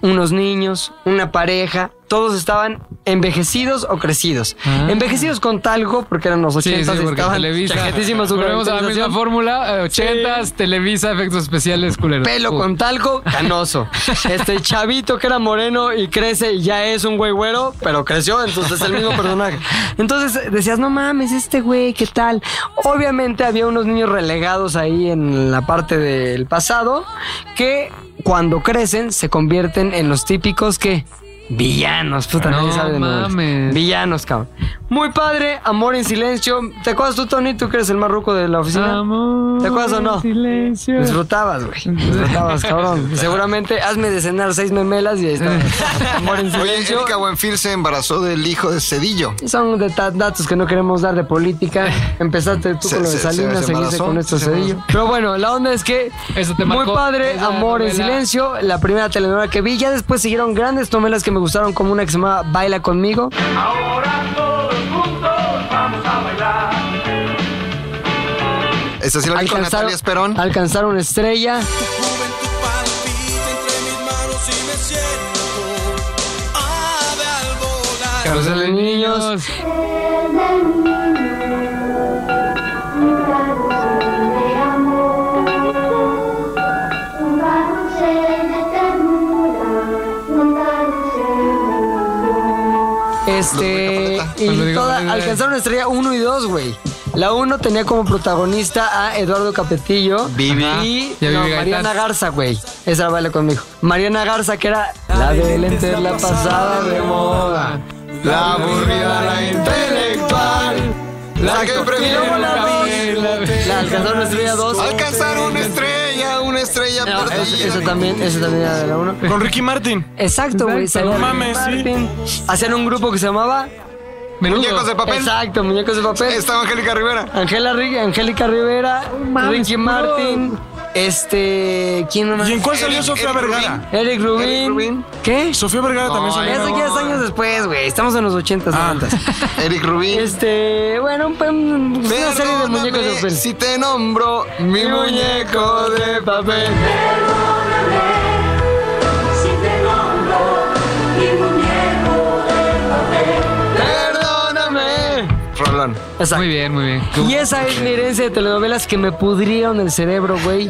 S1: unos niños, una pareja, todos estaban envejecidos o crecidos. Envejecidos con talgo, porque eran los 80
S3: Ah. Sí, sí, porque
S1: estaban
S3: Televisa.
S1: chaquetísimos, su
S3: Volvemos a la misma
S1: caracterización.
S3: fórmula: eh, 80s, Televisa, efectos especiales, culeros.
S1: Pelo
S3: Uh.
S1: con talco,
S3: *laughs*
S1: canoso. Este chavito que era moreno y crece y ya es un güey güero, pero creció, entonces es el mismo personaje. Entonces decías, no mames, este güey, ¿qué tal? Obviamente había unos niños relegados ahí en la parte del pasado que cuando crecen se convierten en los típicos que... Villanos, puta,
S3: No
S1: nadie sabe de novelas.
S3: mames.
S1: Villanos, cabrón. Muy padre, amor en silencio. ¿Te acuerdas tú, Tony? ¿Tú que eres el más ruco de la oficina?
S3: Amor,
S1: ¿Te acuerdas o no?
S3: Silencio.
S1: Disfrutabas, güey. Disfrutabas, cabrón. *laughs* Seguramente hazme de cenar seis memelas y ahí está. Amor en
S2: *laughs* Oye,
S1: silencio.
S2: Erika Buenfil se embarazó del hijo de Cedillo.
S1: Son de ta- datos que no queremos dar de política. Empezaste tú
S2: Se-
S1: con lo de
S2: se- se-
S1: Salinas,
S2: se
S1: seguiste
S2: embarazó,
S1: con esto de
S2: se embarazó.
S1: Cedillo. Pero bueno, la onda es que
S3: Eso te
S1: muy
S3: marcó.
S1: padre,
S3: Esa
S1: Amor en
S3: novela.
S1: Silencio, la primera telenovela que vi. Ya después siguieron grandes novelas que me gustaron, como una que se llama Baila Conmigo.
S12: Ahora todos juntos vamos a bailar.
S2: Esta sí la vi con Natalia Esperón.
S1: alcanzaron estrella.
S3: Carrusel de niños.
S1: Este.
S3: Cuando
S1: Y
S3: digo
S1: toda-
S3: Capetilla.
S1: alcanzaron estrella 1 y 2, güey. La 1 tenía como protagonista a Eduardo Capetillo.
S2: Vivi.
S1: Y
S3: Y a
S1: no,
S3: Vivi Gaitán.
S1: Mariana Garza, güey. Esa baila conmigo. Mariana Garza, que era la de lentes, la pasada de moda.
S2: La aburrida, la intelectual. La que
S1: Y
S2: premió
S1: luego la
S2: la
S1: dos, La alcanzaron estrella 2.
S2: Alcanzar una estrella, una estrella
S1: No,
S2: perdida.
S1: eso, eso también, eso también era de la 1.
S6: Con Ricky Martin.
S1: Exacto, güey.
S3: Exacto.
S1: salía
S6: No mames,
S1: Martin. Hacían un grupo que se llamaba.
S3: Menudo.
S2: Muñecos de papel.
S1: Exacto, muñecos de papel.
S2: Estaba Angélica Rivera.
S1: Angela Ri- Angélica Rivera,
S3: mames,
S1: Ricky
S3: puro-
S1: Martin, este, ¿quién más?
S6: ¿Y en cuál salió
S2: Eric-
S6: Sofía
S2: Eric
S6: Vergara?
S1: Eric Rubin.
S2: Eric Rubin.
S1: ¿Qué?
S6: Sofía Vergara también salió.
S1: Eso ya es años después, güey. Estamos en los 80s,
S3: Ah. *laughs*
S1: 90s.
S2: Eric Rubín.
S1: Este, bueno, un- un- una serie de muñecos de
S2: Perdóname
S1: papel.
S2: Si te nombro mi muñeco de papel.
S7: Si te nombro mi muñeco de papel.
S2: Perdóname.
S5: perdón.
S3: Muy bien, muy bien.
S1: Y esa es mi herencia de telenovelas que me pudrieron el cerebro, güey.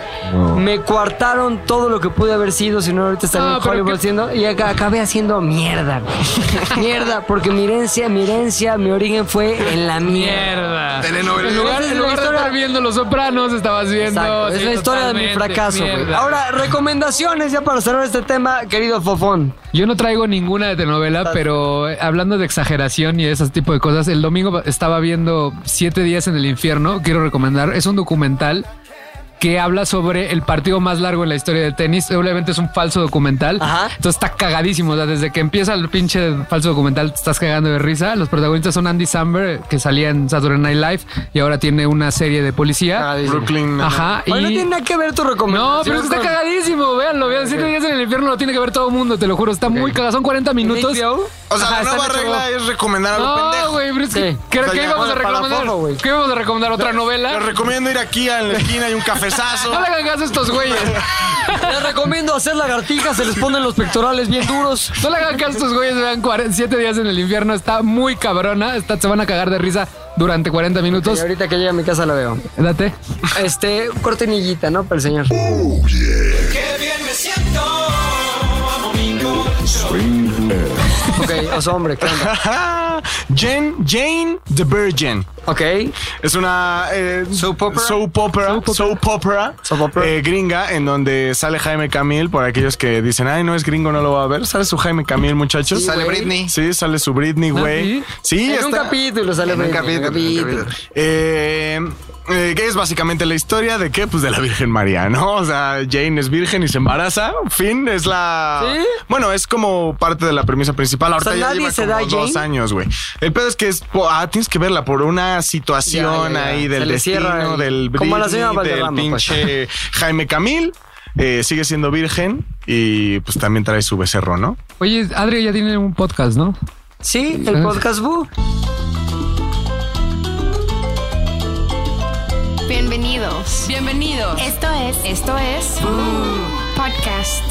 S1: Me coartaron todo lo que pude haber sido, si no ahorita estaría
S3: No,
S1: en
S3: pero
S1: Hollywood
S3: qué-
S1: haciendo. Y acá- acabé haciendo mierda,
S3: *laughs*
S1: güey. mierda, porque mi herencia, mi herencia, mi origen fue en la mierda.
S3: En lugar, en lugar de estar viendo Los Sopranos, estabas viendo.
S1: Exacto, es
S3: sí,
S1: la historia de mi
S3: totalmente,
S1: fracaso, güey.
S3: mierda.
S1: Ahora, recomendaciones ya para cerrar este tema, querido Fofón.
S3: Yo no traigo ninguna de telenovela, pero eh, hablando de exageración y de ese tipo de cosas, el domingo estaba viendo Siete Días en el Infierno. Quiero recomendar, es un documental que habla sobre el partido más largo en la historia del tenis. Obviamente es un falso documental. Entonces está cagadísimo. O sea, desde que empieza el pinche falso documental, te estás cagando de risa. Los protagonistas son Andy Samberg, que salía en Saturday Night Live y ahora tiene una serie de
S1: Ah,
S3: policía.
S6: Brooklyn.
S3: Ajá.
S1: Oye, no
S3: y-
S1: tiene nada que ver tu recomendación.
S3: no, pero es que está
S1: con-
S3: cagadísimo, véanlo, vean, Siete días en el infierno lo tiene que ver todo el mundo, te lo juro, está muy cagado, son 40 minutos.
S6: O sea,
S3: Ajá,
S6: la
S3: está
S6: nueva
S3: en HBO.
S6: regla es recomendar a lo
S3: No,
S6: pendejo.
S3: güey, pero es que,
S6: Sí.
S3: ¿qué,
S6: O sea,
S3: qué
S6: ya,
S3: íbamos a
S6: para la
S3: recomendar?
S6: foto, güey.
S3: ¿Qué íbamos a recomendar? ¿Otra novela?
S6: Les recomiendo ir aquí a la esquina, hay un
S3: *laughs*
S6: cafezazo. *laughs*
S3: No le hagan caso a estos güeyes.
S1: *laughs* Les recomiendo hacer lagartijas, se les ponen los pectorales bien duros.
S3: No le hagan caso a estos güeyes, vean 40 siete días en el infierno, está muy cabrona, está, se van a cagar de risa durante 40
S1: Y
S3: minutos.
S1: ahorita que llegue a mi casa la veo.
S3: Date.
S1: Este, cortinillita, ¿no? Para el señor.
S2: Uh.
S12: Qué bien me siento. Domingo.
S1: Ok, oso hombre, ¿qué onda?
S6: Jane, Jane the Virgin.
S1: Ok.
S6: Es una eh, soap opera, soap opera, eh, gringa en donde sale Jaime Camil. Por aquellos que dicen, ay, no es gringo, no lo va a ver. Sale su Jaime Camil, muchachos.
S2: Sí, Sale güey. Britney.
S6: Sí, sale su Britney, güey. Sí,
S1: en un
S6: está-
S1: capítulo sale
S2: En un
S1: Britney, en
S2: capítulo, en un
S6: Eh, eh, que es básicamente la historia de qué? Pues de la Virgen María, ¿no? O sea, Jane es virgen y se embaraza. Fin, es la. Bueno, es como parte de la premisa principal. Ahorita
S1: O sea,
S6: ya
S1: nadie
S6: lleva
S1: se
S6: como
S1: da
S6: dos
S1: Jane.
S6: años, güey. El pedo es que es. po- Ah, tienes que verla por una situación
S1: Ya, ya, ya.
S6: ahí del
S1: Se le cierra
S6: destino,
S1: el-
S6: del
S1: como a la señora
S6: Britney, del
S1: Valderrama, pues.
S6: pinche Jaime Camil. Eh, sigue siendo virgen y pues también trae su becerro, ¿no?
S3: Oye, Adri ya tiene un podcast, ¿no?
S1: Sí, el podcast Boo.
S13: Bienvenidos. Bienvenidos. Esto es. Esto es. Podcast.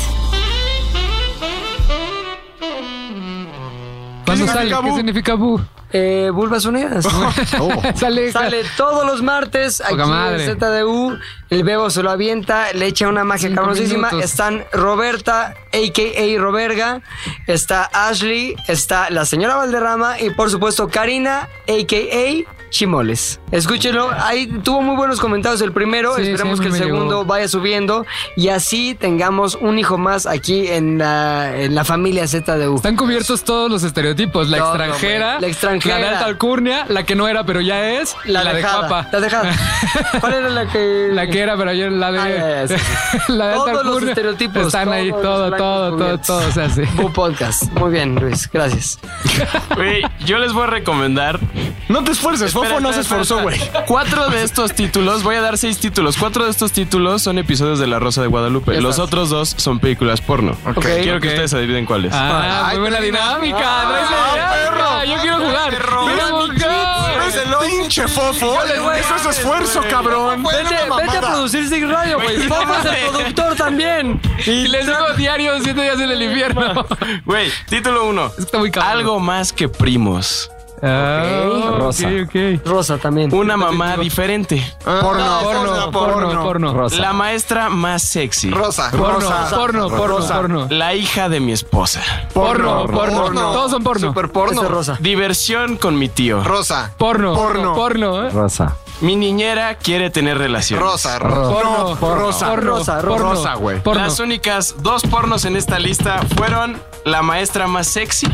S3: ¿Cuándo
S1: significa
S3: sale? ¿Qué
S1: Bu?
S3: significa Bu?
S1: Eh, Bulbas Unidas.
S2: *laughs*
S6: Oh.
S3: *laughs* Sale.
S1: Sale todos los martes aquí
S3: Poca madre.
S1: en ZDU. El Bebo se lo avienta, le echa una magia cabroncísima.
S3: minutos.
S1: Están Roberta, a.k.a. Roberga. Está Ashley, está la señora Valderrama y por supuesto Karina, a.k.a. Chimoles. Escúchenlo, ahí tuvo muy buenos comentarios el primero.
S3: Sí,
S1: Esperemos
S3: sí, a
S1: que
S3: mí
S1: el
S3: me llegó.
S1: segundo vaya subiendo y así tengamos un hijo más aquí en la, en la familia ZDU.
S3: Están cubiertos todos los estereotipos. La
S1: Todo,
S3: extranjera,
S1: güey. La extranjera.
S3: la de alta alcurnia, la que no era pero ya es, y la, de
S1: dejada,
S3: papa.
S1: La
S3: *laughs*
S1: dejada. ¿Cuál era la que...?
S3: La que era pero ayer la de...
S1: Ah, ya, ya, sí,
S3: *laughs* la de alta
S1: Todos los
S3: alcurnia.
S1: estereotipos.
S3: Están ahí,
S1: todos los
S3: todo,
S1: blancos cubiertos.
S3: todo, todo, todo se
S1: *laughs*
S3: hace.
S1: Bu Podcast. Muy bien, Luis. Gracias.
S5: Güey, yo les voy a recomendar.
S6: No te esfuerces,
S5: Espera,
S6: Fofo no se
S5: espera,
S6: esforzó, güey.
S5: espera. Cuatro de estos títulos, voy a dar seis títulos. Cuatro de estos títulos son episodios de La Rosa de Guadalupe.
S1: Ya
S5: Los
S1: estás.
S5: otros dos son películas porno. Quiero que ustedes adivinen cuáles.
S3: Ah, muy buena dinámica. traes la dinámica. Ah, Yo quiero jugar. Quiero jugar.
S6: Eres el pinche fofo. Eso es esfuerzo, cabrón.
S1: Vete, vete a producir Sig Radio, güey. Vamos el productor también.
S3: Y les digo diario siete días en el infierno.
S5: Güey, título uno.
S3: *laughs* Está muy cabrón.
S5: Algo más que primos.
S3: Ah, ok,
S5: Rosa.
S3: ok.
S1: Rosa también.
S5: Una mamá diferente.
S6: Ah, Porno,
S3: Porno, porno, porno.
S5: La maestra más sexy.
S2: Rosa.
S3: Porno,
S2: Rosa.
S3: porno, porno, porno.
S5: La hija de mi esposa.
S3: Porno, porno. Todos son porno.
S2: Super porno.
S1: Esa es Rosa.
S5: Diversión con mi tío.
S2: Rosa.
S3: Porno,
S6: Porno.
S3: porno, porno, ¿eh?
S8: Rosa.
S5: Mi niñera quiere tener relaciones.
S2: Rosa. Rosa.
S3: porno,
S6: Rosa.
S3: porno,
S1: Rosa,
S3: porno,
S6: Rosa, güey.
S3: porno.
S5: Las únicas dos pornos en esta lista fueron La maestra más sexy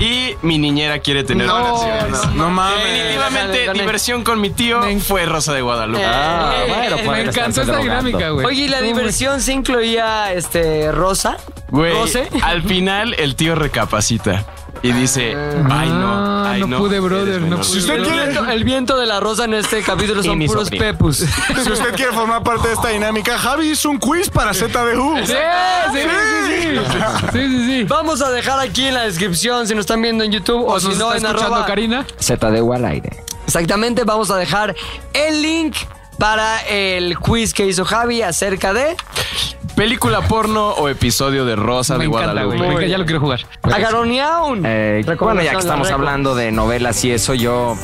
S5: y Mi niñera quiere tener relaciones.
S6: No mames.
S5: Definitivamente,
S1: Gané.
S5: Diversión con mi tío fue Rosa de
S3: Eh,
S5: Guadalupe.
S1: Ah, bueno,
S3: Me encantó esta dinámica, güey.
S1: Oye, ¿y la diversión se incluía este Rosa?
S5: Güey,
S1: ¿Rose?
S5: al final el tío recapacita y dice, ay no,
S3: Ah,
S5: ay
S3: no
S5: no.
S3: pude, brother,
S5: eres
S3: no
S5: menor".
S3: pude.
S1: El viento, el viento de la rosa en este capítulo son
S5: mi
S1: puros
S5: sobrino.
S1: *laughs* pepus.
S6: Si usted quiere formar parte de esta dinámica, Javi hizo un quiz para ZDU.
S3: Sí, sí, sí, sí. Sí, sí, sí.
S1: Vamos a dejar aquí en la descripción si nos están viendo en YouTube o,
S3: ¿Nos
S1: si no en
S3: está escuchando
S1: arroba.
S3: Karina?
S8: ZDU al aire.
S1: Exactamente, vamos a dejar el link para el quiz que hizo Javi acerca de...
S5: Película porno o episodio de Rosa
S3: Me
S5: de
S3: encanta,
S5: Guadalupe.
S3: güey. Me encanta, Ya lo quiero jugar.
S1: Agaroneaun.
S8: Eh, bueno, ya
S1: Recomendación,
S8: que estamos
S1: la reco.
S8: hablando de novelas y eso, yo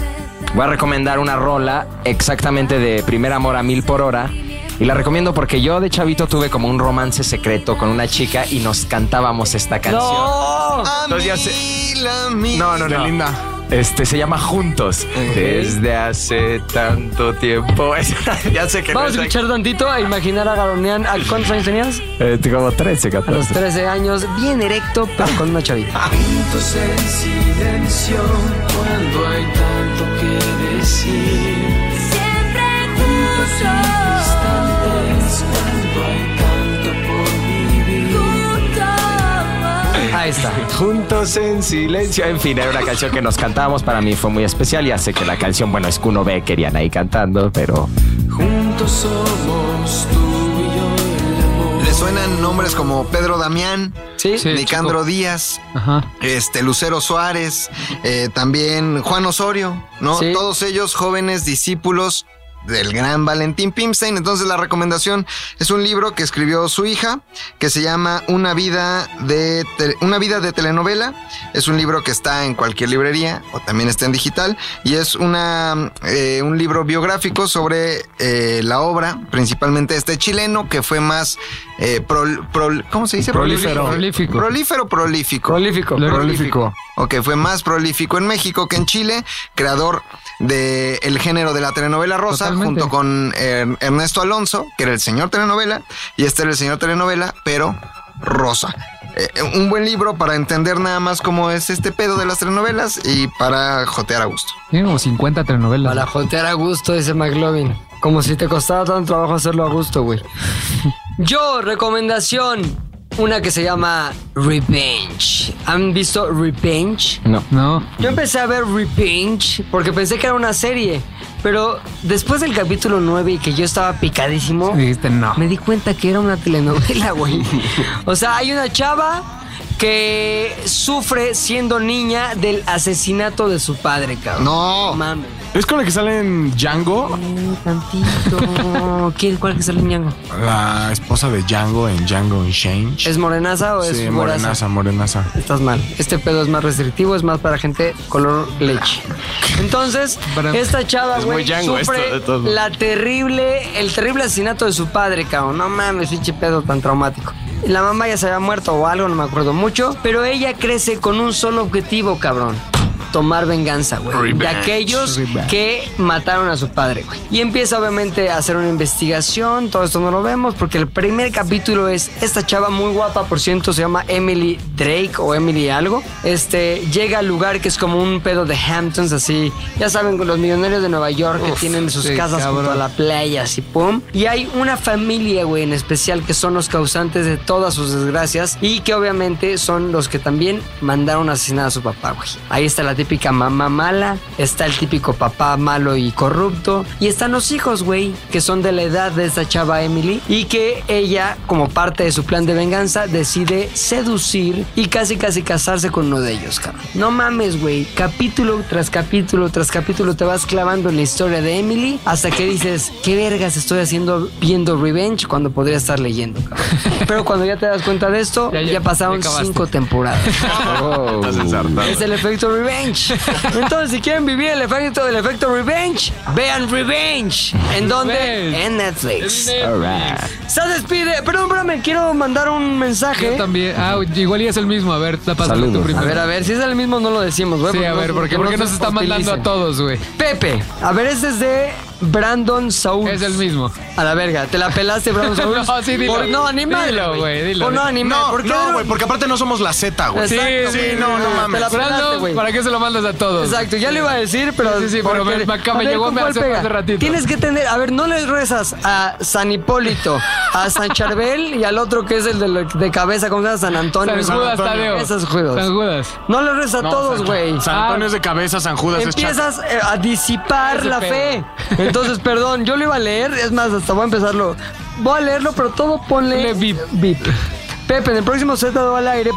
S8: voy a recomendar una rola exactamente de Primer Amor a Mil por Hora. Y la recomiendo porque yo de chavito tuve como un romance secreto con una chica y nos cantábamos esta canción.
S2: ¡No!
S8: Entonces ya se- No, no, no.
S6: linda.
S8: Este se llama Juntos. Desde hace tanto tiempo. *laughs* ya sé que no
S1: Vamos
S8: es
S1: a escuchar tantito a imaginar a Garonian. ¿A cuántos años tenías?
S8: Eh, como 13,
S1: A
S8: 14.
S1: los 13 años, bien erecto, pero con una chavita.
S12: Juntos en silencio cuando hay tanto que decir. Siempre juntos. Instantes cuando hay tanto por vivir. Juntos.
S8: Ahí está. Juntos en silencio. En fin, era una canción que nos cantábamos. Para mí fue muy especial. Ya sé que la canción, bueno, es Kuno B, querían ahí cantando, pero.
S2: Juntos somos tú y yo. Le suenan nombres como Pedro Damián,
S1: Sí,
S2: Nicandro Díaz, este Lucero Suárez, eh, también Juan Osorio, ¿no?
S1: Sí.
S2: Todos ellos jóvenes discípulos del gran Valentín Pimstein. Entonces la recomendación es un libro que escribió su hija que se llama Una vida de tele- una vida de telenovela. Es un libro que está en cualquier librería o también está en digital y es una eh, un libro biográfico sobre eh, la obra principalmente este chileno que fue más eh, prol- prol- ¿cómo se dice?
S6: Prolífero.
S2: Prolífico. Prolífero, prolífico.
S1: Prolífico.
S2: Prolífico. Ok, fue más prolífico en México que en Chile, creador del el género de la telenovela rosa,
S3: Totalmente.
S2: junto con eh, Ernesto Alonso, que era el señor telenovela, y este era el señor telenovela, pero rosa. Eh, un buen libro para entender nada más cómo es este pedo de las telenovelas y para jotear a gusto.
S3: Tiene como 50 telenovelas.
S1: Para jotear a gusto, dice McLovin. Como si te costara tanto trabajo hacerlo a gusto, güey. Yo, recomendación. Una que se llama Revenge. ¿Han visto Revenge?
S8: No.
S3: No.
S1: Yo empecé a ver Revenge porque pensé que era una serie. Pero después del capítulo 9 y que yo estaba picadísimo,
S3: Dijiste no.
S1: me di cuenta que era una telenovela, güey. O sea, hay una chava que sufre siendo niña del asesinato de su padre, cabrón.
S2: No.
S1: Mames.
S6: ¿Es con la que sale en Django?
S1: Tantito. ¿Quién, ¿Cuál que sale en Ñango?
S6: La esposa de Django en Django en Change.
S1: ¿Es morenaza o es
S6: Sí,
S1: moraza?
S6: morenaza, morenaza.
S1: Estás mal. Este pedo es más restrictivo, es más para gente color leche. Entonces, esta chava,
S5: Es muy
S1: güey,
S5: Django esto,
S1: sufre
S5: de todos modos.
S1: la terrible, el terrible asesinato de su padre, cabrón. No mames, pinche pedo tan traumático. La mamá ya se había muerto o algo, no me acuerdo mucho. Pero ella crece con un solo objetivo, cabrón. Tomar venganza, güey. De
S5: Revenge.
S1: aquellos
S5: Revenge.
S1: que mataron a su padre, güey. Y empieza obviamente a hacer una investigación. Todo esto no lo vemos porque el primer capítulo es esta chava muy guapa, por cierto, se llama Emily Drake o Emily algo. Este llega al lugar que es como un pedo de Hamptons, así. Ya saben, con los millonarios de Nueva York que
S3: Uf,
S1: tienen sus
S3: sí,
S1: casas junto a
S3: cabrón.
S1: la playa, así pum. Y hay una familia, güey, en especial que son los causantes de todas sus desgracias y que obviamente son los que también mandaron a asesinar a su papá, güey. Ahí está la típica mamá mala, está el típico papá malo y corrupto y están los hijos, güey, que son de la edad de esta chava Emily y que ella, como parte de su plan de venganza, decide seducir y casi casi casarse con uno de ellos, cabrón. No mames, güey. Capítulo tras capítulo tras capítulo te vas clavando en la historia de Emily hasta que dices, ¿qué vergas estoy haciendo viendo Revenge cuando podría estar leyendo, cabrón? Pero cuando ya te das cuenta de esto, ya, pasaron
S3: ya acabaste.
S1: cinco temporadas.
S5: Estás ensartado.
S1: Es el efecto
S3: *laughs*
S1: Revenge. Entonces, si quieren vivir el efecto del efecto Revenge, vean Revenge. ¿En dónde? En Netflix. Se despide. Perdón, me quiero mandar un mensaje.
S3: Yo también. Ah, igual y es el mismo. A ver, la pasas tú primero.
S1: A ver, a ver, si es el mismo no lo decimos, güey.
S3: Sí, a ver, porque, porque nos está mandando a todos, güey.
S1: Pepe, a ver, este es de Brandon Saúl.
S3: Es el mismo.
S1: A la verga, te la pelaste,
S3: *laughs*
S1: Brandon Saúl.
S3: No, sí, dilo.
S1: Por- no, animal.
S3: Dilo, güey, dilo.
S1: no, animal.
S6: No,
S1: ¿Por qué
S6: no,
S1: no?
S6: güey, porque aparte no somos la Z, güey.
S1: Exacto,
S6: sí,
S1: güey, Ah,
S6: no, no mames.
S1: Te la pelaste,
S3: Brandon,
S1: güey.
S3: ¿para qué se lo mandas a todos?
S1: Exacto, ya le iba a decir, pero.
S3: Sí, sí, pero
S1: porque-
S3: me- me acaba-
S1: A ver,
S3: llegó
S1: ¿con
S3: me
S1: cuál
S3: hace-
S1: pega?
S3: hace ratito.
S1: Tienes que tener. A ver, no le rezas a San Hipólito, a San Charbel y al otro que es el de, la- de cabeza, ¿cómo se llama? San Antonio.
S3: San Judas, Tadeo.
S1: Esos juegos.
S3: San Judas. Ah,
S1: No le rezas a
S6: No,
S1: todos,
S6: San-
S1: güey.
S6: San Antonio es de cabeza, San Judas es chato.
S1: Empiezas eh, a disipar
S3: Ese
S1: la
S3: pedo.
S1: fe. Entonces, perdón, yo lo iba a leer, es más, hasta voy a empezarlo. Voy a leerlo, pero todo ponle.
S3: Ponle bip.
S1: bip. Pepe, en el próximo Z do al aire.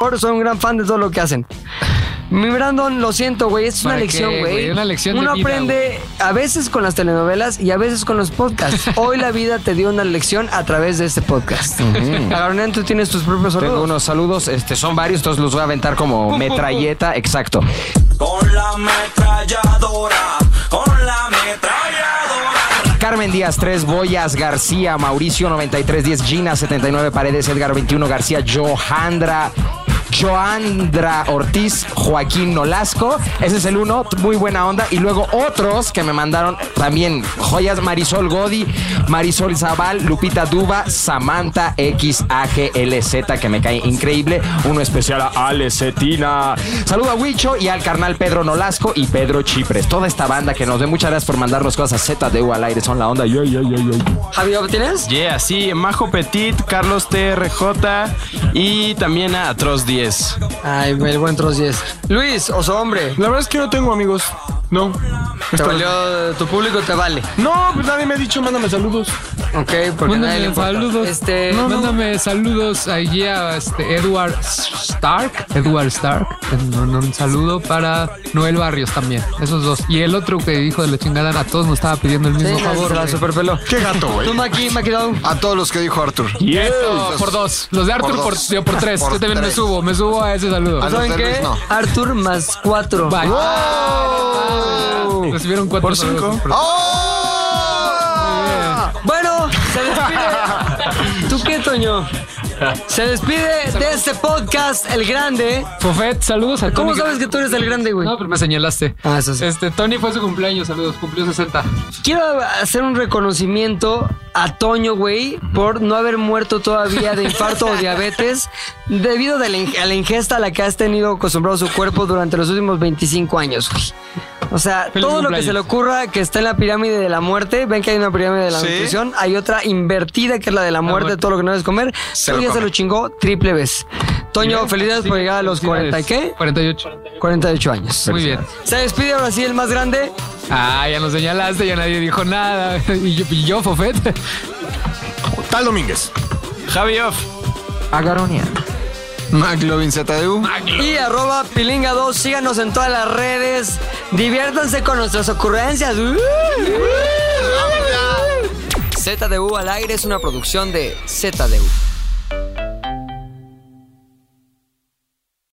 S1: Por- Soy un gran fan de todo lo que hacen. Mi Brandon, lo siento, güey. Es una
S3: ¿Para
S1: lección,
S3: qué,
S1: güey.
S3: güey? Una lección de
S1: Uno
S3: vida,
S1: aprende a veces con las telenovelas y a veces con los podcasts.
S3: *laughs*
S1: Hoy la vida te dio una lección a través de este podcast. Agarronen, tú tienes tus propios saludos.
S8: Tengo unos saludos, este, son varios, entonces los voy a aventar como
S1: pum, pum.
S8: metralleta, exacto.
S14: Con la ametralladora, con la ametralladora.
S8: Carmen Díaz 3, Boyas García, Mauricio 9310, Gina 79 Paredes, Edgar 21 García, Johandra. Joandra Ortiz, Joaquín Nolasco, ese es el uno, muy buena onda. Y luego otros que me mandaron también joyas, Marisol Godi, Marisol Zaval, Lupita Duba, Samantha XAGLZ, que me cae increíble. Uno especial a Ale Cetina. Saludo a Huicho y al carnal Pedro Nolasco y Pedro Chipres. Toda esta banda que nos ve, muchas gracias por mandarnos cosas ZDU al aire, son la onda. Yo, yo, yo, yo.
S1: Javi, ¿tienes?
S5: Yeah, sí, Majo Petit, Carlos TRJ y también a Atroz 10.
S1: Ay, el buen Tros 10. Luis, oso hombre.
S6: La verdad es que no tengo amigos. No.
S1: Te valió, tu público te vale.
S6: No, pues nadie me ha dicho, mándame saludos.
S1: Ok, porque nadie le
S3: Mándame
S1: importa.
S3: saludos.
S1: Este,
S3: No, no. Mándame saludos allí a este Edward Stark. Edward Stark. Un, un- un saludo para Noel Barrios también. Esos dos. Y el otro que dijo de la chingada a todos nos estaba pidiendo el mismo
S1: Sí,
S3: favor.
S1: la
S3: güey.
S1: superpeló.
S6: Qué gato, güey.
S1: Tú, Maki, Maki Down.
S2: A todos los que dijo Arthur.
S3: Y eso, por dos. Los de Arthur
S2: Por
S3: por,
S2: dos.
S3: yo por tres.
S2: Por
S3: yo también
S2: tres.
S3: me subo, me subo a ese saludo.
S2: A los
S1: ¿Saben
S2: de Luis
S1: qué?
S2: no.
S1: Arthur más cuatro.
S3: Bye. Recibieron cuatro
S6: Por cinco.
S3: saludos.
S2: Ah. ¡Oh!
S1: Bueno, se
S3: *laughs*
S1: despide. ¿Tú qué, Toño? Se despide de este podcast El Grande.
S3: Fofet, saludos a
S1: ¿Cómo
S3: Tony.
S1: sabes que tú eres el grande, güey?
S3: No, pero me señalaste.
S1: Ah, eso sí.
S3: Este, Tony fue su cumpleaños, saludos, cumplió 60.
S1: Quiero hacer un reconocimiento a Toño, güey, por no haber muerto todavía de infarto
S3: *laughs*
S1: o diabetes debido de la in- a la ingesta a la que has tenido acostumbrado su cuerpo durante los últimos 25 años, güey. O sea,
S3: Feliz
S1: todo lo que
S3: cumpleaños.
S1: se le ocurra que está en la pirámide de la muerte, ven que hay una pirámide de la nutrición, hay otra invertida que es la de la muerte,
S3: muerte.
S1: todo lo que no debes comer,
S2: lo
S1: Toño ya se
S2: come.
S1: lo chingó triple vez. Toño, felicidades por llegar a los 40 y qué?
S3: 48.
S1: 48 años.
S3: Muy bien.
S1: Se despide ahora sí el más grande.
S3: Ah, ya nos señalaste, ya nadie dijo nada. *laughs* Y yo, y yo, Fofet.
S6: Tal Domínguez.
S5: Javi Off.
S8: Agaronia.
S2: McLovin ZDU.
S1: y arroba pilinga2. Síganos en todas las redes. Diviértanse con nuestras ocurrencias. ¡Uh! ZDU al aire es una producción de ZDU.